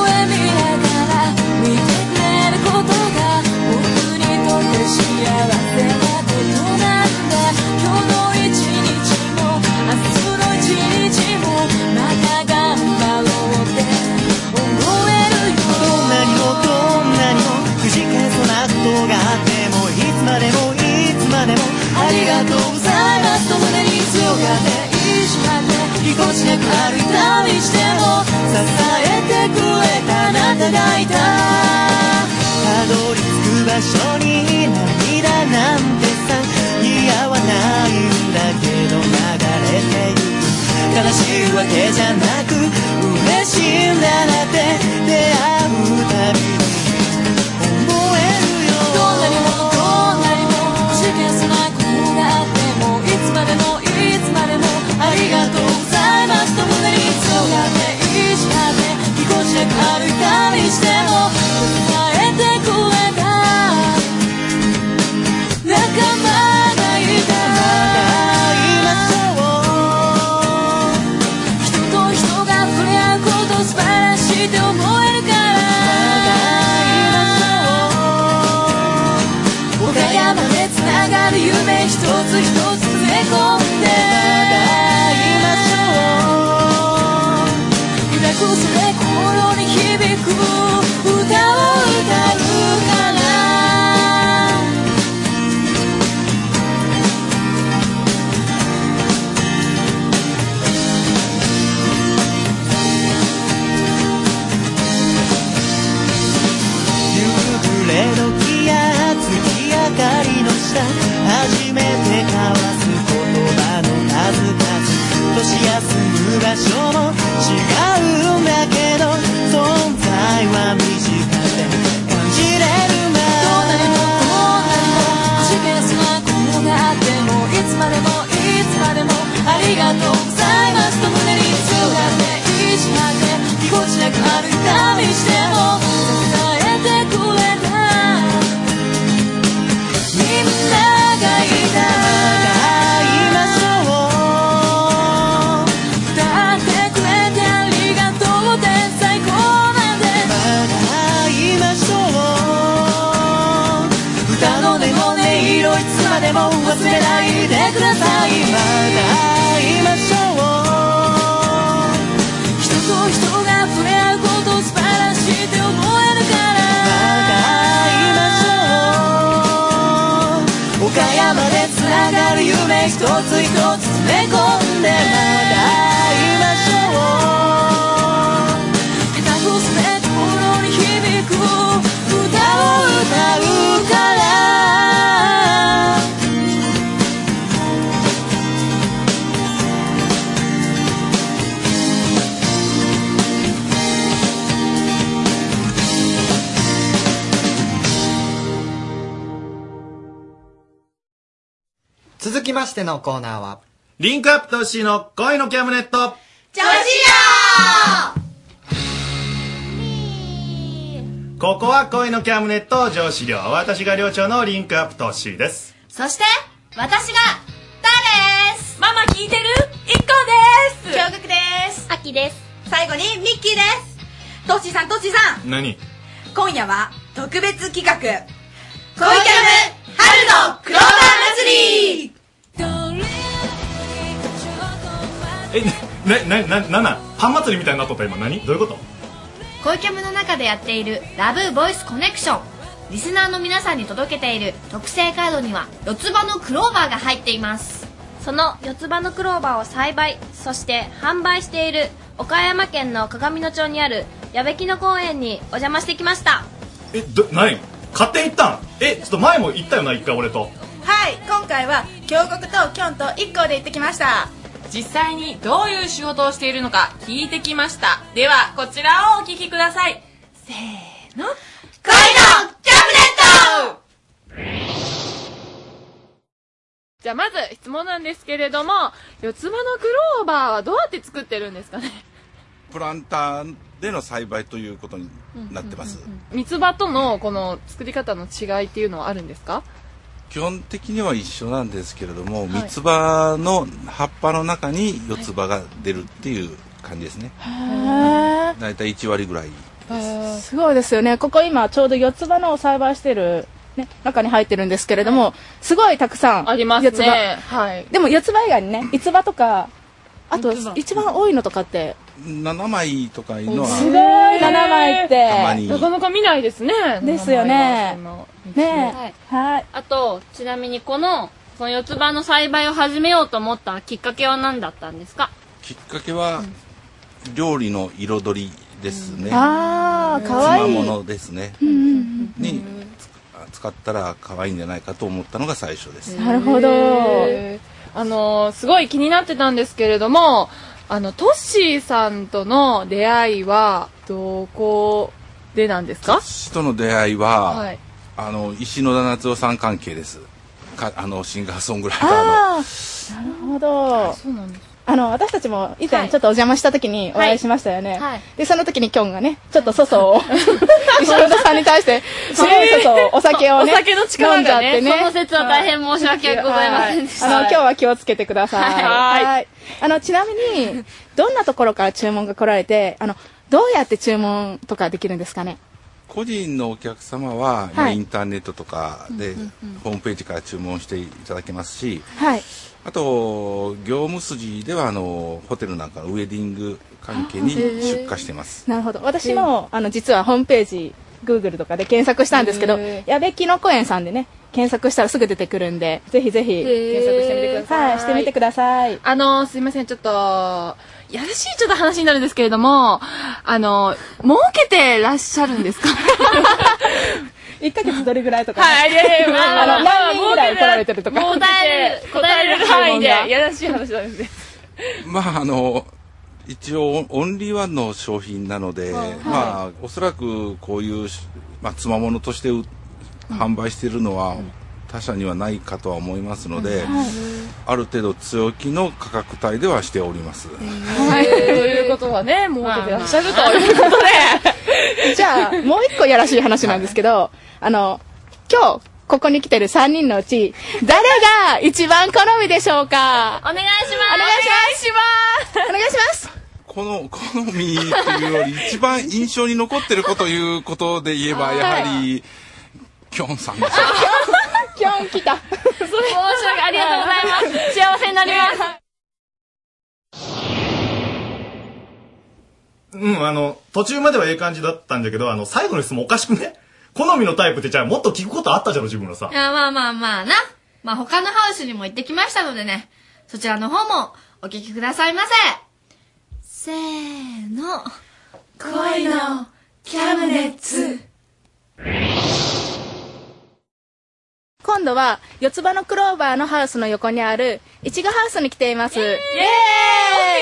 [SPEAKER 15] 僕にとって幸せなことなんだ今日の一日も明日の一日もまた頑張ろうって思えるよ
[SPEAKER 27] どんなにもどんなにもくじけそうなことがあってもいつまでもいつまでもありがとうございますと胸に強がっていしまってぎこちなく歩いたりしても支えてくれたあなたがいたたどり着く場所に涙なんてさ似合わないんだけど流れてゆく悲しいわけじゃなく嬉しいんだなって出会うたびに
[SPEAKER 15] 燃えるよどんなにもどんなにもくじけそうなことがあってもいつまでもいつまでもありがとうございますと胸に強がっていしまってぎこちなく歩いたりしても支えてくれたあなたがいた仲間がいた人と人が触れ合うこと素晴らしいって思えるから岡山でつながる夢一つ一つ詰め込んで今こそで心に響く歌を歌うから
[SPEAKER 27] 暮れ時や月明かりの下初めて交わす言葉の数々年休む場所も違うんだけど存在は身近で感じれるな
[SPEAKER 15] どんなにもどんなにもくじけそうなことがあってもいつまでもいつまでもありがとうござ忘れないでくださいまた会いましょう人と人が触れ合うこと素晴らしいって思えるからまた会いましょう岡山でつながる夢一つ一つ詰め込んでまた会いましょう下手くそで心に響く歌を歌うから
[SPEAKER 2] 続きましてのコーナーは、
[SPEAKER 16] リンクアップとしの恋のキャムネット。
[SPEAKER 15] 女子よ
[SPEAKER 16] ここは恋のキャムネット上司寮。私が寮長のリンクアップとしです。
[SPEAKER 17] そして私がタですママ聞いてる一個です京極ですアキです最後にミッキーですトッシーさんトッシーさん
[SPEAKER 16] 何
[SPEAKER 17] 今夜は特別企画恋キャム春のクローバー祭り
[SPEAKER 16] え、な、な、な、な、な、パン祭りみたいになっとった今何どういうこと
[SPEAKER 23] 恋キャムの中でやっているラブボイスコネクションリスナーの皆さんに届けている特製カードには四つ葉のクローバーが入っています
[SPEAKER 17] その四つ葉のクローバーを栽培そして販売している岡山県の鏡野町にある矢部きの公園にお邪魔してきました
[SPEAKER 16] え、ど、何勝手に行ったんえ、ちょっと前も行ったよな、一回俺と。
[SPEAKER 17] はい今回は京極とキョンと一行で行ってきました
[SPEAKER 20] 実際にどういう仕事をしているのか聞いてきましたではこちらをお聞きくださいせーの
[SPEAKER 21] じゃあまず質問なんですけれども四つ葉のクローバーはどうやって作ってるんですかね
[SPEAKER 32] プランターでの栽培ということになってます、
[SPEAKER 21] 三つ葉とのこの作り方の違いっていうのはあるんですか
[SPEAKER 32] 基本的には一緒なんですけれども、三つ葉の葉っぱの中に四つ葉が出るっていう感じですね、
[SPEAKER 33] へ
[SPEAKER 32] だいたい1割ぐらい
[SPEAKER 33] えすごいですよねここ今ちょうど四つ葉のを栽培してる、ね、中に入ってるんですけれども、すごいたくさんありま
[SPEAKER 21] ねはい
[SPEAKER 33] でも四つ葉以外にね五つ葉とかあと一番多いのとかって
[SPEAKER 32] 7枚とかいうの
[SPEAKER 33] すごい
[SPEAKER 32] は
[SPEAKER 33] 7枚って
[SPEAKER 32] たまになか
[SPEAKER 21] なか見ないですね
[SPEAKER 33] ですよね
[SPEAKER 34] ね
[SPEAKER 33] ねはい
[SPEAKER 34] あとちなみにこのこの四つ葉の栽培を始めようと思ったきっかけは何だったんですか
[SPEAKER 32] きっかけは料理の彩りですね、
[SPEAKER 33] ああかわいい
[SPEAKER 32] つまものですね
[SPEAKER 33] うんうん
[SPEAKER 32] にあ使ったら可愛いんじゃないかと思ったのが最初です
[SPEAKER 33] なるほど
[SPEAKER 21] へーあのすごい気になってたんですけれどもあのトッシーさんとの出会いはどこでなんですか
[SPEAKER 32] 私との出会いは、
[SPEAKER 21] はい
[SPEAKER 32] あの石野田夏夫さん関係ですかあのシンガーソングライターの
[SPEAKER 33] ああなるほどあの私たちも以前ちょっとお邪魔した時にお会いしましたよね、でその時にキョンがねちょっと粗相 を石野田さんに対してすごい粗相をお酒をね
[SPEAKER 34] お酒の
[SPEAKER 33] 飲
[SPEAKER 34] 力がね
[SPEAKER 33] んじゃってね
[SPEAKER 34] その節は大変申し訳ございませんでした
[SPEAKER 33] はいあの今日は気をつけてください
[SPEAKER 34] はい
[SPEAKER 33] あのちなみにどんなところから注文が来られてあのどうやって注文とかできるんですかね
[SPEAKER 32] 個人のお客様は、
[SPEAKER 33] い
[SPEAKER 32] まあインターネットとかで、
[SPEAKER 33] うんうんうん
[SPEAKER 32] ホームページから注文していただけますし
[SPEAKER 33] はい
[SPEAKER 32] あと業務筋ではあのホテルなんかのウェディング関係に
[SPEAKER 33] あー
[SPEAKER 32] 出荷してます
[SPEAKER 33] なるほど私もあの実はホームページ Google とかで検索したんですけど矢部きのこ園さんでね検索したらすぐ出てくるんでぜひぜひ検索してみてください、
[SPEAKER 21] へー
[SPEAKER 33] してみてください
[SPEAKER 21] あのすいませんちょっとやらしいちょっと話になるんですけれどもあの儲けてらっしゃる んですか
[SPEAKER 33] 1ヶ月どれぐらいとか、
[SPEAKER 21] はいいやいや
[SPEAKER 33] あの何人ぐらい取られてるとか
[SPEAKER 21] 答える答える範囲で
[SPEAKER 33] 注文が
[SPEAKER 21] やらしい話なんですね
[SPEAKER 32] まああの一応オンリーワンの商品なので、
[SPEAKER 21] はい
[SPEAKER 32] まあおそらくこういうまあつまものとしてう販売しているのは他社にはないかとは思いますので、ある程度強気の価格帯ではしております。
[SPEAKER 21] はい、ということはね、儲けてらっしゃるということで。
[SPEAKER 33] じ ゃあ、もう一個やらしい話なんですけど、あの、今日、ここに来てる3人のうち、誰が一番好みでしょうか
[SPEAKER 34] お願いします
[SPEAKER 33] お願いします
[SPEAKER 32] この好みというより一番印象 に残ってるこということで言えばやはりキョンさんです。
[SPEAKER 33] キョン来た。
[SPEAKER 34] 申し訳ありがとうござ います。幸せになります。
[SPEAKER 16] うん、あの、途中まではええ感じだったんだけど、あの、最後の質問おかしくね好みのタイプってじゃあもっと聞くことあったじゃろ、自分のさ
[SPEAKER 23] い。や、まあまあまあな。まあ他のハウスにも行ってきましたのでね、そちらの方もお聞きくださいませ。せーの。
[SPEAKER 17] 恋のキャムネッツ。
[SPEAKER 33] 今度は、四つ葉のクローバーのハウスの横にある、いちごハウスに来ています。イエー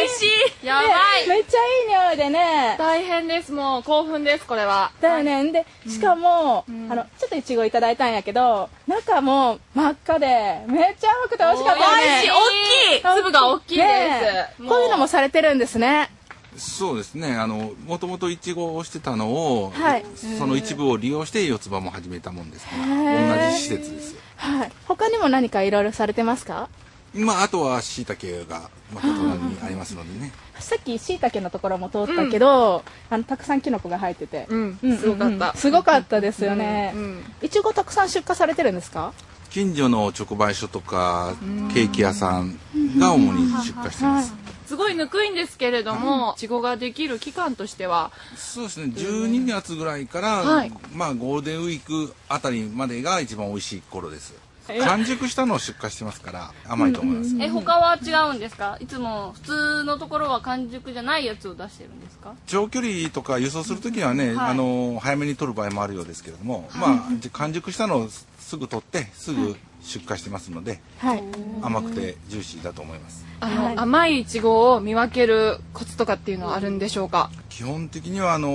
[SPEAKER 34] 美味しいやばい
[SPEAKER 33] めっちゃいい匂いでね。
[SPEAKER 21] 大変です、もう興奮です、これは。
[SPEAKER 33] だよね。で、しかも、あの、ちょっといちごいただいたんやけど、中も真っ赤で、めっちゃ甘くて美味しかったよね。
[SPEAKER 21] 美味しい大きい粒が大きいです
[SPEAKER 33] ねえ
[SPEAKER 21] もう
[SPEAKER 33] こういうのもされてるんですね。
[SPEAKER 32] そうですねあのもともとイチゴをしてたのを、
[SPEAKER 33] はい
[SPEAKER 32] その一部を利用して四つ葉も始めたもんですか
[SPEAKER 33] へ
[SPEAKER 32] ら
[SPEAKER 33] ー
[SPEAKER 32] 同じ施設です
[SPEAKER 33] はい。他にも何かいろいろされてますか
[SPEAKER 32] まああとはしいたけがまあ隣にありますのでね
[SPEAKER 33] さっき椎茸のところも通ったけど、あのたくさんキノコが入ってて、うんうんうん
[SPEAKER 21] すごかった
[SPEAKER 33] すごかったですよね
[SPEAKER 21] うん
[SPEAKER 33] いちごたくさん出荷されてるんですか
[SPEAKER 32] 近所の直売所とかケーキ屋さんが主に出荷してます
[SPEAKER 21] すごいぬくいんですけれども、いちごができる期間としては、
[SPEAKER 32] そうですね12月ぐらいから、
[SPEAKER 21] はい
[SPEAKER 32] まあゴールデンウィークあたりまでが一番美味しい頃です
[SPEAKER 34] え
[SPEAKER 32] 完熟したのを出荷してますから甘いと思います、
[SPEAKER 34] え、他は違うんですかいつも普通のところは完熟じゃないやつを出してるんですか
[SPEAKER 32] 長距離とか輸送するときにはね、
[SPEAKER 34] はい
[SPEAKER 32] あの早めに取る場合もあるようですけれども、まあじ完熟したのをすぐ取ってすぐ出荷してますので、
[SPEAKER 33] はい
[SPEAKER 32] 甘くてジューシーだと思います
[SPEAKER 21] あの、甘いいちごを見分けるコツとかっていうのはあるんでしょうか
[SPEAKER 32] 基本的にはあの、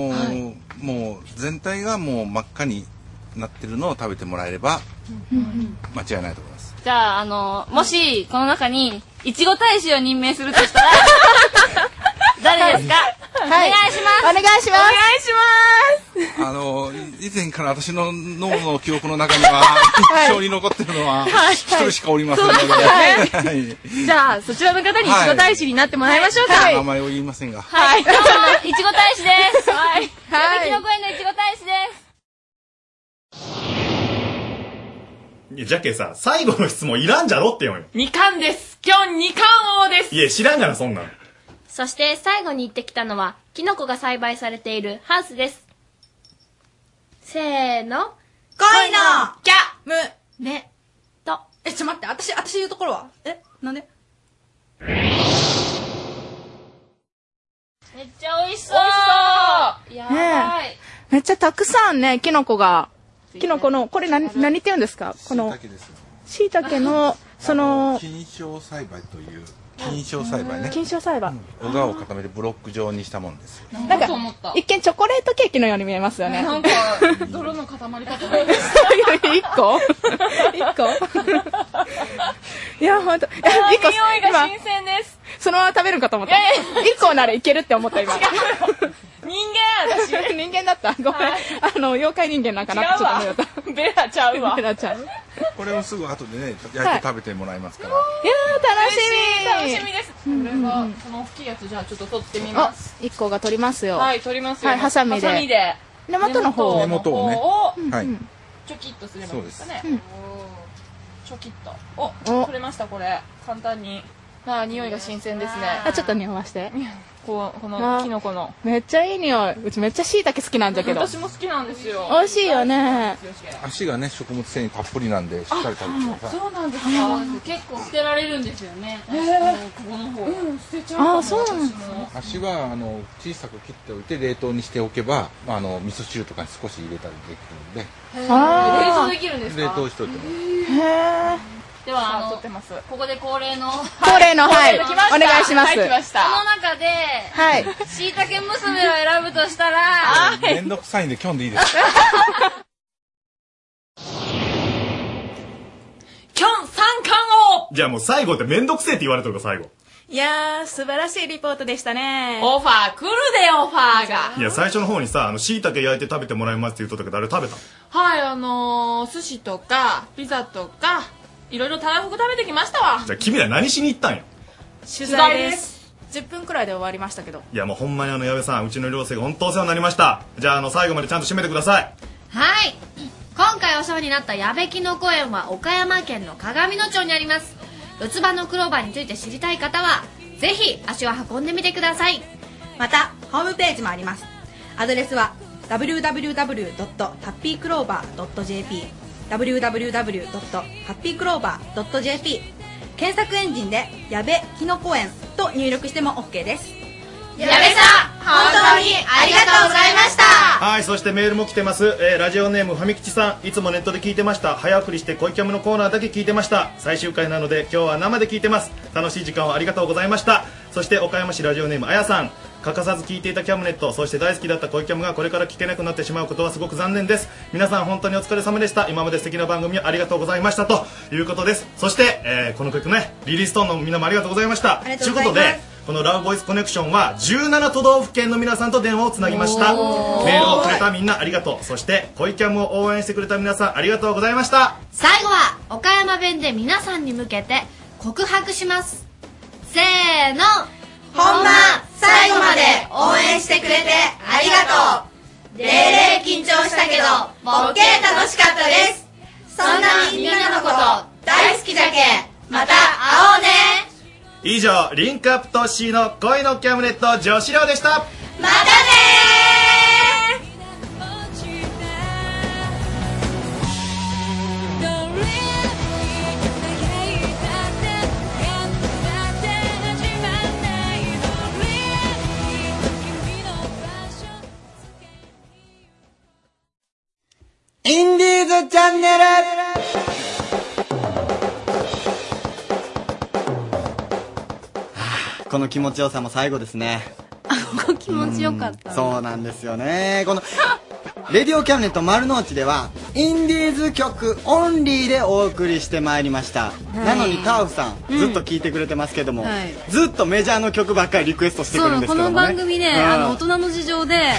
[SPEAKER 32] もう全体がもう真っ赤になってるのを食べてもらえれば間違いないと思 います
[SPEAKER 34] じゃあ、あの、もし、この中に、いちご大使を任命すると したら、誰ですか、
[SPEAKER 33] はい
[SPEAKER 34] お願いします
[SPEAKER 33] お願いします
[SPEAKER 34] お願いします
[SPEAKER 32] あの以前から私の脳の記憶の中には一生に残ってるのは
[SPEAKER 21] はい
[SPEAKER 32] 一人しかおりませんの
[SPEAKER 21] そうです
[SPEAKER 32] で、はい
[SPEAKER 21] じゃあ、そちらの方にいちご大使になってもらいましょうか。
[SPEAKER 32] 名前を言いませんが、
[SPEAKER 34] はい。どうも、いちご大使です。
[SPEAKER 21] はい
[SPEAKER 34] はい。の声のいちご大使です。
[SPEAKER 16] いや、じゃけさ、最後の質問いらんじゃろってよ。
[SPEAKER 20] 二冠です。キョン二冠王です。
[SPEAKER 16] いや、知らんがな、そんなん。
[SPEAKER 23] そして最後に行ってきたのは、キノコが栽培されているハウスです。せーの。
[SPEAKER 17] 恋の
[SPEAKER 23] キャ
[SPEAKER 17] む、
[SPEAKER 23] ね、
[SPEAKER 17] と。え、ちょ待って、私、私言うところはえ、なんで
[SPEAKER 34] めっちゃ美味しそ
[SPEAKER 33] 美味しそう
[SPEAKER 34] う。やばい。
[SPEAKER 33] めっちゃたくさんねキノコがキノコのこれ何何って言うんですかこのしいたけのその
[SPEAKER 32] 菌床栽培という菌床栽培ね
[SPEAKER 33] 菌床栽培、
[SPEAKER 32] 小川を固めてブロック状にしたもんです
[SPEAKER 33] なんか一見チョコレートケーキのように見えますよね
[SPEAKER 21] なんか、泥の塊かと思いました。
[SPEAKER 33] 一個一個 いや本当
[SPEAKER 34] あー
[SPEAKER 33] 一個
[SPEAKER 34] 匂いが
[SPEAKER 33] 今
[SPEAKER 34] 新鮮です。
[SPEAKER 33] そのまま食べるかと思った
[SPEAKER 34] いやいや
[SPEAKER 33] 一個ならいけるって思った今
[SPEAKER 34] 人間、私。
[SPEAKER 33] 人間だったごめん、あの妖怪人間なんかなってちょっと思った
[SPEAKER 34] ベラちゃうわ。
[SPEAKER 33] ベラちゃんいや
[SPEAKER 32] これをすぐ後でね
[SPEAKER 33] は
[SPEAKER 32] 焼い
[SPEAKER 33] い
[SPEAKER 32] て食べてもらいますから、
[SPEAKER 33] ー楽しみ
[SPEAKER 34] 嬉しい楽しみです。
[SPEAKER 33] うんうんうん
[SPEAKER 20] これは、その大きいやつ、じゃあちょっと取ってみ
[SPEAKER 33] あ
[SPEAKER 20] ます。
[SPEAKER 33] 一個が取りますよ
[SPEAKER 20] はい、取りますよ。
[SPEAKER 33] はいハサミで根元の方
[SPEAKER 32] 根元をね
[SPEAKER 34] を、
[SPEAKER 32] はい、
[SPEAKER 20] チョキッとすればいいんですかね。
[SPEAKER 33] そうです
[SPEAKER 20] おーチョキッと。お、取れました、これ。簡単に。あー、匂いが新鮮ですね。
[SPEAKER 33] あちょっと匂わして
[SPEAKER 20] こう、こ
[SPEAKER 33] あ
[SPEAKER 20] のキノコの。
[SPEAKER 33] めっちゃいい匂いうちめっちゃ椎茸好きなんだけど
[SPEAKER 20] 私も好きなんですよ。
[SPEAKER 33] 美味しいよね
[SPEAKER 32] 足がね食物繊維たっぷりなんでしっかり食べてください
[SPEAKER 34] そうなんですか。結構捨てられるんですよね。
[SPEAKER 21] へ
[SPEAKER 34] えここの方。うん、
[SPEAKER 21] 捨てち
[SPEAKER 34] ゃうかも。
[SPEAKER 33] なんです
[SPEAKER 32] 足はあの小さく切っておいて冷凍にしておけば、まあ、あの味噌汁とかに少し入れたりできるので
[SPEAKER 34] あー冷凍できるんですか
[SPEAKER 32] 冷凍しといても
[SPEAKER 33] へえ
[SPEAKER 34] では、あの、ここで恒例の。
[SPEAKER 33] 恒例のはい
[SPEAKER 34] 恒例の来した
[SPEAKER 33] お願いします
[SPEAKER 34] はい来したその中で、
[SPEAKER 33] はい。
[SPEAKER 34] しいたけ娘を選ぶとしたら、
[SPEAKER 32] めんどくさいんで今日でいいです
[SPEAKER 20] キョン三冠王
[SPEAKER 16] じゃあもう最後ってめんどくせえって言われとるから、最後。
[SPEAKER 17] いやー、素晴らしいリポートでしたね。
[SPEAKER 20] オファー来るで、オファーが。
[SPEAKER 16] いや、最初の方にさ、あの、椎茸焼いて食べてもらいますって言うとったけど、あれ食べた
[SPEAKER 20] はい、あのー、寿司とか、ピザとか、いろいろたらふく食べてきましたわ。
[SPEAKER 16] じゃあ君ら何しに行ったんや。
[SPEAKER 17] 取材です。10分くらいで終わりましたけど。
[SPEAKER 16] いや、もうほんまにあの、矢部さん、うちの寮生が本当お世話になりました。じゃあ、あの、最後までちゃんと締めてください。
[SPEAKER 23] はい。今回お世話になった矢部きの公園は岡山県の鏡野町にあります四つ葉のクローバーについて知りたい方はぜひ足を運んでみてください
[SPEAKER 17] またホームページもありますアドレスは www.happyclover.jp www.happyclover.jp 検索エンジンで「やべきのこ園」と入力しても OK です
[SPEAKER 23] 矢部さん本当にありがとうございました
[SPEAKER 16] はい、そしてメールも来てます。えーラジオネームファミキチさん、いつもネットで聞いてました。早送りして恋キャムのコーナーだけ聞いてました。最終回なので今日は生で聞いてます。楽しい時間をありがとうございました。そして岡山市ラジオネームあやさん。欠かさず聞いていたキャムネット、そして大好きだった恋キャムがこれから聞けなくなってしまうことはすごく残念です。皆さん本当にお疲れ様でした。今まで素敵な番組をありがとうございました。ということです。そして、えーこの曲ね、リリーストーンのみんなもありがとうございました。
[SPEAKER 11] ありが
[SPEAKER 16] と
[SPEAKER 11] と
[SPEAKER 16] いうう
[SPEAKER 11] ご
[SPEAKER 16] こ
[SPEAKER 11] ざいま
[SPEAKER 16] と
[SPEAKER 11] す
[SPEAKER 16] で、このラブボイスコネクションは17都道府県の皆さんと電話をつなぎましたメールをくれたみんなありがとうそして恋キャムを応援してくれた皆さんありがとうございました
[SPEAKER 23] 最後は岡山弁で皆さんに向けて告白しますせーの
[SPEAKER 17] 本番最後まで応援してくれてありがとうレーレー緊張したけどもっけー楽しかったですそんなみんなのこと大好きじゃけまた会おうね
[SPEAKER 16] 以上リンクアップと C の恋のキャムネット女子寮でした
[SPEAKER 17] またね
[SPEAKER 2] インディーズチャンネルこの気持ちよさも最後ですね。
[SPEAKER 3] 気持ちよかった
[SPEAKER 2] そうなんですよね。この、レディオキャンネット丸の内では、インディーズ曲オンリーでお送りしてまいりました。
[SPEAKER 3] い
[SPEAKER 2] なのにタオフさん、ずっと聞いてくれてますけども、
[SPEAKER 3] はい
[SPEAKER 2] ずっとメジャーの曲ばっかりリクエストして
[SPEAKER 3] そ
[SPEAKER 2] く
[SPEAKER 3] う
[SPEAKER 2] る
[SPEAKER 3] なん
[SPEAKER 2] で
[SPEAKER 3] の
[SPEAKER 2] す
[SPEAKER 3] こ
[SPEAKER 2] けども
[SPEAKER 3] の
[SPEAKER 2] ね。
[SPEAKER 3] 番組ね、あの
[SPEAKER 2] う
[SPEAKER 3] 大
[SPEAKER 2] ん
[SPEAKER 3] 人の 事情で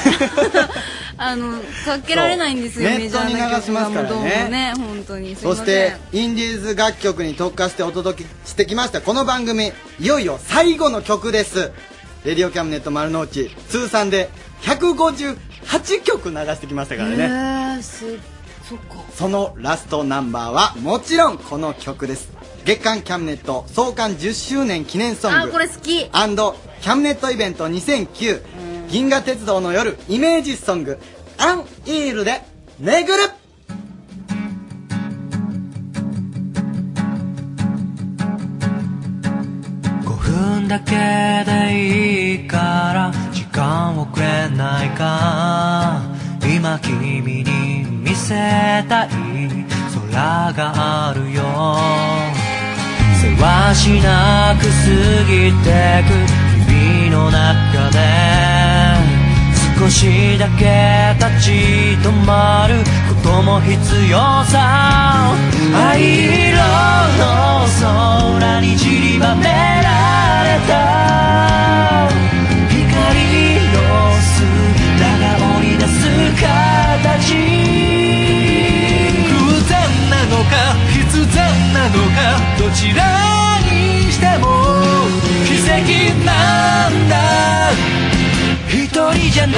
[SPEAKER 3] あのかけられないんですよ
[SPEAKER 2] そう
[SPEAKER 3] メジャーな曲がもうどうも
[SPEAKER 2] ネットに流しますから
[SPEAKER 3] ね
[SPEAKER 2] ね
[SPEAKER 3] 本当にすい
[SPEAKER 2] そ
[SPEAKER 3] ま
[SPEAKER 2] して
[SPEAKER 3] せん
[SPEAKER 2] インディーズ楽曲に特化してお届けしてきましたこの番組いよいよ最後の曲です「レディオキャムネット丸の内」通算で158曲流してきましたから
[SPEAKER 3] え
[SPEAKER 2] ね
[SPEAKER 3] ーすそっか
[SPEAKER 2] そのラストナンバーはもちろんこの曲です月刊キャムネット創刊10周年記念ソング
[SPEAKER 3] あこれ好き
[SPEAKER 2] アンドキャムネットイベント2009銀河鉄道の夜イメージソング「アンイール」で「巡る」
[SPEAKER 15] 5分だけでいいから時間をくれないか今君に見せたい空があるよせわしなく過ぎてく日々の中で少しだけ立ち止まることも必要さ愛色の空に散りばめられた光の砂が織り出す形偶然なのか必然なのかどちらにしても奇跡なんだ一人じゃない僕ら繋がっ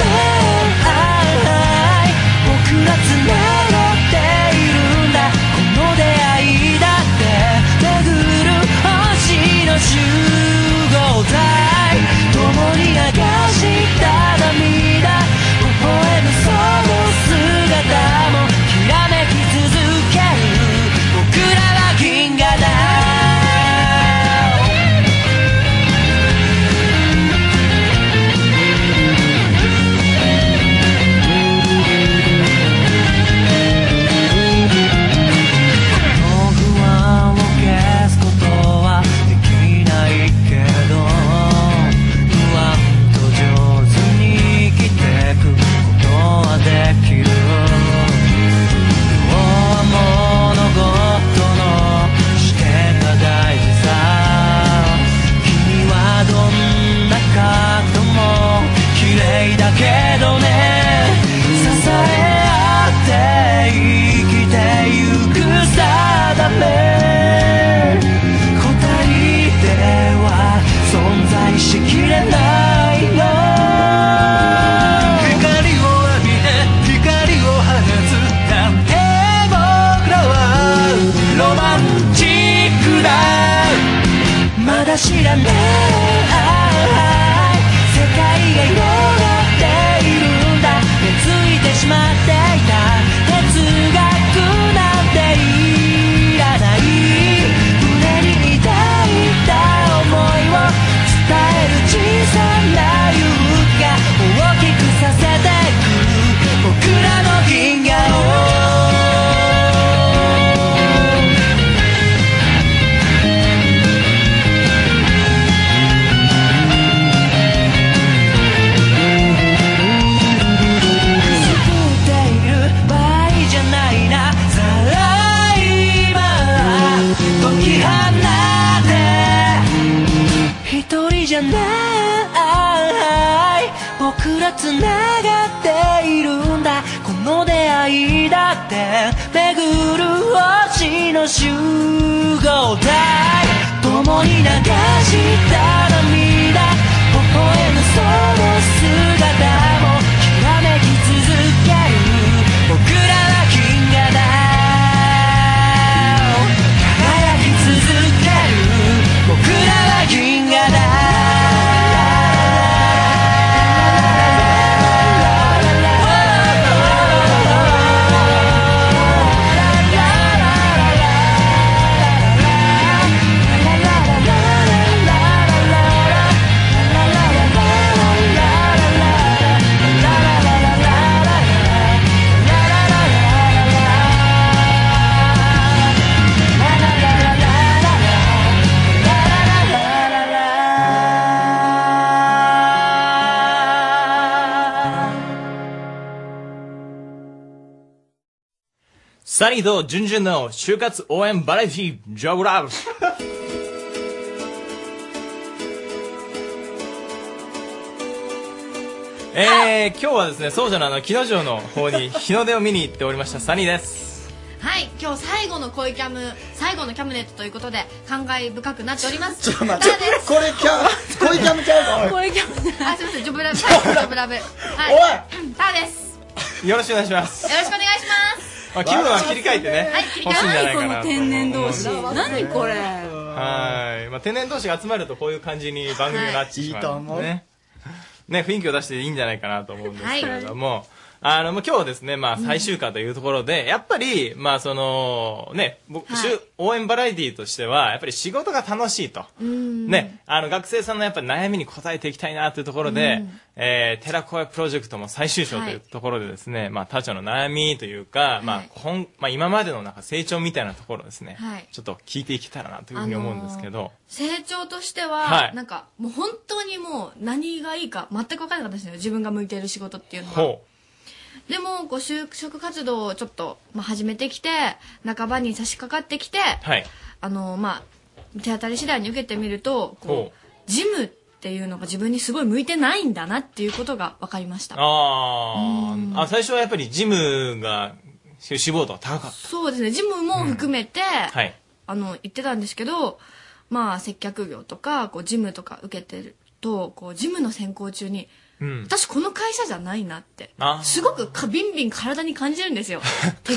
[SPEAKER 15] ているんだこの出会いだって巡る星の集合体
[SPEAKER 1] 僕ら繋がっているんだこの出会いだって巡る星の集合体共に流した涙微笑むその姿もきらめき続ける僕らは銀河だ輝き続ける僕らは銀河だ
[SPEAKER 5] サニーとジュンジュンの就活応援バラエティジョブラブえー、今日はですね、総社のあの、木之城の方に日の出を見に行っておりましたサニーです。
[SPEAKER 23] はい今日最後の恋キャム最後のキャムネットということで感慨深くなっております
[SPEAKER 2] ちょっと待って、これキャ、これキャムちゃうぞ。
[SPEAKER 23] 恋キャムあすいませんジョブラブジョブラブはいターです
[SPEAKER 5] よろしくお願いします。
[SPEAKER 23] よろしくお願いします
[SPEAKER 5] まあ、気分は切り替えてね
[SPEAKER 23] はい、
[SPEAKER 5] 欲しいんじゃないかなと。
[SPEAKER 23] 何これ
[SPEAKER 5] はい。まあ、天然同士が集まるとこういう感じに番組がなってしまう、ね。
[SPEAKER 2] はいいいと思う
[SPEAKER 5] ね。雰囲気を出していいんじゃないかなと思うんですけれども。あの、もう今日ですね、まあ最終回というところで、やっぱり、まあその、ね、僕、しゅ応援バラエティとしては、やっぱり仕事が楽しいと。ね、あの学生さんのやっぱり悩みに応えていきたいなというところで、えー、寺子屋プロジェクトも最終章というところでですね、まあ、タちゃんの悩みというか、まあ、本、まあ、今までのなんか成長みたいなところをですね、
[SPEAKER 23] はい
[SPEAKER 5] ちょっと聞いていけたらなというふうに思うんですけど、
[SPEAKER 23] 成長として
[SPEAKER 5] は
[SPEAKER 23] はいなんかもう本当にもう何がいいか全く分からなかったですよ自分が向いている仕事っていうのは
[SPEAKER 5] ほ
[SPEAKER 23] でもこう就職活動をちょっと、まあ、始めてきて半ばに差し掛かってきて
[SPEAKER 5] う。はい。
[SPEAKER 23] あのまあ手当たり次第に受けてみると
[SPEAKER 5] ほう。
[SPEAKER 23] ジムっていうのが自分にすごい向いてないんだなっていうことが分かりました
[SPEAKER 5] あーあ、最初はやっぱりジムが、し志望度が高かっ
[SPEAKER 23] そうですねジムも含めて、
[SPEAKER 5] た。はい。
[SPEAKER 23] あの言ってたんですけどまあ接客業とかこうジムとか受けてるとこうジムの選考中に
[SPEAKER 5] うん。
[SPEAKER 23] 私この会社じゃないなって
[SPEAKER 5] あー
[SPEAKER 23] すごくかビンビン体に感じるんですよ 適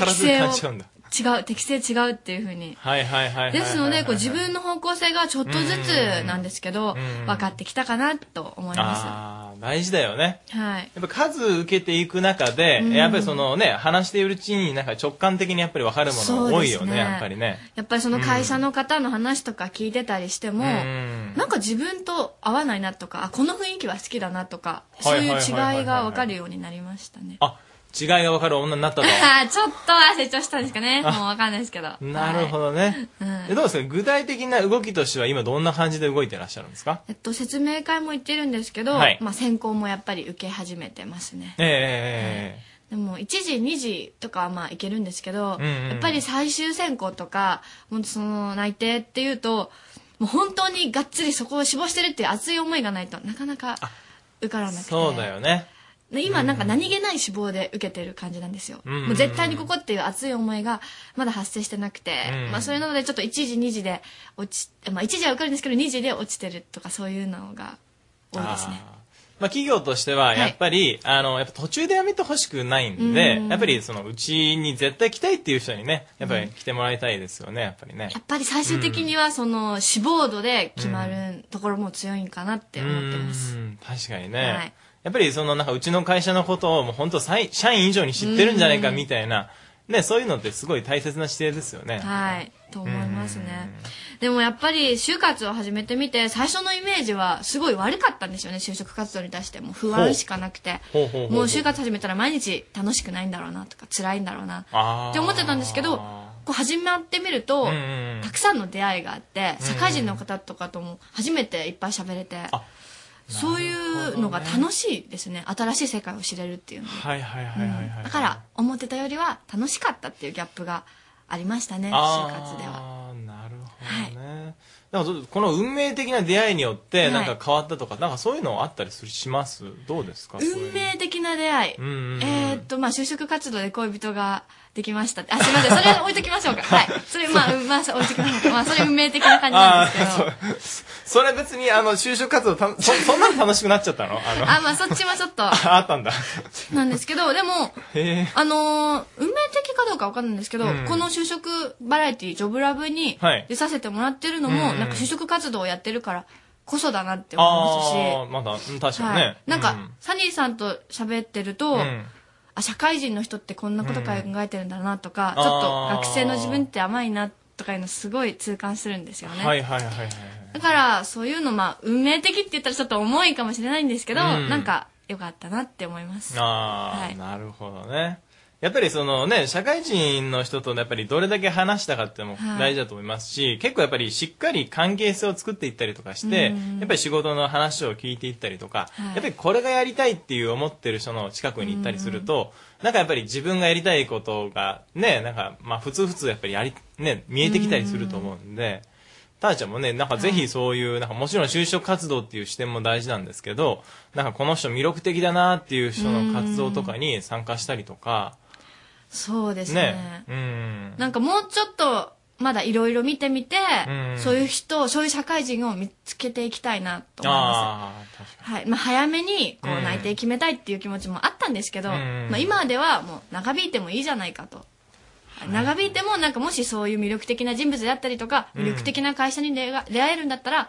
[SPEAKER 5] 体で
[SPEAKER 23] 性を
[SPEAKER 5] 感じちゃうんだ。
[SPEAKER 23] 違う適性違うっていうふうに
[SPEAKER 5] はいはいはいはいはいはい。
[SPEAKER 23] ですので、こう自分の方向性がちょっとずつなんですけど
[SPEAKER 5] うん、
[SPEAKER 23] 分かってきたかなと思いま
[SPEAKER 5] ああ、大事だよね。
[SPEAKER 23] す。はい。
[SPEAKER 5] やっぱ数受けていく中で、
[SPEAKER 23] うん
[SPEAKER 5] やっぱりそのね、話しているうちになんか直感的にやっぱり分かるものが多いよ
[SPEAKER 23] そう
[SPEAKER 5] ね、
[SPEAKER 23] ですね
[SPEAKER 5] やっぱりね。
[SPEAKER 23] やっぱりその会社の方の話とか聞いてたりしても、
[SPEAKER 5] うん
[SPEAKER 23] なんか自分と合わないなとか、あ、この雰囲気は好きだなとか、
[SPEAKER 5] はい
[SPEAKER 23] そう
[SPEAKER 5] はい
[SPEAKER 23] いう
[SPEAKER 5] はい
[SPEAKER 23] 違
[SPEAKER 5] はい
[SPEAKER 23] いが分かるようになりましたね。
[SPEAKER 5] 違いが分かる女になったと。
[SPEAKER 23] あー ちょっとは成長したんですかね。もう分かんな いですけど。
[SPEAKER 5] なるほどね。
[SPEAKER 23] うん
[SPEAKER 5] えどうですか具体的な動きとしては今どんな感じで動いてらっしゃるんですか
[SPEAKER 23] えっと、説明会も行ってるんですけど、
[SPEAKER 5] はい
[SPEAKER 23] まあ選考もやっぱり受け始めてますね。
[SPEAKER 5] え
[SPEAKER 23] でも1時2時とかはまあいけるんですけど、
[SPEAKER 5] うんうんうん
[SPEAKER 23] やっぱり最終選考とかもうその内定っていうともう本当にがっつりそこを志望してるっていう熱い思いがないとなかなか受からな
[SPEAKER 5] え
[SPEAKER 23] くて
[SPEAKER 5] そうだよね。
[SPEAKER 23] で今なんか何気ない志望で受けてる感じなんですよ、
[SPEAKER 5] うんうんうん
[SPEAKER 23] もう絶対にここっていう熱い思いがまだ発生してなくて、
[SPEAKER 5] うん
[SPEAKER 23] まあ、そういうのでちょっと1時2時で落ち、まあ、1時は受かるんですけど2時で落ちてるとかそういうのが多いですね
[SPEAKER 5] あーまあ、企業としては、やっぱり、あの、やっぱ途中でやめてほしくないんで、
[SPEAKER 23] うん
[SPEAKER 5] やっぱりその、うちに絶対来たいっていう人にね、やっぱり来てもらいたいですよね、やっぱりね。
[SPEAKER 23] やっぱり最終的にはその志望度で決まるところも強いんかなって思ってます。
[SPEAKER 5] うん確かにね、
[SPEAKER 23] はい
[SPEAKER 5] やっぱりそのなんかうちの会社のことをもう本当社員以上に知ってるんじゃないかみたいな、ね、そういうのってすごい大切な姿勢ですよね。
[SPEAKER 23] はい。と思いますね。でもやっぱり就活を始めてみて、最初のイメージはすごい悪かったんですよね、就職活動に対して。もう不安しかなくて。
[SPEAKER 5] ほうほうほうほう
[SPEAKER 23] もう就活始めたら毎日楽しくないんだろうなとか、辛いんだろうな。
[SPEAKER 5] あー
[SPEAKER 23] って思ってたんですけど、こう始まってみると、たくさんの出会いがあって、社会人の方とかとも初めていっぱい喋れて、そういうのが楽しいですね。新しい世界を知れるっていうのは
[SPEAKER 5] はいはいはいはいはい。
[SPEAKER 23] だから思ってたよりは楽しかったっていうギャップがありましたね就
[SPEAKER 5] あー
[SPEAKER 23] 活では
[SPEAKER 5] なるほどね、なんかそうこの運命的な出会いによっ
[SPEAKER 23] は
[SPEAKER 5] て
[SPEAKER 23] い
[SPEAKER 5] なんか変わったとか、なんかそういうのあったりするしますどうですかそういう
[SPEAKER 23] 運命的な出会い。
[SPEAKER 5] うんうんうん
[SPEAKER 23] えーっと、まあ、就職活動で恋人ができましたって。あ、すみません。それは置いときましょうか。はい。それ、まあ、まあ、置いときましょうか。まあ、それ運命的な感じなんですけど。
[SPEAKER 5] あー そうそれ別にあの就職活動たそそんなに楽しくなっちゃったのあの
[SPEAKER 23] あ、まあ、そっちはちょっと、
[SPEAKER 5] ああった んだ
[SPEAKER 23] なんですけど、でも、
[SPEAKER 5] へ
[SPEAKER 23] あのー運命的かどうかわかんないんですけど、
[SPEAKER 5] うん
[SPEAKER 23] この就職バラエティ、ジョブラブに
[SPEAKER 5] はい
[SPEAKER 23] 出させてもらってるの
[SPEAKER 5] うん
[SPEAKER 23] も、
[SPEAKER 5] うん
[SPEAKER 23] なんか就職活動をやってるからこそだなって
[SPEAKER 5] え
[SPEAKER 23] 思い
[SPEAKER 5] あ
[SPEAKER 23] ま
[SPEAKER 5] あまだうん
[SPEAKER 23] す
[SPEAKER 5] 確
[SPEAKER 23] し、
[SPEAKER 5] かにね、
[SPEAKER 23] なんか、サニーさんと喋ってると、
[SPEAKER 5] うん
[SPEAKER 23] あ、社会人の人ってこんなこと考えてるんだなとか、
[SPEAKER 5] うん
[SPEAKER 23] ちょっと
[SPEAKER 5] あー
[SPEAKER 23] 学生の自分って甘いなとかいうのすごい痛感するんですよね。
[SPEAKER 5] はいはいはいはい
[SPEAKER 23] だから、そういうの、まあ、運命的って言ったらちょっと重いかもしれないんですけど、
[SPEAKER 5] うん
[SPEAKER 23] なんか、良かったなって思います。
[SPEAKER 5] ああ、
[SPEAKER 23] はい
[SPEAKER 5] なるほどね。やっぱりそのね、社会人の人とやっぱりどれだけ話したかってのも
[SPEAKER 23] はい
[SPEAKER 5] 大事だと思いますし、結構やっぱりしっかり関係性を作っていったりとかして、
[SPEAKER 23] うん
[SPEAKER 5] やっぱり仕事の話を聞いていったりとか、
[SPEAKER 23] はい
[SPEAKER 5] やっぱりこれがやりたいっていう思ってる人の近くに行ったりすると、なんかやっぱり自分がやりたいことがね、なんかまあ普通普通やっぱりやり、ね、見えてきたりすると思うんで、たーちゃんもね、なんかぜひそういう、なんかもちろん就職活動っていう視点も大事なんですけど、なんかこの人魅力的だなっていう人の活動とかに参加したりとか、
[SPEAKER 23] そうですね
[SPEAKER 5] ね。うん。
[SPEAKER 23] なんかもうちょっと、まだいろいろ見てみて、
[SPEAKER 5] うん
[SPEAKER 23] そういう人、そういう社会人を見つけていきたいなと思います。
[SPEAKER 5] ああ、確か
[SPEAKER 23] はい。まあ、早めに、こ
[SPEAKER 5] う
[SPEAKER 23] う、
[SPEAKER 5] ん
[SPEAKER 23] 内定決めたいっていう気持ちもあったんですけど、
[SPEAKER 5] うん
[SPEAKER 23] まあ、今ではもう、長引いてもいいじゃないかと。長引いても、なんかもしそういう魅力的な人物であったりとか、
[SPEAKER 5] うん
[SPEAKER 23] 魅力的な会社に出が出会えるんだったら、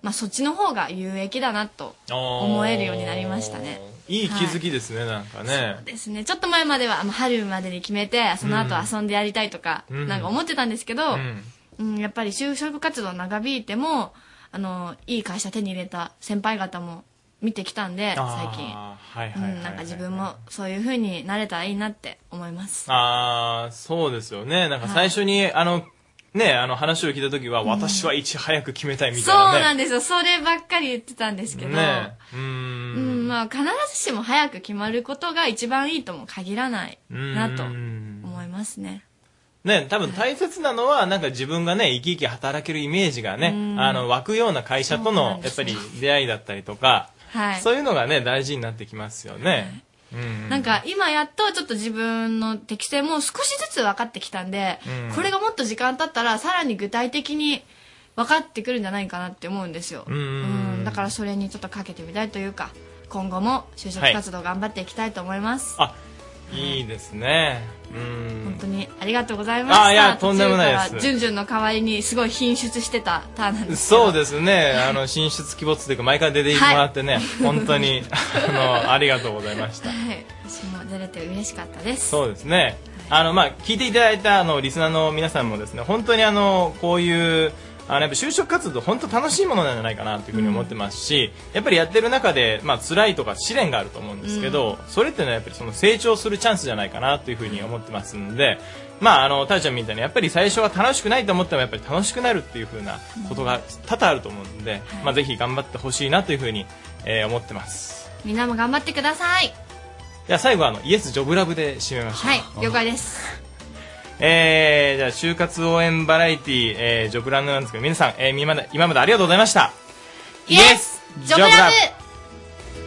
[SPEAKER 23] まあ、そっちの方が有益だなと
[SPEAKER 5] に。
[SPEAKER 23] 思えるようになりましたね。
[SPEAKER 5] いい気づきですね、なんかね。
[SPEAKER 23] ですね。ちょっと前までは、まあ、春までに決めて、その後遊んでやりたいとか、
[SPEAKER 5] うん
[SPEAKER 23] なんか思ってたんですけど、
[SPEAKER 5] うん
[SPEAKER 23] うん、やっぱり就職活動長引いても、あの、いい会社手に入れた先輩方も見てきたんで、最近。
[SPEAKER 5] あーはいはいは
[SPEAKER 23] う
[SPEAKER 5] い、
[SPEAKER 23] ん、なんか自分もそういう風になれたらいいなって思います。
[SPEAKER 5] ああ、そうですよね。なんか
[SPEAKER 23] はい
[SPEAKER 5] 最初に、あの、ね、あの話を聞いた時は、私はいち早く決めたいみた
[SPEAKER 23] そ
[SPEAKER 5] いうなね。
[SPEAKER 23] なんですよ。そればっかり言ってたんですけど、
[SPEAKER 5] ね。う。
[SPEAKER 23] うんん、まあ必ずしも早く決まることが一番いいとも限らないなと思いますね。
[SPEAKER 5] ね、多分大切なのは、なんか自分がね、生き生き働けるイメージがね
[SPEAKER 23] う、ん
[SPEAKER 5] あの、湧くような会社との、やっぱり出会いだったりとか、
[SPEAKER 23] はい。
[SPEAKER 5] そういうのがね、大事になってきますよね。うん。
[SPEAKER 23] なんか今やっとちょっと自分の適性も少しずつ分かってきたんで、
[SPEAKER 5] うん
[SPEAKER 23] これがもっと時間経ったらさらに具体的に分かってくるんじゃないかなって思うんですよ、
[SPEAKER 5] うん
[SPEAKER 23] うんだからそれにちょっとかけてみたいというか今後も就職活動頑張っていきたいと思います、
[SPEAKER 5] あ、いいですね。うん。
[SPEAKER 23] 本当にありがとうございました
[SPEAKER 5] あいやとんでもないです
[SPEAKER 23] 途中からジュンジュンの代わりにすごい品質してたターンなんです
[SPEAKER 5] そうですね。あの、進出鬼没というか、毎回出てもらってね、本当に、あの、ありがとうございました。
[SPEAKER 23] はい私も出れて嬉しかったです
[SPEAKER 5] そうですね。あの、まあ、聞いていただいた、あの、リスナーの皆さんもですね、本当にあの、こういう、あの、やっぱ就職活動、本当楽しいものなんじゃないかなというふうに思ってますし、やっぱりやってる中で、まあ、辛いとか試練があると思うんですけど、それってのはやっぱりその成長するチャンスじゃないかなというふうに思ってますんで、まあ、あの、たーちゃんみたいに、やっぱり最初は楽しくないと思っても、やっぱり楽しくなるっていうふうなことが多々あると思うんで、まあ、ぜひ頑張ってほしいなというふうに、えー思ってます。
[SPEAKER 23] みんなも頑張ってください
[SPEAKER 5] じゃあ最後はあの、イエスジョブラブで締めましょう。
[SPEAKER 23] はい了解です
[SPEAKER 5] えー、じゃあ、就活応援バラエティー、えー、ジョブランドなんですけど、皆さん、えー、今まで、今までありがとうございました。イエス
[SPEAKER 23] ジョブラブ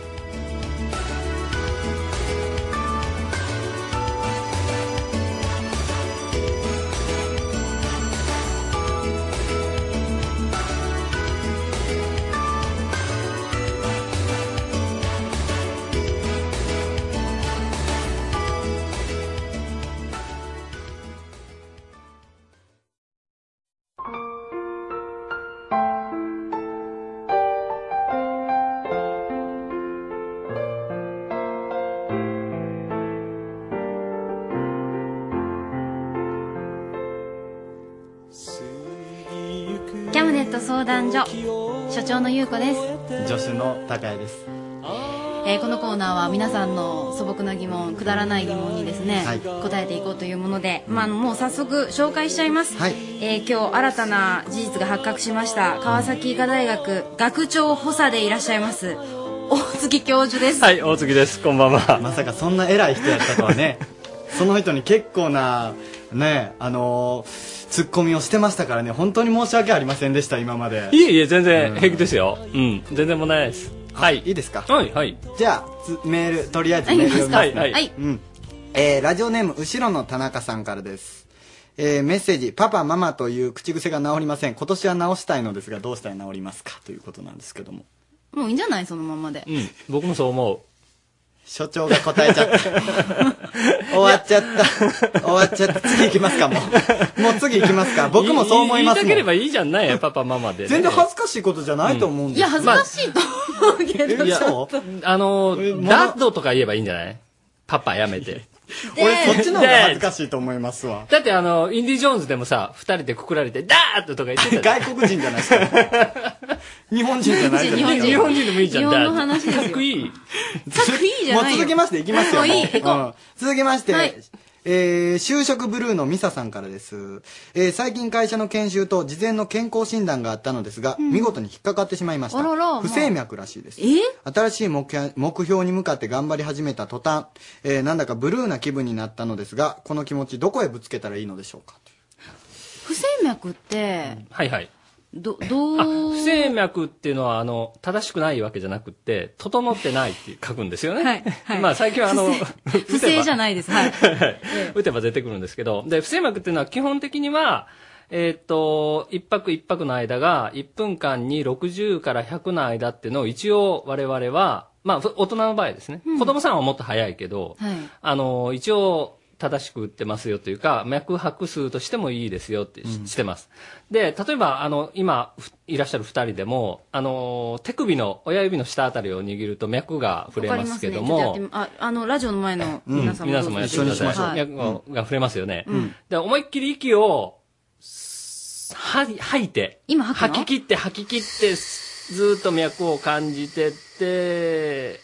[SPEAKER 9] キャムネット相談所所長の優子です、
[SPEAKER 2] 助手の高谷です
[SPEAKER 9] えーこのコーナーは皆さんの素朴な疑問くだらない疑問にですね、
[SPEAKER 2] はい
[SPEAKER 9] 答えていこうというもので、まあ、あのもう早速紹介しちゃいます、
[SPEAKER 2] はい
[SPEAKER 9] えー今日新たな事実が発覚しました川崎医科大学学長補佐でいらっしゃいます大月教授です、
[SPEAKER 2] はい大月ですこんばんはまさかそん な偉い人やったとはねその人に結構なねあのーツッコミをしてましたからね本当に申し訳ありませんでした今まで
[SPEAKER 4] いえいえ、全然平気ですよ。うん、全然問題ないです。
[SPEAKER 2] はいいいですか
[SPEAKER 4] はい、はい。
[SPEAKER 2] じゃあつメールとりあえずメール読みますね
[SPEAKER 4] はいはい
[SPEAKER 2] うんえーラジオネーム後ろの田中さんからですえーメッセージ「パパママ」という口癖が治りません今年は直したいのですがどうしたら治りますかということなんですけども
[SPEAKER 9] もういいんじゃないそのままで。
[SPEAKER 4] うん、僕もそう思う。
[SPEAKER 2] 所長が答えち ゃった。終わっちゃった。終わっちゃった。次行きますか、もう。もう次行きま すか。僕もそう思い
[SPEAKER 4] 言い
[SPEAKER 2] ますもん
[SPEAKER 4] たければいいじゃんない、パパママでね。
[SPEAKER 2] 全然恥ずかしいことじゃないと思うん
[SPEAKER 9] い
[SPEAKER 2] です
[SPEAKER 9] や、恥ずかしいと思うけど、
[SPEAKER 4] いや
[SPEAKER 9] ちょっと。
[SPEAKER 4] あのー、
[SPEAKER 2] も
[SPEAKER 4] ダッドとか言えばいいんじゃないパパやめて。
[SPEAKER 2] 俺そっちの方が恥ず
[SPEAKER 4] か
[SPEAKER 2] しいと思いますわ。
[SPEAKER 4] だってあの、インディ・ジョーンズでもさ、二人でくくられて、ダーッととか言ってたじゃん。
[SPEAKER 2] 外国人じゃないですか。日本人じゃないじゃない
[SPEAKER 4] 日本人でもいいじゃん。
[SPEAKER 2] 日本の
[SPEAKER 4] ダーッと
[SPEAKER 2] 話ですよ
[SPEAKER 4] かっこいい。
[SPEAKER 9] いいじゃない
[SPEAKER 2] もう
[SPEAKER 9] よ
[SPEAKER 2] 続きましていきますよ。
[SPEAKER 9] もういい行こう
[SPEAKER 2] うん続きまして、
[SPEAKER 9] はい
[SPEAKER 2] えー就職ブルーのミサさんからです、えー最近会社の研修と事前の健康診断があったのですが、
[SPEAKER 9] うん
[SPEAKER 2] 見事に引っかかってしまいました
[SPEAKER 9] あらら
[SPEAKER 2] 不整脈らしいです
[SPEAKER 9] え
[SPEAKER 2] 新しい目標目標に向かって頑張り始めた途端、えーなんだかブルーな気分になったのですがこの気持ちどこへぶつけたらいいのでしょうか
[SPEAKER 9] 不整脈 って、
[SPEAKER 4] はいはい。
[SPEAKER 9] ど、どう、
[SPEAKER 4] あ不整脈っていうのは、あの、正しくないわけじゃなくて、整ってないって書くんですよね。
[SPEAKER 9] はいはい
[SPEAKER 4] まあ最近はあの、
[SPEAKER 9] 不正じゃないです。はい。
[SPEAKER 4] 打てば出てくるんですけど、で、不整脈っていうのは基本的には、えーっと、一泊一泊の間が、1分間に60から100の間っていうのを一応我々は、まあ、ふ大人の場合ですね。子供さんはもっと早いけど、
[SPEAKER 9] はい。
[SPEAKER 4] あの、一応、正しく打ってますよというか、脈拍数としてもいいですよってし,、てます。で、例えば、あの、今、ふいらっしゃる二人でも、あの、手首の親指の下あたりを握ると脈が触れ
[SPEAKER 9] わか
[SPEAKER 4] ま
[SPEAKER 9] りますす
[SPEAKER 4] け
[SPEAKER 9] ね。ち
[SPEAKER 4] ど
[SPEAKER 9] ょっとやっ
[SPEAKER 4] も
[SPEAKER 9] て、みあ、あの、ラジオの前の皆さんもどうぞ
[SPEAKER 4] やってください。
[SPEAKER 9] は
[SPEAKER 4] 脈
[SPEAKER 9] い。
[SPEAKER 4] が触れますよね。で、思いっきり息を、す吐い吐いて、
[SPEAKER 9] 今吐くの
[SPEAKER 4] 吐き切って吐き切って、すずーっと脈を感じてって、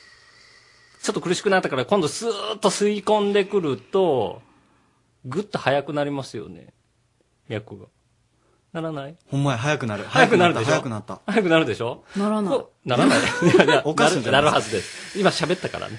[SPEAKER 4] ちょっと苦しくなったから今度スーッと吸い込んでくると、ぐっと速くなりますよね。脈が。ならない
[SPEAKER 2] ほんまや早くなる
[SPEAKER 4] 早くなるでしょ
[SPEAKER 2] 早くなった
[SPEAKER 4] 速くなるでしょ
[SPEAKER 9] ならない。
[SPEAKER 4] ならない。いやいや
[SPEAKER 2] おかしいんじゃな
[SPEAKER 4] ないるなるはずです。今喋ったからね。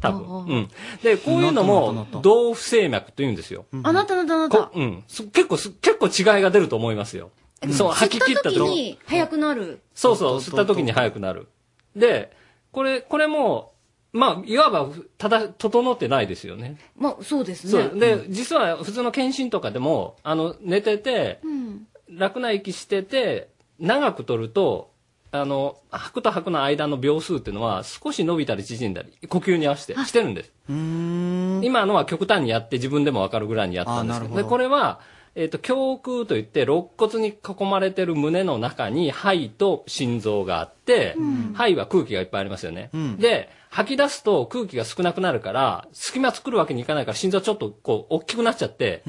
[SPEAKER 4] 多分。
[SPEAKER 9] おうおう
[SPEAKER 4] うん。で、こういうの
[SPEAKER 9] なったなっ
[SPEAKER 4] も
[SPEAKER 9] たなっ、た
[SPEAKER 4] 同不整脈と言うんですよ。
[SPEAKER 9] あなたなたな
[SPEAKER 4] こ
[SPEAKER 9] た。
[SPEAKER 4] うん、す結構す結構違いが出ると思いますよ。そう吐き切った
[SPEAKER 9] 時
[SPEAKER 4] と
[SPEAKER 9] に、早くなる。
[SPEAKER 4] そうそう吸った時に早くなる。でこれこれもまあいわばただ整ってないですよね。
[SPEAKER 9] まあ、そうです
[SPEAKER 4] そう
[SPEAKER 9] ね。
[SPEAKER 4] で、実は普通の検診とかでもあの寝てて
[SPEAKER 9] うん。
[SPEAKER 4] 楽な息してて長く取ると。あの吐くと吐くの間の秒数っていうのは少し伸びたり縮んだり呼吸に合わせてしてるんです今のは極端にやって自分でも分かるぐらいにやったんですけど
[SPEAKER 2] あなるほど
[SPEAKER 4] でこれは、えっと胸腔といって肋骨に囲まれてる胸の中に肺と心臓があって、
[SPEAKER 2] うん
[SPEAKER 4] 肺は空気がいっぱいありますよね、
[SPEAKER 2] うん
[SPEAKER 4] で吐き出すと空気が少なくなるから隙間作るわけにいかないから心臓ちょっとこう大きくなっちゃって、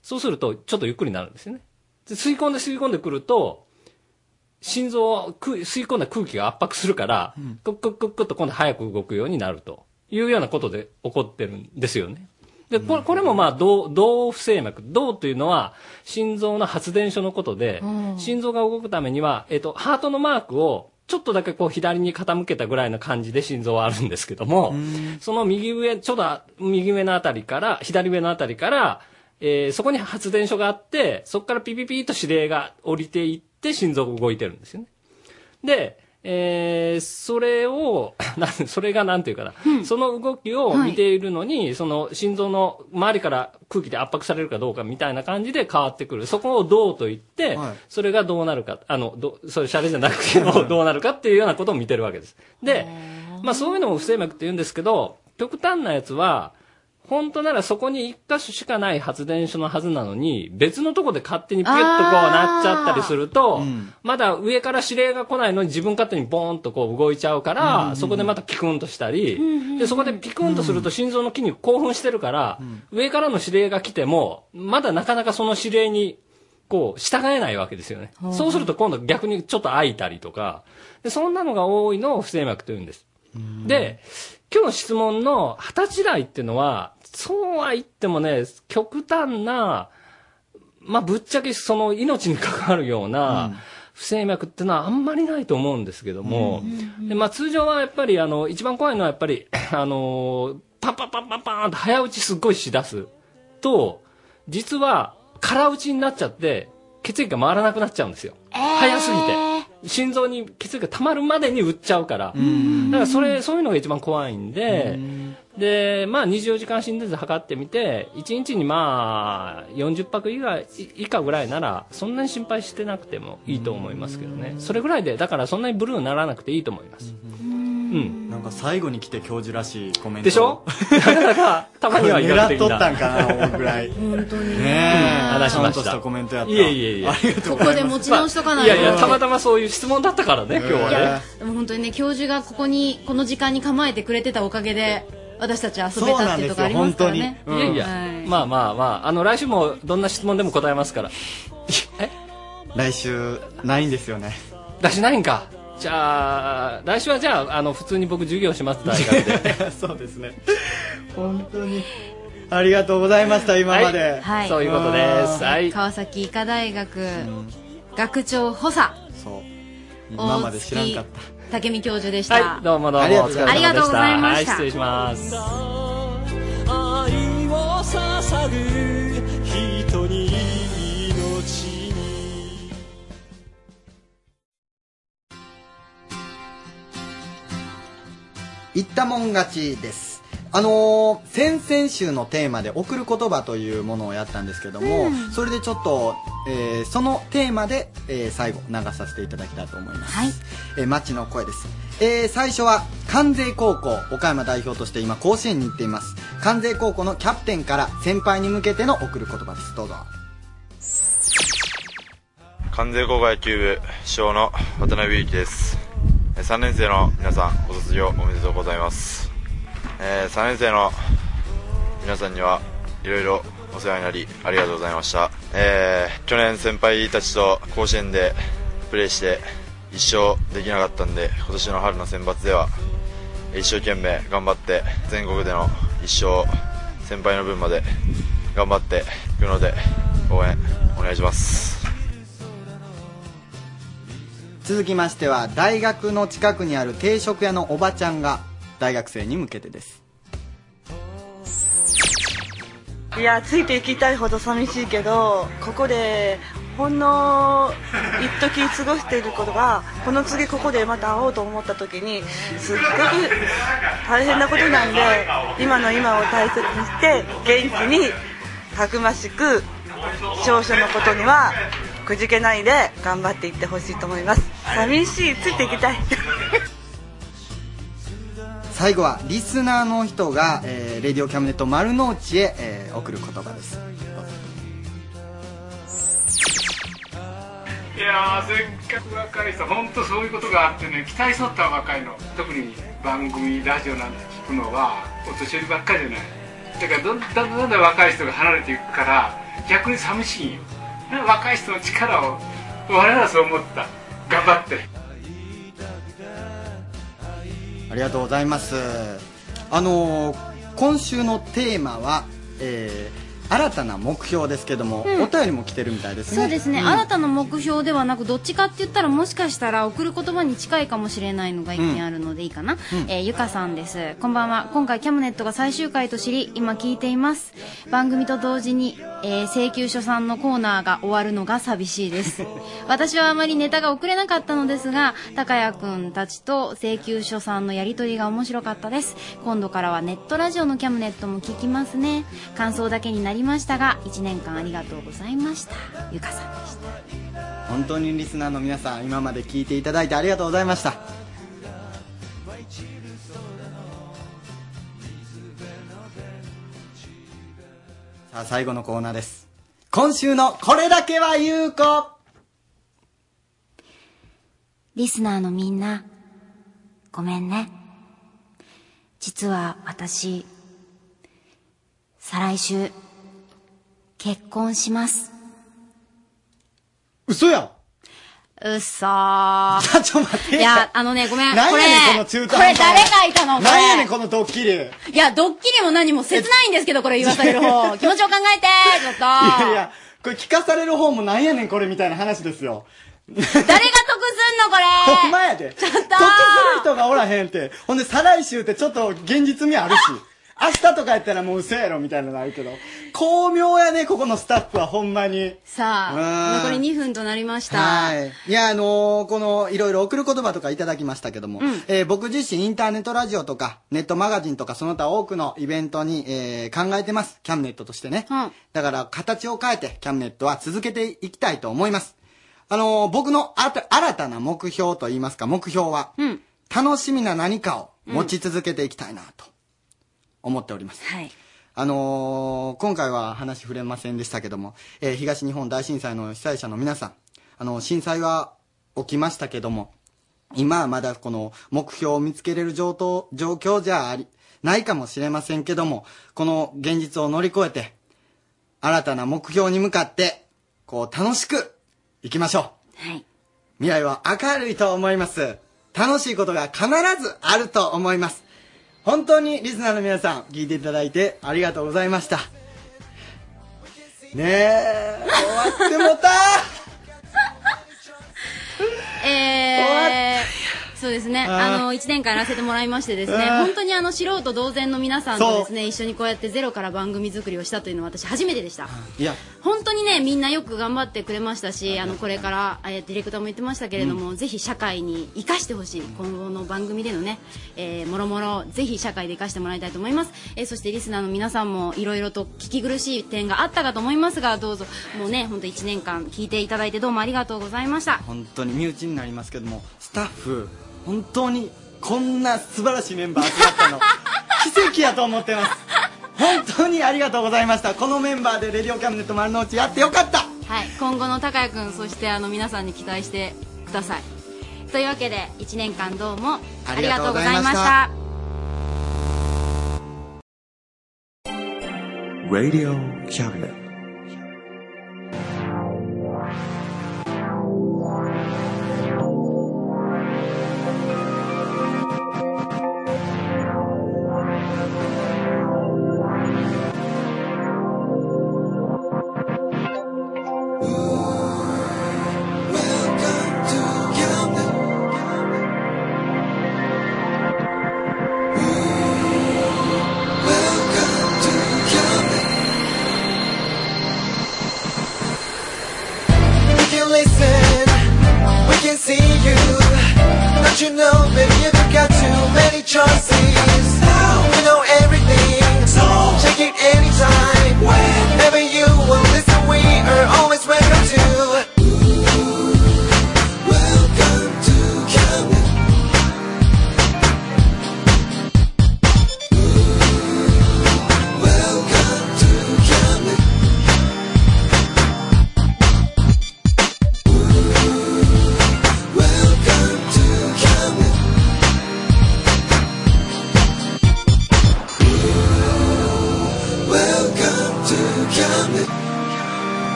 [SPEAKER 4] そうするとちょっとゆっくりになるんですよねで吸い込んで吸い込んでくると心臓をく吸い込んだ空気が圧迫するから、クックックックッと今度早く動くようになるというようなことで起こってるんですよね。で、これこれもまあ、動、動不整脈。動というのは、心臓の発電所のことで、心臓が動くためには、えっと、ハートのマークを、ちょっとだけこう左に傾けたぐらいの感じで心臓はあるんですけども、その右上、ちょうど右上のあたりから、左上のあたりから、えーそこに発電所があって、そこからピピピーと指令が降りていって、心臓が動いてるんですよね。で、えーそれを、 なんそれがなんていうかな、その動きを見ているのに、その心臓の周りから空気で圧迫されるかどうかみたいな感じで変わってくる。そこをどうと言って、それがどうなるか、あの、どそれシャレじゃなくてもどうなるかっていうようなことを見てるわけです。で、まあそういうのも不整脈って言うんですけど、極端なやつは、本当ならそこに一箇所しかない発電所のはずなのに、別のとこで勝手にピュッとこうなっちゃったりすると、まだ上から指令が来ないのに自分勝手にボーンとこう動いちゃうから、そこでまたピクンとしたり、で、そこでピクンとすると心臓の筋肉興奮してるから、上からの指令が来ても、まだなかなかその指令に、こう、従えないわけですよね
[SPEAKER 8] ほ。う
[SPEAKER 4] そうすると今度逆にちょっと開いたりとか、で、そんなのが多いのを不整脈というんです。で、今日の質問の二十歳代っていうのは、そうは言ってもね、極端な、まあ、ぶっちゃけその命に関わるような不整脈ってのはあんまりないと思うんですけども、でまあ、通常はやっぱりあの、一番怖いのはやっぱり、あのーパンパンパンパンパンと早打ちすっごいしだすと、実は空打ちになっちゃって、血液が回らなくなっちゃうんですよ。早すぎて。心臓に血液が溜まるまでに打っちゃうから。だからそれ、そういうのが一番怖いんで、で、まあ24時間心電図測ってみて、1日にまあ40拍以外、い以下ぐらいなら、そんなに心配してなくてもいいと思いますけどね。それぐらいで、だからそんなにブルーにならなくていいと思います。うん。
[SPEAKER 2] なんか最後に来て教授らしいコメント。
[SPEAKER 4] でしょたまには医学的な
[SPEAKER 2] これ狙っとったんかな、思うぐらい。本当に。ねえ。
[SPEAKER 4] 話しました
[SPEAKER 2] ちゃんとしたコメントやった。
[SPEAKER 4] いえいえいえ
[SPEAKER 2] ありがとうご
[SPEAKER 3] こ
[SPEAKER 2] ざ
[SPEAKER 3] こ
[SPEAKER 2] い
[SPEAKER 3] で
[SPEAKER 2] ます。
[SPEAKER 3] 持ち直しとかない
[SPEAKER 4] い
[SPEAKER 3] と、
[SPEAKER 4] やいや、たまたまそういう質問だったからね、今日はね。
[SPEAKER 3] でも本当にね教授がここにこの時間に構えてくれてたおかげで私たち遊べたっていうとこありますからね
[SPEAKER 4] いやいや、
[SPEAKER 3] はい
[SPEAKER 4] まあまあまあ、あの、来週もどんな質問でも答えますから。
[SPEAKER 2] 来週、ないんですよね。
[SPEAKER 4] 来週ないんか。じゃあ、来週はじゃあ、あの、普通に僕授業します、大学で。
[SPEAKER 2] そうですね。本当に。ありがとうございました、今まで。
[SPEAKER 3] はい川崎医科大学、学長補佐
[SPEAKER 2] そう。
[SPEAKER 3] 今
[SPEAKER 2] 今
[SPEAKER 3] ま
[SPEAKER 2] ま
[SPEAKER 3] で
[SPEAKER 2] で
[SPEAKER 3] 知
[SPEAKER 2] 知
[SPEAKER 3] ら
[SPEAKER 2] ら
[SPEAKER 3] ん
[SPEAKER 2] ん
[SPEAKER 3] か
[SPEAKER 2] か
[SPEAKER 3] っ
[SPEAKER 2] ったた。
[SPEAKER 3] 竹見教授でした、
[SPEAKER 4] はい、どうもどうも。
[SPEAKER 3] ありがとうございました
[SPEAKER 4] お疲れ様でし
[SPEAKER 3] ありがとうございました
[SPEAKER 4] はい、失礼します。
[SPEAKER 15] 愛を捧ぐ人に命
[SPEAKER 2] 言ったもん勝ちです。あのー先々週のテーマで「贈る言葉」というものをやったんですけども、
[SPEAKER 3] うん
[SPEAKER 2] それでちょっと、えーそのテーマで、えー最後流させていただきたいと思います、えー街の声です、えー最初は関西高校岡山代表として今甲子園に行っています関西高校のキャプテンから先輩に向けての贈る言葉ですどうぞ
[SPEAKER 8] 関西高校野球部主将の渡辺裕樹ですえー3年生の皆さんご卒業おめでとうございます、えー3年生の皆さんにはいろいろお世話になりありがとうございました、えー去年先輩たちと甲子園でプレーして一勝できなかったんで今年の春の選抜ではえー一生懸命頑張って全国での一勝先輩の分まで頑張っていくので応援お願いします
[SPEAKER 2] 続きましては大学の近くにある定食屋のおばちゃんが大学生に向けてです
[SPEAKER 35] いやついていきたいほど寂しいけどここでほんの一時過ごしていることがこの次ここでまた会おうと思った時にすっごく大変なことなんで今の今を大切にして元気にたくましく少々のことにはくじけないで頑張っていってほしいと思います寂しいついていきたい
[SPEAKER 2] 最後はリスナーの人が、えーレディオキャムネット丸の内へ、えー送る言葉です
[SPEAKER 18] いやーせっかく若い人本当そういうことがあってね期待しとった若いの特に番組ラジオなんて聞くのはお年寄りばっかりじゃないだからどんどんどんどん若い人が離れていくから逆に寂しいんよ若い人の力を我々はそう思った頑張って
[SPEAKER 2] ありがとうございますあのー今週のテーマは、えー新たな目標ですけども、
[SPEAKER 3] うん
[SPEAKER 2] お便りも来てるみたいですね
[SPEAKER 3] そうですね、
[SPEAKER 2] ん
[SPEAKER 3] 新たな目標ではなくどっちかって言ったらもしかしたら送る言葉に近いかもしれないのが一見あるのでいいかな、えーゆかさんですこんばんは今回キャムネットが最終回と知り今聞いています番組と同時に、えー請求書さんのコーナーが終わるのが寂しいです私はあまりネタが送れなかったのですが高谷くんたちと請求書さんのやりとりが面白かったです今度からはネットラジオのキャムネットも聞きますね感想だけになりましたが1年間ありがとうございましたゆかさんでした
[SPEAKER 2] 本当にリスナーの皆さん今まで聞いていただいてありがとうございましたさあ最後のコーナーです今週のこれだけは有効
[SPEAKER 3] リスナーのみんな、ごめんね。実は私、再来週、結婚します。
[SPEAKER 2] 嘘やん
[SPEAKER 3] うっそー。
[SPEAKER 2] ちょ待って
[SPEAKER 3] いや、あのね、ごめん。
[SPEAKER 2] 何
[SPEAKER 3] これ
[SPEAKER 2] やねんこの中途
[SPEAKER 3] これ
[SPEAKER 2] 半端な
[SPEAKER 3] 誰がいたのこれ。
[SPEAKER 2] 何やねんこのドッキリいや
[SPEAKER 3] いや、ドッキリも何も切ないんですけど、これ言わされる方。気持ちを考えてちょっと。
[SPEAKER 2] いやこれ聞かされる方も何やねんこれみたいな話ですよ
[SPEAKER 3] 誰が得すんのこれ。
[SPEAKER 2] ほんまやで。ちょっと。得する人がおらへんって。ほ んで、再来週ってちょっと現実味あるし。明日とかやったらもう嘘やろみたいなのあるけど。巧妙やね、ここのスタッフは、ほんまに。
[SPEAKER 3] さあ、
[SPEAKER 2] うん
[SPEAKER 3] 残り2分となりました。
[SPEAKER 2] はい。いや、あのーこの、いろいろ送る言葉とかいただきましたけども、
[SPEAKER 3] うん
[SPEAKER 2] えー僕自身インターネットラジオとか、ネットマガジンとか、その他多くのイベントに、えー考えてます。キャムネットとしてね。だから、形を変えて、キャムネットは続けていきたいと思います。あのー僕のあた新たな目標といいますか、目標は、楽しみな何かを持ち続けていきたいな、と思っております。
[SPEAKER 3] はい。
[SPEAKER 2] あのー今回は話触れませんでしたけども、えー東日本大震災の被災者の皆さん、あの、震災は起きましたけども、今はまだこの目標を見つけれる状況状況じゃあり、ないかもしれませんけども、この現実を乗り越えて、新たな目標に向かって、こう楽しく行きましょう。
[SPEAKER 3] はい
[SPEAKER 2] 未来は明るいと思います。楽しいことが必ずあると思います。本当にリスナーの皆さん、聞いていただいてありがとうございました。ねえ、終わってもうた
[SPEAKER 3] えー、そうですね、
[SPEAKER 2] あー
[SPEAKER 3] あの、1年間やらせてもらいましてですね、
[SPEAKER 2] あー
[SPEAKER 3] 本当にあの、素人同然の皆さん
[SPEAKER 2] そう
[SPEAKER 3] とですね、一緒にこうやってゼロから番組作りをしたというのは私初めてでした。
[SPEAKER 2] いや、
[SPEAKER 3] 本当にね、みんなよく頑張ってくれましたし、あの、これから、えーディレクターも言ってましたけれども、ぜひ社会に生かしてほしい。今後の番組でのね、えーもろもろ、ぜひ社会で生かしてもらいたいと思います。えーそしてリスナーの皆さんも、いろいろと聞き苦しい点があったかと思いますが、どうぞ、もうね、本当1年間聞いていただいてどうもありがとうございました。
[SPEAKER 2] 本当に身内になりますけどもスタッフ本当にこんな素晴らしいメンバー集ま ったの奇跡やと思ってます本当にありがとうございましたこのメンバーで「レディオキャムネット丸の内」やってよかった
[SPEAKER 3] はい、今後の高谷君そしてあの皆さんに期待してくださいというわけで1年間どうもありがとうございました
[SPEAKER 6] Radio Cabinet.